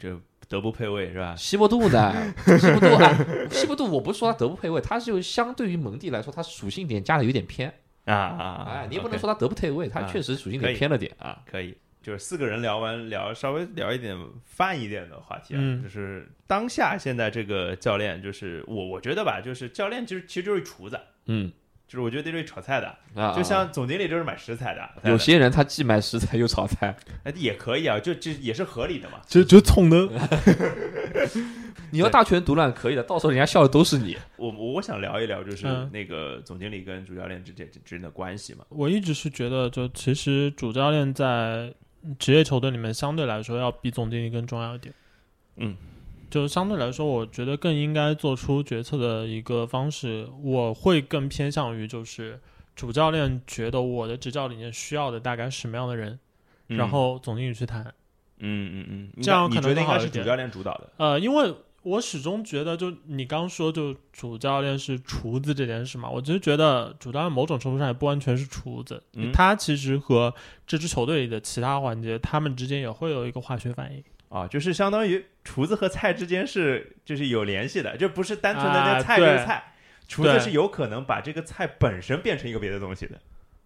Speaker 1: 这德不配位是吧？
Speaker 2: 西伯杜 呢？西伯杜，哎西伯杜，我不是说他德不配位，他就相对于蒙蒂来说，他属性点加的有点偏。
Speaker 1: 啊啊啊！
Speaker 2: 哎，你也 不
Speaker 1: OK
Speaker 2: 能说他德不配位，他
Speaker 1: 啊
Speaker 2: 确实属性
Speaker 1: 可
Speaker 2: 点
Speaker 1: 以
Speaker 2: 偏了点啊。
Speaker 1: 可以，就是四个人聊完聊稍微聊一点泛一点的话题啊，
Speaker 3: 嗯
Speaker 1: 就是当下现在这个教练，就是我我觉得吧，就是教练其实其实就是厨子，
Speaker 2: 嗯
Speaker 1: 就是我觉得就是炒菜的，
Speaker 2: 啊，
Speaker 1: 就像总经理就是买食材的，
Speaker 2: 有些人他既买食材又炒菜，
Speaker 1: 哎也可以啊，就这也是合理的嘛。
Speaker 3: 就就冲的，
Speaker 2: 你要大权独揽可以的，到时候人家笑的都是你。
Speaker 1: 我我我想聊一聊，就是
Speaker 3: 嗯
Speaker 1: 那个总经理跟主教练之间之间的关系嘛。
Speaker 3: 我一直是觉得，就其实主教练在职业球队里面相对来说要比总经理更重要一点。
Speaker 1: 嗯，
Speaker 3: 就是相对来说，我觉得更应该做出决策的一个方式，我会更偏向于就是主教练觉得我的执教理念需要的大概什么样的人，
Speaker 1: 嗯
Speaker 3: 然后总经理去谈。
Speaker 1: 嗯嗯嗯，应该
Speaker 3: 这样
Speaker 1: 你
Speaker 3: 可能
Speaker 1: 觉得应
Speaker 3: 更
Speaker 1: 该
Speaker 3: 好
Speaker 1: 是
Speaker 3: 一
Speaker 1: 主
Speaker 3: 点
Speaker 1: 教练主导的？
Speaker 3: 呃，因为我始终觉得，就你刚说，就主教练是厨子这件事嘛，我只是觉得主教练某种程度上也不完全是厨子，
Speaker 1: 嗯
Speaker 3: 他其实和这支球队里的其他环节，他们之间也会有一个化学反应。
Speaker 1: 啊，就是相当于厨子和菜之间是就是有联系的，就不是单纯的
Speaker 3: 啊
Speaker 1: 那菜就是
Speaker 3: 对
Speaker 1: 菜，厨子
Speaker 3: 对
Speaker 1: 是有可能把这个菜本身变成一个别的东西的，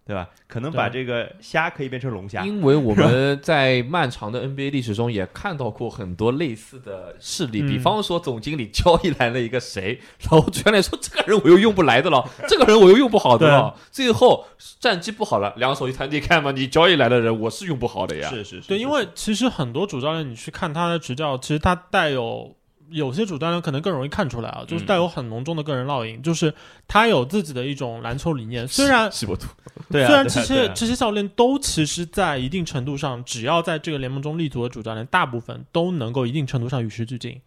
Speaker 1: 对吧？可能
Speaker 3: 对
Speaker 1: 把这个虾可以变成龙虾，
Speaker 2: 因为我们在漫长的 NBA 历史中也看到过很多类似的事例，
Speaker 3: 嗯
Speaker 2: 比方说总经理交易来了一个谁， 然后主教练说这个人我又用不来的了， 这个人我又用不好的了，最后战绩不好了，两手一摊，你看嘛，你交易来的人我是用不好的呀。
Speaker 1: 是是是，
Speaker 3: 对，
Speaker 1: 是
Speaker 3: 因为其实很多主教练，你去看他的执教，其实他带有有些主教练可能更容易看出来啊，
Speaker 1: 嗯
Speaker 3: 就是带有很浓重的个人烙印，就是他有自己的一种篮球理念。虽然
Speaker 2: 西伯图，
Speaker 1: 对啊，
Speaker 3: 虽然
Speaker 1: 对
Speaker 3: 这
Speaker 1: 啊
Speaker 3: 些、
Speaker 1: 对啊
Speaker 3: 这些教练都其实，在一定程度上，只要在这个联盟中立足的主教练，大部分都能够一定程度上与时俱进，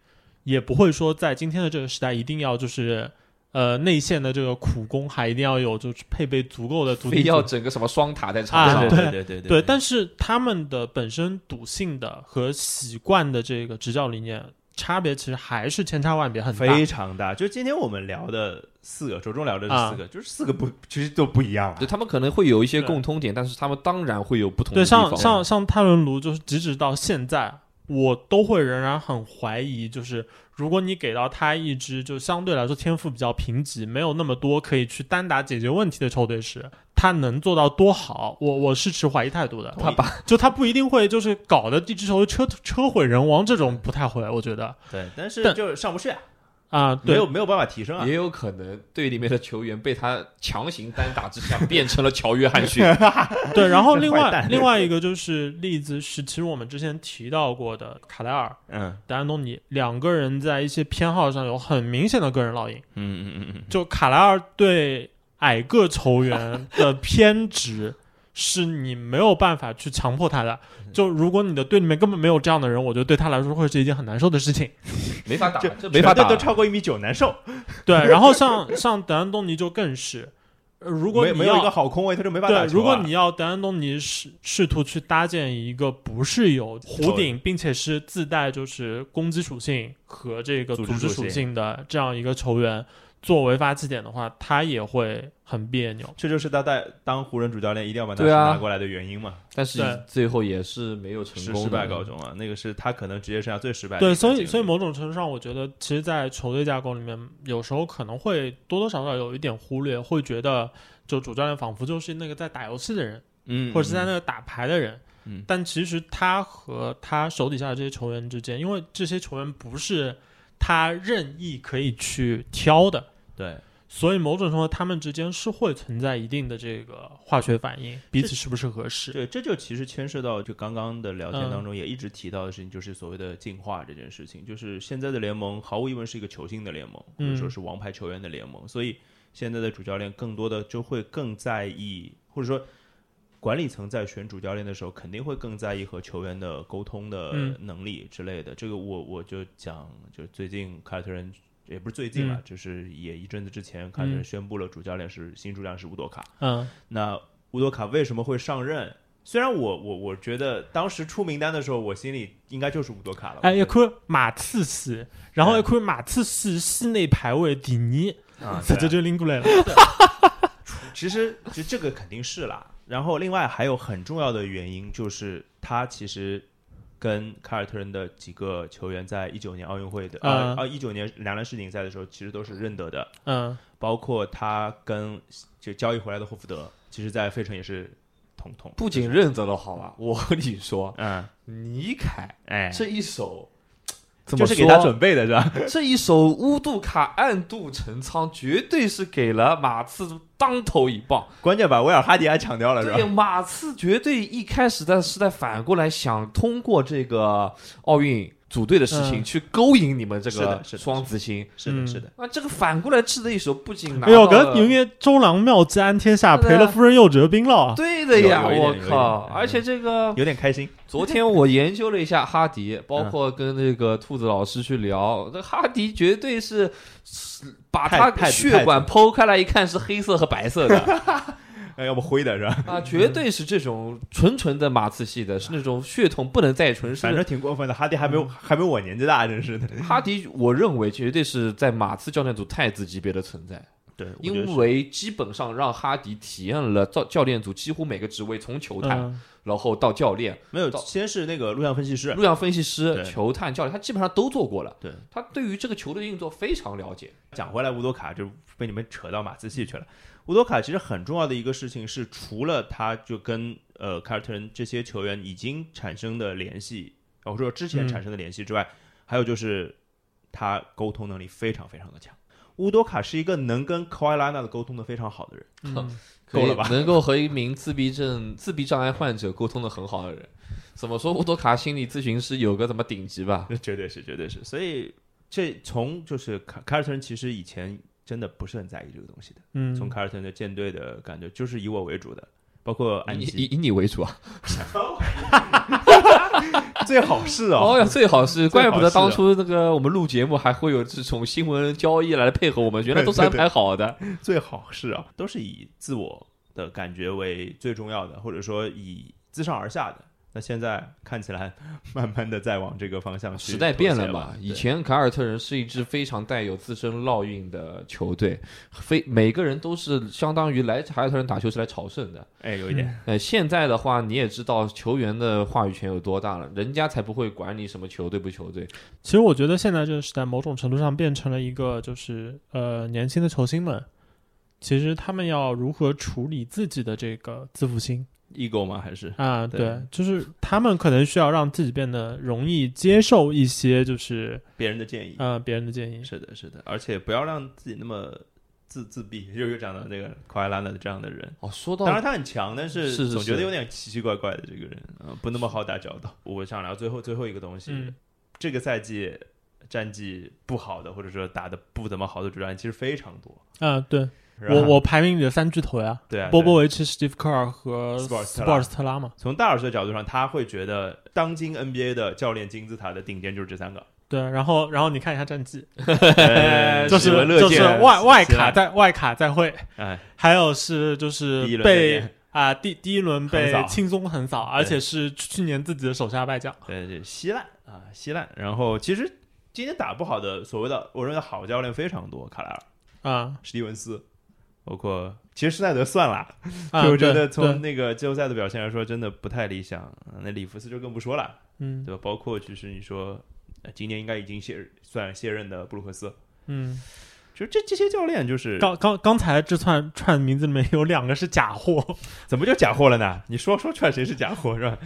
Speaker 3: 也不会说在今天的这个时代一定要就是。呃，内线的这个苦工还一定要有，就是配备足够的足
Speaker 2: 非
Speaker 3: 底
Speaker 2: 要
Speaker 3: 组
Speaker 2: 整个什么双塔在场上，
Speaker 3: 啊
Speaker 1: 对对
Speaker 3: 对
Speaker 1: 对对
Speaker 3: 对，但是他们的本身笃信的和习惯的这个执教理念差别，其实还是千差万别很大。
Speaker 1: 非常大。就今天我们聊的四个，着重聊的是
Speaker 3: 啊
Speaker 1: 四个，就是四个不，其实都不一样了
Speaker 2: 就。他们可能会有一些
Speaker 3: 对
Speaker 2: 共通点，但是他们当然会有不同的
Speaker 3: 对，
Speaker 2: 地方。
Speaker 3: 像像像泰伦卢，就是直至到现在，我都会仍然很怀疑，就是如果你给到他一支就相对来说天赋比较贫瘠，没有那么多可以去单打解决问题的球队时，他能做到多好？我我是持怀疑态度的。
Speaker 1: 同意
Speaker 3: 就他不一定会就是搞得一支球队车车毁人亡这种不太会，我觉得
Speaker 1: 对，但是
Speaker 3: 但
Speaker 1: 就是上不去啊，
Speaker 3: 啊，
Speaker 1: 没
Speaker 3: 对
Speaker 1: 有没有办法提升啊
Speaker 2: 也。有可能队里面的球员被他强行单打之下变成了乔约翰 逊，嗯
Speaker 3: 对，然后
Speaker 1: 这
Speaker 3: 另
Speaker 1: 坏
Speaker 3: 外
Speaker 1: 蛋
Speaker 3: 另外一个就是例子是，其实我们之前提到过的卡莱尔、
Speaker 1: 嗯
Speaker 3: 德安东尼两个人在一些偏好上有很明显的个人烙印。
Speaker 1: 嗯嗯嗯嗯，
Speaker 3: 就卡莱尔对矮个球员的偏执，是你没有办法去强迫他的。
Speaker 1: 嗯
Speaker 3: 就如果你的队里面根本没有这样的人，我觉得对他来说会是一件很难受的事情。
Speaker 2: 没法打，
Speaker 1: 这
Speaker 2: 这没法
Speaker 1: 全
Speaker 2: 打
Speaker 1: 队都。超过一米九，难受。
Speaker 3: 对，然后像像德安东尼就更是，呃如果
Speaker 1: 没
Speaker 3: 你
Speaker 1: 没有一个
Speaker 3: 要
Speaker 1: 好空位，他就没法打
Speaker 3: 对，
Speaker 1: 球啊。
Speaker 3: 如果你要德安东尼试试图去搭建一个不是有弧顶，并且是自带就是攻击属性和这个
Speaker 1: 组
Speaker 3: 组
Speaker 1: 织
Speaker 3: 织
Speaker 1: 属
Speaker 3: 属
Speaker 1: 性
Speaker 3: 性的这样一个球员作为发起点的话，他也会很别扭。
Speaker 1: 这就是他在当湖人主教练一定要把纳什
Speaker 2: 对啊
Speaker 1: 拿过来的原因嘛，
Speaker 2: 但是
Speaker 3: 对
Speaker 2: 最后也是没有成
Speaker 1: 是
Speaker 2: 功
Speaker 1: 失败告
Speaker 2: 的。
Speaker 1: 终啊，那个是他可能职业生涯最失败的一
Speaker 3: 对，
Speaker 1: 个
Speaker 3: 所
Speaker 1: 经
Speaker 3: 以
Speaker 1: 历
Speaker 3: 所以某种程度上，我觉得其实，在球队架构里面，有时候可能会多多少少有一点忽略，会觉得就主教练仿佛就是那个在打游戏的人，
Speaker 1: 嗯，
Speaker 3: 或者是在那
Speaker 1: 嗯
Speaker 3: 个打牌的人。
Speaker 1: 嗯
Speaker 3: 但其实他和他手底下的这些球员之间，因为这些球员不是他任意可以去挑的，
Speaker 1: 对
Speaker 3: 所以某种程度他们之间是会存在一定的这个化学反应，彼此是不是嗯合适？
Speaker 1: 对，这就其实牵涉到就刚刚的聊天当中也一直提到的事情，就是所谓的进化这件事情。就是现在的联盟毫无疑问是一个球星的联盟，或者说
Speaker 3: 嗯
Speaker 1: 是王牌球员的联盟，所以现在的主教练更多的就会更在意，或者说管理层在选主教练的时候，肯定会更在意和球员的沟通的
Speaker 3: 嗯
Speaker 1: 能力之类的。这个我我就讲，就是最近凯尔特人。也不是最近了，啊
Speaker 3: 嗯
Speaker 1: 就是也一阵子之前，凯尔特人
Speaker 3: 嗯
Speaker 1: 宣布了主教练是新主教练是乌多卡。
Speaker 3: 嗯
Speaker 1: 那乌多卡为什么会上任？虽然我我我觉得当时出名单的时候，我心里应该就是乌多卡了。
Speaker 3: 哎，
Speaker 1: 我
Speaker 3: 也
Speaker 1: 觉
Speaker 3: 亏马刺是，然后
Speaker 1: 哎
Speaker 3: 也亏马刺是系内排位第一，
Speaker 1: 得啊，
Speaker 3: 这
Speaker 1: 对啊
Speaker 3: 就拎过来了。
Speaker 1: 其实其实这个肯定是啦。然后另外还有很重要的原因就是他其实跟凯尔特人的几个球员在一九年奥运会的呃
Speaker 3: 嗯
Speaker 1: 啊一九年男篮世锦赛的时候，其实都是认得的，
Speaker 3: 嗯
Speaker 1: 包括他跟就交易回来的霍福德，其实在费城也是同同
Speaker 2: 不仅认得了，好吧，我和你说，
Speaker 1: 嗯
Speaker 2: 尼凯
Speaker 1: 哎
Speaker 2: 这一手。怎
Speaker 1: 就
Speaker 2: 么
Speaker 1: 是给他
Speaker 2: 说
Speaker 1: 准备的是吧？
Speaker 2: 这一手乌杜卡暗度陈仓，绝对是给了马刺当头一棒。
Speaker 1: 关键把威尔哈迪还抢掉了是吧
Speaker 2: 对，？马刺绝对一开始在是在反过来想通过这个奥运组队的事情
Speaker 3: 嗯
Speaker 2: 去勾引你们这
Speaker 1: 是
Speaker 2: 个
Speaker 1: 的是的
Speaker 2: 双子星。
Speaker 1: 是的，
Speaker 3: 嗯
Speaker 1: 是的。
Speaker 2: 啊，这个反过来吃的一手，不仅拿
Speaker 3: 哎呦，
Speaker 2: 到
Speaker 3: 搿
Speaker 2: 了
Speaker 3: 有眼周郎妙计安天下，
Speaker 2: 对
Speaker 3: 赔
Speaker 2: 的
Speaker 3: 了夫人又折兵了啊。
Speaker 2: 对的呀，
Speaker 1: 有有一点
Speaker 2: 我
Speaker 1: 有一点
Speaker 2: 靠！
Speaker 1: 嗯
Speaker 2: 而且这个嗯
Speaker 1: 有点开心。
Speaker 2: 昨 天我研究了一下哈迪，包括跟那个兔子老师去聊，这哈迪绝对是把
Speaker 1: 太
Speaker 2: 他
Speaker 1: 太子
Speaker 2: 血管剖开来一看是黑色和白色的，
Speaker 1: 哎，要不灰的是吧？
Speaker 2: 啊，绝对是这种纯纯的马刺系的，是那种血统不能再 纯。
Speaker 1: 反
Speaker 2: 是
Speaker 1: 正挺过分的，哈迪还没有、还没有我年纪大，真是的。
Speaker 2: 哈迪，我认为绝对是在马刺教练组太子级别的存在，
Speaker 1: 对，我觉得
Speaker 2: 因
Speaker 1: 是
Speaker 2: 为基本上让哈迪体验了教教练组几乎每个职位，从球探、
Speaker 3: 嗯
Speaker 2: 然后到教练、
Speaker 1: 没有
Speaker 2: 到
Speaker 1: 先是那个录像分析师，
Speaker 2: 录像分析师、
Speaker 1: 对
Speaker 2: 球探、教练，他基本上都做过了。
Speaker 1: 对，
Speaker 2: 他对于这个球的运作非常了解。
Speaker 1: 讲回来，乌多卡就被你们扯到马刺系去了。乌多卡其实很重要的一个事情是，除了他就跟呃凯尔特人这些球员已经产生的联系，哦或者说之前
Speaker 3: 嗯
Speaker 1: 产生的联系之外，还有就是他沟通能力非常非常的强。乌多卡是一个能跟科埃拉纳的沟通的非常好的人，
Speaker 3: 嗯
Speaker 1: 够了吧
Speaker 2: 可以能够和一名自闭症、 自闭障碍患者沟通的很好的人，怎么说？乌多卡心理咨询师有个什么顶级吧？
Speaker 1: 那 绝对是，绝对是。所以这从就是凯凯尔特人其实以前真的不是很在意这个东西的，
Speaker 3: 嗯，
Speaker 1: 从凯尔特人的舰队的感觉就是以我为主的，包括安
Speaker 2: 以
Speaker 1: 吉，
Speaker 2: 以以你为主啊！
Speaker 1: 最好是
Speaker 2: 哦
Speaker 1: 哦。
Speaker 2: 呀，最好 是，
Speaker 1: 最好
Speaker 2: 怪不得
Speaker 1: 是
Speaker 2: 当初那个我们录节目还会有这种新闻交易来配合我们，原来都是安排好的。
Speaker 1: 最好是啊，都是以自我的感觉为最重要的，或者说以自上而下的。那现在看起来，慢慢的在往这个方向去。
Speaker 2: 时代变了嘛
Speaker 1: 嘛，，
Speaker 2: 以前凯尔特人是一支非常带有自身烙印的球队，非每个人都是相当于来凯尔特人打球是来朝圣的。
Speaker 1: 对哎，有一点，
Speaker 2: 呃，现在的话你也知道球员的话语权有多大了，人家才不会管你什么球队不球队。
Speaker 3: 其实我觉得现在这个时代，某种程度上变成了一个就是呃年轻的球星们，其实他们要如何处理自己的这个自负心
Speaker 1: ego 吗？还 是
Speaker 3: 啊？
Speaker 1: 对
Speaker 3: 对，就是他们可能需要让自己变得容易接受一些就是
Speaker 1: 别人的建
Speaker 2: 嗯
Speaker 1: 议？
Speaker 3: 呃别人的建议。
Speaker 1: 是的，是的，而且不要让自己那么自自闭，就是讲到那个科埃拉纳的这样的人。
Speaker 2: 哦，说
Speaker 1: 当
Speaker 2: 到
Speaker 1: 然他很强，但是
Speaker 2: 是是
Speaker 1: 总觉得
Speaker 2: 是
Speaker 1: 有点奇奇怪怪的这个人，呃，不那么好打交道。我想聊最后最后一个东西，
Speaker 3: 嗯
Speaker 1: 这个赛季战绩不好的，或者说打的不怎么好的主教练其实非常多。
Speaker 3: 啊，对
Speaker 1: 是吧
Speaker 3: 我我排名里的三巨头呀，
Speaker 1: 对啊，
Speaker 3: 波
Speaker 1: 对
Speaker 3: 波维奇、史蒂夫科尔和
Speaker 1: 斯波尔斯特
Speaker 3: 斯
Speaker 1: 拉
Speaker 3: 波尔斯特拉嘛。
Speaker 1: 从大老师的角度上，他会觉得当今 NBA 的教练金字塔的顶尖就是这三 个，
Speaker 3: 对，然后然后你看一下战绩，
Speaker 1: 呃
Speaker 3: 就是
Speaker 1: 喜闻乐
Speaker 3: 就是
Speaker 1: 见
Speaker 3: 外外
Speaker 1: 喜闻
Speaker 3: 卡在外卡在会，
Speaker 1: 哎，
Speaker 3: 还有是
Speaker 1: 第
Speaker 3: 就
Speaker 1: 一
Speaker 3: 是
Speaker 1: 轮再
Speaker 3: 被
Speaker 1: 见
Speaker 3: 啊、第第一轮
Speaker 1: 横扫
Speaker 3: 被轻松横扫，而且是去年自己的手下败将。
Speaker 1: 对对，稀烂啊，稀烂。然后其实今天打不好的所谓的我认为好教练非常多，卡莱尔、
Speaker 3: 啊
Speaker 1: 史蒂文斯，包括其实施耐德算了。
Speaker 3: 啊！
Speaker 1: 就我觉
Speaker 3: 对
Speaker 1: 得
Speaker 3: 对
Speaker 1: 从那个季后赛的表现来说，真的不太理想。呃那里弗斯就更不说了，
Speaker 3: 嗯
Speaker 1: 对吧？包括就是你说，呃今年应该已经卸算卸任的布鲁克斯，
Speaker 3: 嗯，
Speaker 1: 就这这些教练就是
Speaker 3: 刚刚刚才这串串名字里面有两个是假货，
Speaker 1: 怎么就假货了呢？你说说串谁是假货是吧？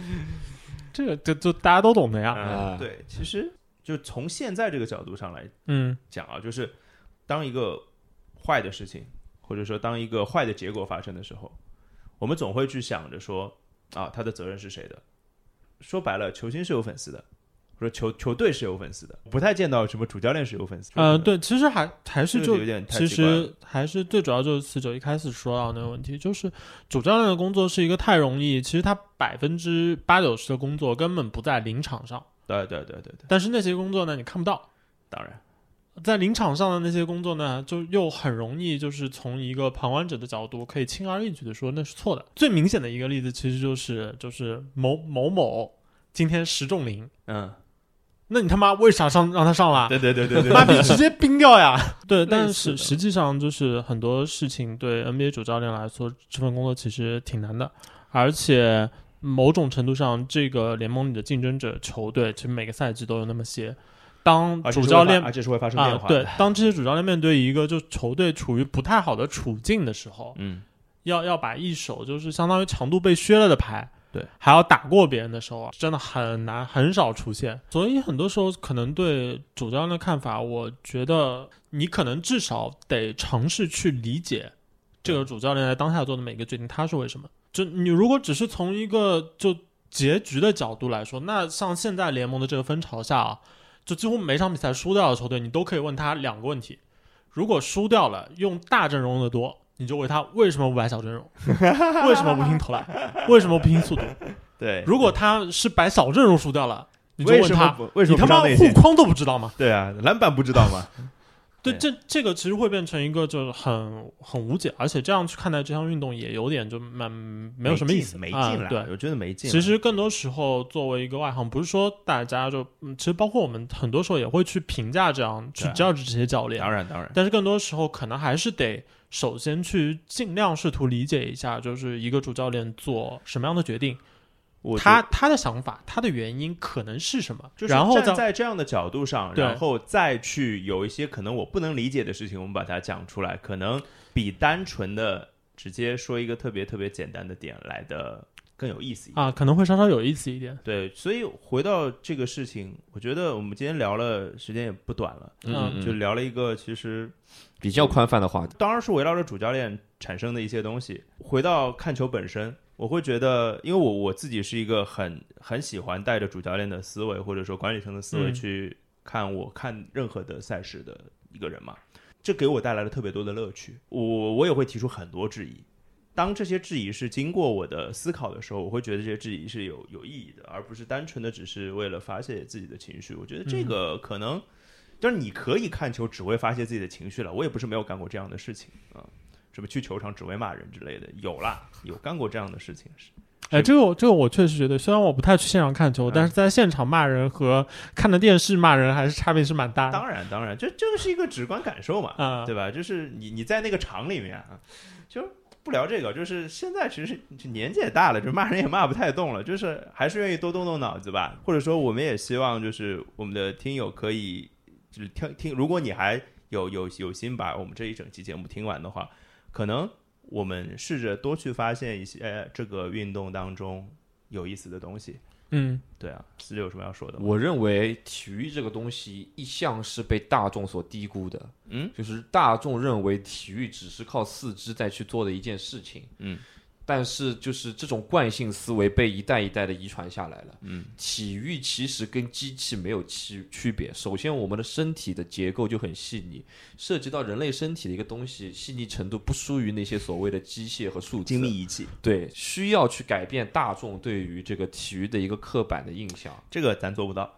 Speaker 3: 这个就就大家都懂的呀。
Speaker 1: 嗯，对，其实就从现在这个角度上来
Speaker 3: 嗯
Speaker 1: 讲啊，就是当一个坏的事情，或者说当一个坏的结果发生的时候，我们总会去想着说啊，他的责任是谁的？说白了，球星是有粉丝的，或者球球队是有粉丝的，不太见到什么主教练是有粉丝。
Speaker 3: 呃，，对，其实还还是
Speaker 1: 这个
Speaker 3: 就
Speaker 1: 有点太
Speaker 3: 其
Speaker 1: 奇怪了
Speaker 3: 实还是最主要就是四九一开始说到那个问题，就是主教练的工作是一个太容易，其实他百分之八九十的工作根本不在临场上，
Speaker 1: 对对对对对，
Speaker 3: 但是那些工作呢你看不到，
Speaker 1: 当然，
Speaker 3: 在临场上的那些工作呢，就又很容易就是从一个旁观者的角度可以轻而易举的说那是错的。最明显的一个例子其实就是就是某某某今天十中零，
Speaker 1: 嗯，
Speaker 3: 那你他妈为啥上让他上了？
Speaker 1: 对对对对对，
Speaker 3: 妈逼，直接冰掉呀！ 对，但
Speaker 1: 类似
Speaker 3: 是
Speaker 1: 的
Speaker 3: 实际上就是很多事情对 NBA 主教练来说，这份工作其实挺难的，而且某种程度上，这个联盟里的竞争者球队，其实每个赛季都有那么些。当
Speaker 1: 啊而且是
Speaker 3: 主
Speaker 1: 会
Speaker 3: 教
Speaker 1: 发
Speaker 3: 练
Speaker 1: 而且是会发生变
Speaker 3: 啊，
Speaker 1: 化的，
Speaker 3: 对，当这些主教练面对一个就球队处于不太好的处境的时候，
Speaker 1: 嗯，
Speaker 3: 要要把一手就是相当于长度被削了的牌，
Speaker 1: 对，
Speaker 3: 还要打过别人的时候啊，真的很难，很少出现。所以很多时候可能对主教练的看法，我觉得你可能至少得尝试去理解这个主教练在当下做的每一个决定，他是为什么。就你如果只是从一个就结局的角度来说，那像现在联盟的这个风潮下啊，就几乎每场比赛输掉的球队，你都可以问他两个问题：如果输掉了，用大阵容的多，你就问他为什么不摆小 阵容，为什么不拼投篮，为什么不拼速度？
Speaker 1: 对，
Speaker 3: 如果他是摆小阵容输掉了，你就
Speaker 1: 为
Speaker 3: 问
Speaker 1: 什么
Speaker 3: 他，
Speaker 1: 不为什
Speaker 3: 你
Speaker 1: 么
Speaker 3: 他
Speaker 1: 不
Speaker 3: 妈
Speaker 1: 上内
Speaker 3: 护
Speaker 1: 线？
Speaker 3: 框都不知道吗？
Speaker 1: 对啊，篮板不知道吗？
Speaker 3: 对，
Speaker 1: 对
Speaker 3: 这这个其实会变成一个就是很很无解，而且这样去看待这项运动也有点就蛮 没有什么意思，
Speaker 1: 没
Speaker 3: 啊
Speaker 1: 劲了，
Speaker 3: 对，
Speaker 1: 我觉得没劲了。
Speaker 3: 其实更多时候，作为一个外行，不是说大家就，嗯，其实包括我们很多时候也会去评价这样去
Speaker 1: 对啊
Speaker 3: judge 这些教练
Speaker 1: 当，然当然，
Speaker 3: 但是更多时候可能还是得首先去尽量试图理解一下，就是一个主教练做什么样的决定，
Speaker 1: 我觉
Speaker 3: 他他的想法，他的原因可能是什么，
Speaker 1: 就是
Speaker 3: 然后
Speaker 1: 站
Speaker 3: 再
Speaker 1: 在这样的角度上，
Speaker 3: 对
Speaker 1: 然后再去有一些可能我不能理解的事情，我们把它讲出来，可能比单纯的直接说一个特别特别简单的点来的更有意思一点。
Speaker 3: 啊，可能会稍稍有意思一点。
Speaker 1: 对，所以回到这个事情，我觉得我们今天聊了时间也不短了，
Speaker 3: 嗯
Speaker 1: 就聊了一个其实
Speaker 2: 比较宽泛的话题。
Speaker 1: 当然是围绕着主教练产生的一些东西。回到看球本身，我会觉得，因为我我自己是一个很很喜欢带着主教练的思维或者说管理层的思维
Speaker 3: 嗯
Speaker 1: 去看我看任何的赛事的一个人嘛，这给我带来了特别多的乐趣。我我也会提出很多质疑。当这些质疑是经过我的思考的时候，我会觉得这些质疑是有有意义的，而不是单纯的只是为了发泄自己的情绪。我觉得这个可能就是你可以看球只会发泄自己的情绪了，我也不是没有干过这样的事情啊、什么去球场只会骂人之类的，有啦，有干过这样的事情是。
Speaker 3: 哎，这个我这个我确实觉得，虽然我不太去现场看球，
Speaker 1: 嗯
Speaker 3: 但是在现场骂人和看着电视骂人还是差别是蛮大的。
Speaker 1: 当然，当然，这这个是一个直观感受嘛，
Speaker 3: 啊
Speaker 1: 对吧？就是你你在那个场里面啊，就是不聊这个，就是现在其实就年纪也大了，就骂人也骂不太动了，就是还是愿意多动动脑子吧。或者说，我们也希望就是我们的听友可以就是听听，如果你还有有有心把我们这一整期节目听完的话，可能我们试着多去发现一些、呃、这个运动当中有意思的东西。
Speaker 3: 嗯，
Speaker 1: 对啊，四六有什么要说的吗？
Speaker 2: 我认为体育这个东西一向是被大众所低估的，
Speaker 1: 嗯，
Speaker 2: 就是大众认为体育只是靠四肢在去做的一件事情，
Speaker 1: 嗯，
Speaker 2: 但是就是这种惯性思维被一代一代的遗传下来了，
Speaker 1: 嗯，
Speaker 2: 体育其实跟机器没有区区别。首先，我们的身体的结构就很细腻，涉及到人类身体的一个东西，细腻程度不输于那些所谓的机械和数字
Speaker 1: 精密仪器，
Speaker 2: 对，需要去改变大众对于这个体育的一个刻板的印象。
Speaker 1: 这个咱做不到。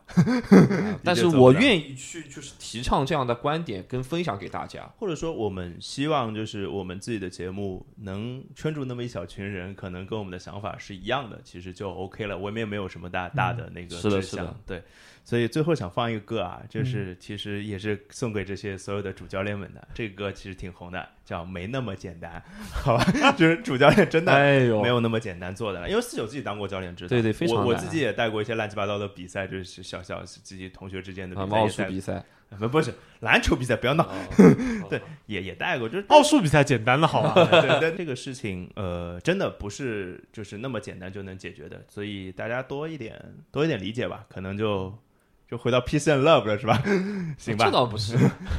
Speaker 2: 但是我愿意去就是提倡这样的观点跟分享给大家。
Speaker 1: 或者说，我们希望就是我们自己的节目能圈住那么一小群人，可能跟我们的想法是一样的，其实就 OK 了。我们也没有什么大大的那个
Speaker 2: 嗯是的
Speaker 1: 志向
Speaker 2: 是的嗯
Speaker 1: 对。所以最后想放一个歌啊，就是其实也是送给这些所有的主教练们的。这个歌其实挺红的，叫《没那么简单》，好吧？ 就是主教练真的
Speaker 2: 哎
Speaker 1: 没
Speaker 2: 呦，
Speaker 1: 有那么简单做的了，因为四九自己当过教练，知道。
Speaker 2: 对对非常
Speaker 1: 我我
Speaker 2: 难
Speaker 1: 自己也带过一些乱七八糟的比赛，就是小小自己同学之间的
Speaker 2: 啊，
Speaker 1: 比赛
Speaker 2: 奥
Speaker 1: 也
Speaker 2: 数
Speaker 1: 带
Speaker 2: 比赛，
Speaker 1: 过，不是篮球比赛，不要闹。对
Speaker 2: 对，
Speaker 1: 也也带
Speaker 2: 哦
Speaker 1: 过，就是
Speaker 3: 奥数比赛简单了，好吧？
Speaker 1: 对但这个事情，呃，真的不是就是那么简单就能解决的，所以大家多一点多一点理解吧，可能就就回到 peace and love 了是吧？ 行吧
Speaker 2: 这，倒不是，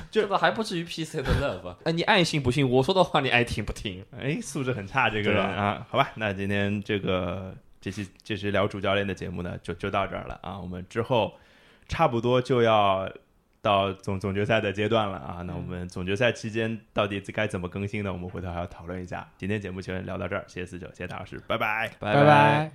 Speaker 2: 这倒还不至于 PC 的 love。哎，你爱信不信？我说的话你爱听不听？
Speaker 1: 哎，素质很差这个
Speaker 2: 对
Speaker 1: 人
Speaker 2: 啊
Speaker 1: 啊，好吧，那今天这个这期这是聊主教练的节目呢，就就到这儿了啊，我们之后差不多就要到总总决赛的阶段了啊，那我们总决赛期间到底该怎么更新呢？我们回头还要讨论一下。今天节目就先聊到这儿，谢谢四九，谢谢大老师，拜拜。
Speaker 2: 拜
Speaker 3: 拜拜。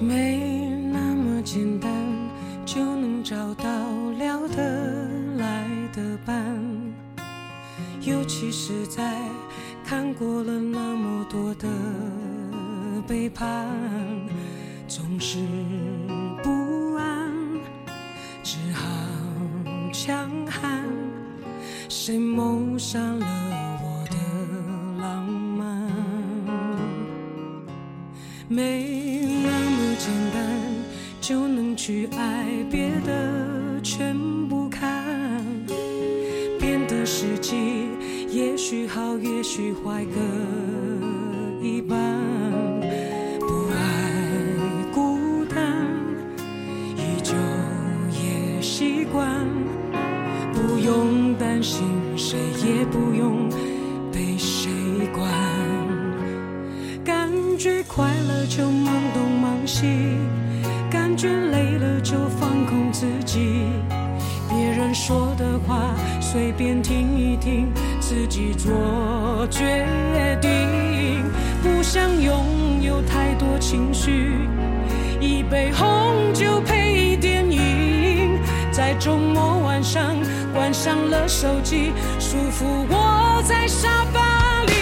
Speaker 4: 没那么简单就能找到聊得来的伴，尤其是在看过了那么多的背叛，总是不安，只好强悍。谁谋杀了我的浪漫？没那么简单就能去爱，别的全不看。变得实际，也许好，也许坏各一半。不爱孤单，依旧也习惯，不用担心，谁也不用被谁管。感觉快乐就忙东忙西，感觉累了就放空自己。别人说的话随便听一听，自己做决定。不想拥有太多情绪，一杯红酒配一电影，在周末晚上关上了手机，舒服窝在沙发里。